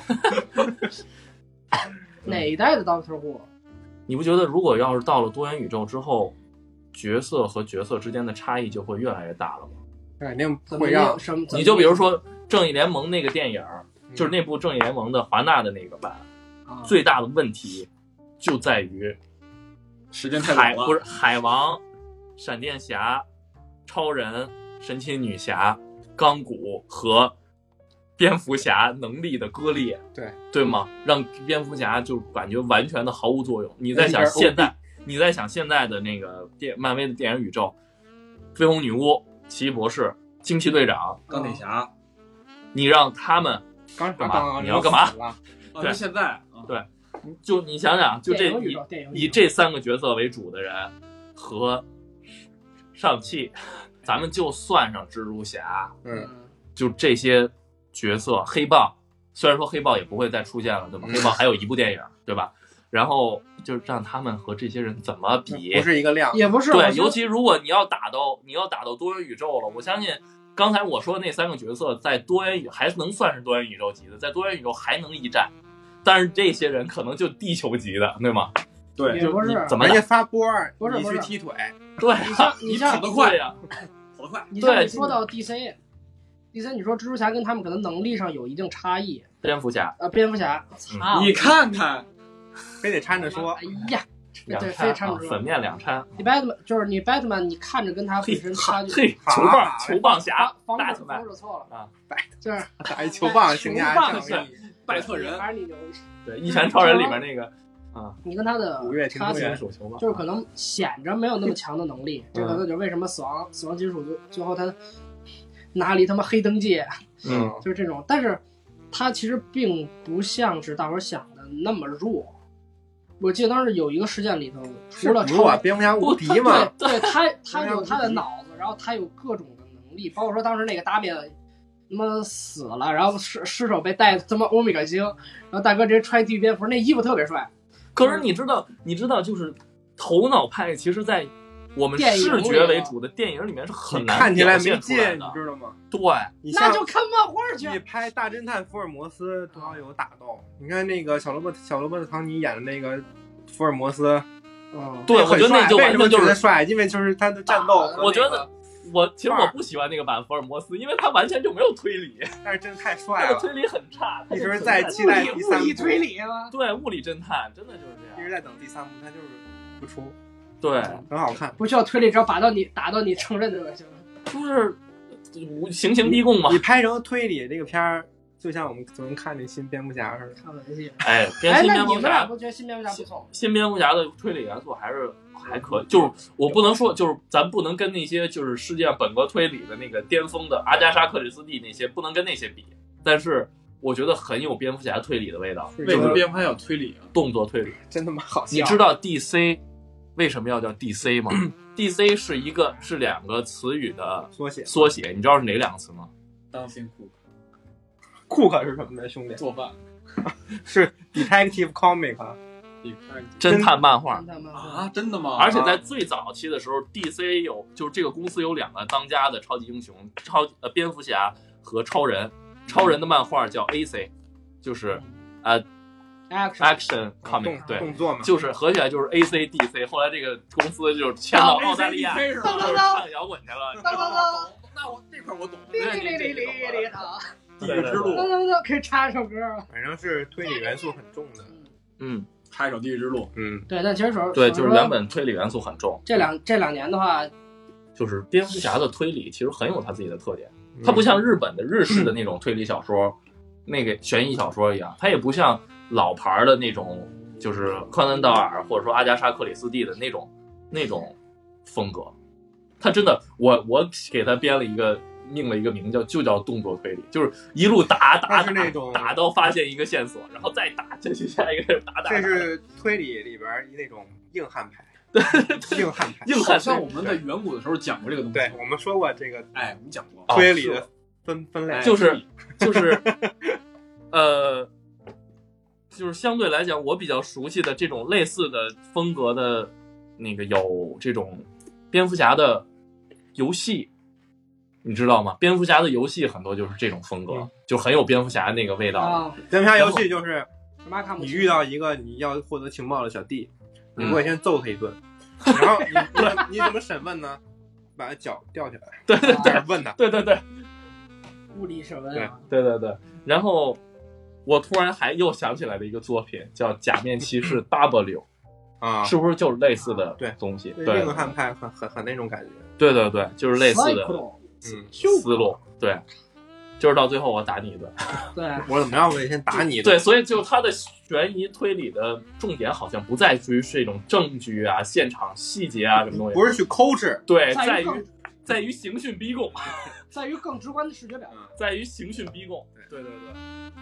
S4: 哪一代的 Doctor Who？
S2: 你不觉得如果要是到了多元宇宙之后，角色和角色之间的差异就会越来越大了吗？
S1: 肯定
S4: 怎么
S1: 会让
S4: 什么？怎么
S2: 你就比如说《正义联盟》那个电影儿，
S4: 嗯
S2: 就是
S1: 那
S2: 那部《正义联盟》的华纳的那个版，
S4: 啊
S2: 最大的问题就在于
S3: 时间太
S2: 海
S3: 短
S2: 不
S3: 了，
S2: 是海王、闪电侠、超人、神奇女侠、钢骨和蝙蝠侠能力的割裂，
S4: 嗯
S1: 对
S2: 对吗？让蝙蝠侠就感觉完全的毫无作用。你在想
S1: 有点
S2: 现在，你在想现在的那个电漫威的电影宇宙，绯红女巫、奇异博士、惊奇队长，
S3: 钢铁侠啊，
S2: 你让他们
S1: 刚
S2: 干嘛
S1: 刚
S2: 你要干嘛？
S1: 刚
S4: 嗯
S1: 刚
S2: 对
S3: 那现在啊
S2: 对就你想想，就这
S4: 电影宇
S2: 你
S4: 宙，电影宇
S2: 以
S4: 宙
S2: 这三个角色为主的人和上汽，咱们就算上蜘蛛侠，
S1: 嗯，
S2: 就这些角色，黑豹虽然说黑豹也不会再出现了，对吧？
S1: 嗯
S2: 黑豹还有一部电影，对吧？然后就让他们和这些人怎么比？
S1: 不是一个量，
S4: 也不是，
S2: 嗯
S4: 我
S2: 对，
S4: 觉得
S2: 尤其如果你要打到你要打到多元宇宙了，我相信刚才我说的那三个角色在多元宇还能算是多元宇宙级的，在多元宇宙还能一战，但是这些人可能就地球级的，对吗？
S1: 对
S4: 也不
S2: 你
S4: 是，
S2: 怎么
S1: 人
S2: 打
S1: 家发波儿，
S4: 不是
S1: 你
S4: 不
S1: 去
S4: 是
S1: 踢腿，
S2: 对
S4: 你
S2: 啊
S4: 像，你像
S2: 跑得快呀、
S3: 跑得快，
S4: 你像
S2: 对
S4: 你说到 DC。DC，你说蜘蛛侠跟他们可能能力上有一定差异，
S2: 蝙蝠侠，
S4: 呃，蝙蝠侠，
S2: 嗯啊
S4: 操，
S3: 你看看，
S1: 非得掺着说
S4: 哎呀，对
S2: 两
S4: 对，
S2: 掺
S4: 非常
S2: 啊，粉面
S1: 嗯
S2: 两掺，
S4: 你 Batman 就是你 Batman，你看着跟他本
S2: 嘿
S4: 身
S2: 哈
S4: 差距，
S2: 嘿，球棒球棒侠
S4: 啊，防
S2: 大
S4: 守
S2: 球棒
S4: 防，守错了
S2: 啊，
S4: 就是哎
S1: 打一哎球棒，行
S4: 球
S1: 下
S4: 棒
S1: 上给你啊
S3: 拜特人
S4: 还是你牛逼，
S2: 对，一拳超人里面那个
S4: 你跟他的
S1: 五月天
S4: 差
S1: 对啊
S2: 金
S4: 距
S2: 属球棒，
S4: 就是可能显着没有那么强的能力，
S1: 嗯
S4: 这可能就是为什么死亡死亡金属最最后他拿了一他妈黑灯戒，
S2: 嗯，
S4: 就是这种，但是他其实并不像是大伙儿想的那么弱。我记得当时有一个事件里头，除了
S1: 是不
S4: 超
S1: 是啊蝙蝠侠无敌嘛，
S4: 对对，他他
S1: 人家
S4: 有
S1: 无
S4: 他的
S1: 敌
S4: 脑子，然后他有各种的能力，包括说当时那个大便他妈死了，然后尸尸首被带他妈欧米伽星，然后大哥直接穿地狱蝙蝠，那衣服特别帅，
S2: 可是你知道，你知道，就是头脑派，其实，在我们
S4: 电影
S2: 视
S4: 里
S2: 觉为
S4: 啊
S2: 主的电影里面是很
S1: 你
S2: 难
S1: 看起来
S2: 表
S1: 没
S2: 现出
S1: 劲，
S2: 来
S1: 你
S2: 的。
S1: 知道吗？
S2: 对，
S1: 你像
S4: 那就看漫画去。
S1: 你拍《大侦探福尔摩斯》多少有打斗？你看那个小罗伯特小罗伯特唐尼演的那个福尔摩斯，
S4: 嗯，
S2: 对，我
S1: 很
S2: 觉得那
S1: 帅
S2: 就
S1: 为
S2: 完
S1: 什么
S2: 全就
S1: 觉得
S2: 是，啊
S1: 帅？因为就是他的战斗和那个，
S2: 我觉得我其实
S1: 范
S2: 我
S1: 儿
S2: 不喜欢那个版福尔摩斯，因为他完全就没有推理，
S1: 但是真的太
S2: 他
S1: 帅
S2: 的
S1: 了，
S2: 推理很差。他
S1: 啊一
S2: 就
S1: 直
S2: 存
S1: 在期待
S2: 物理
S1: 第
S4: 故
S1: 三
S4: 意
S1: 部，
S4: 推理吗？
S2: 对物理侦探真的就是
S1: 一
S2: 这样。
S1: 直在等第三部，他就是不出，
S2: 对，
S1: 很好看。
S4: 不需要推理，只要打到你打到你承认就行了。
S2: 就是呃无刑刑逼供嘛
S1: 你。拍成推理这个片儿，就像我们昨天看那新蝙蝠侠似的。
S4: 看文戏。
S2: 哎，编
S4: 哎，
S2: 新
S4: 那
S2: 蝙
S4: 你
S2: 蝠
S4: 们俩
S2: 侠，
S4: 不觉得新蝙蝠侠不错？
S2: 新蝙蝠侠的推理元素还是还可以，就是我不能说，就是咱不能跟那些就是世界上本格推理的那个巅峰的阿加莎·克里斯蒂那些不能跟那些比，但是我觉得很有蝙蝠侠推理的味道，
S1: 为
S3: 为什么蝙蝠侠有推理啊？
S2: 动作推理。
S1: 真他妈好笑？
S2: 你知道 DC 为什么要叫 DC 吗？DC 是一个是两个词语的
S1: 缩写
S2: 缩写，你知道是哪两个词吗？
S3: 当辛苦
S1: 库克是什么呢，兄弟？
S3: 做饭，
S1: 是 Detective Comic，啊
S3: 你看
S2: 侦探漫画
S4: 看。他们
S3: 啊，真的吗？
S2: 而且在最早期的时候，DC 有就是这个公司有两个当家的超级英雄，超呃蝙蝠侠和超人。超人的漫画叫 AC，就是呃
S4: action
S1: 动
S2: Action Comic，对，
S1: 动作嘛，
S2: 就是合起来就是 ACDC。后来这个公司就是迁
S3: 啊
S2: 到澳大利亚，
S3: ACDC
S2: 就是
S3: 吧
S2: 唱摇滚去了。
S4: 当当当，
S3: 那我这块我懂，
S4: 哩哩哩哩哩哩，好，
S3: 地狱之路
S4: 当，当当，可以插一首歌吗？
S1: 反正是推理元素很重的。
S2: 嗯，
S3: 插一首地狱之路，
S1: 嗯，
S4: 对，但其实说
S2: 对，就是原
S4: 本
S2: 本推理元素很重，
S4: 这两这两年的话，
S2: 就是蝙蝠侠的推理其实很有他自己的特点。嗯它不
S1: 像。
S2: 像日本的日
S1: 嗯
S2: 式的那种推理小说，那个悬疑小说一样，它也不像老牌儿的那种，就是柯南道尔或者说阿加莎克里斯蒂的那种那种风格。它真的，我我给它编了一个命了一个名叫就叫动作推理，就是一路打打
S1: 它是那种
S2: 打到发现一个线索，然后再打再去下一个人打打打。
S1: 这是推理里边儿那种硬汉派，硬汉派。
S2: 硬
S3: 好
S2: 汉推
S3: 像
S2: 理
S3: 我们在远古的时候讲过这个东西。
S1: 对，我们说过这个
S3: 哎，我们讲过，
S2: 哦
S1: 推理的分分类，
S2: 就是就是，呃，就是相对来讲，我比较熟悉的这种类似的风格的，那个有这种蝙蝠侠的游戏，你知道吗？蝙蝠侠的游戏很多就是这种风格，
S1: 嗯
S2: 就很有蝙蝠侠那个味道。
S4: 啊，
S1: 蝙蝠侠游戏就是
S4: 妈看不
S1: 你
S4: 起
S1: 遇到一个你要获得情报的小弟，你
S2: 嗯
S1: 过去先揍他一 顿，然后你不能你怎么审问呢？把他脚吊起来，
S2: 对对
S1: 在那问他，
S2: 对对对
S4: 物 理审问啊，
S2: 对对对。然后我突然还又想起来了一个作品，叫《假面骑士 W》，
S1: 啊，
S2: 是不是就是类似的
S1: 对
S2: 东西？对
S1: 硬汉派很很很那种感觉，
S2: 对对对，就是类似的。
S4: Psycho，
S1: 嗯，
S2: 思路，对，就是到最后我打你一顿，
S4: 对，
S1: 我怎么着我得先打你一顿
S2: 对，，所以就它的悬疑推理的重点好像不在于这种证据啊、现场细节啊什么东西，
S1: 不是去抠制，
S2: 对，在
S4: 在于
S2: 于
S4: 更
S2: 在于刑讯逼供，
S4: 在于更直观的视觉表达。
S2: 在于刑讯逼供，对对对，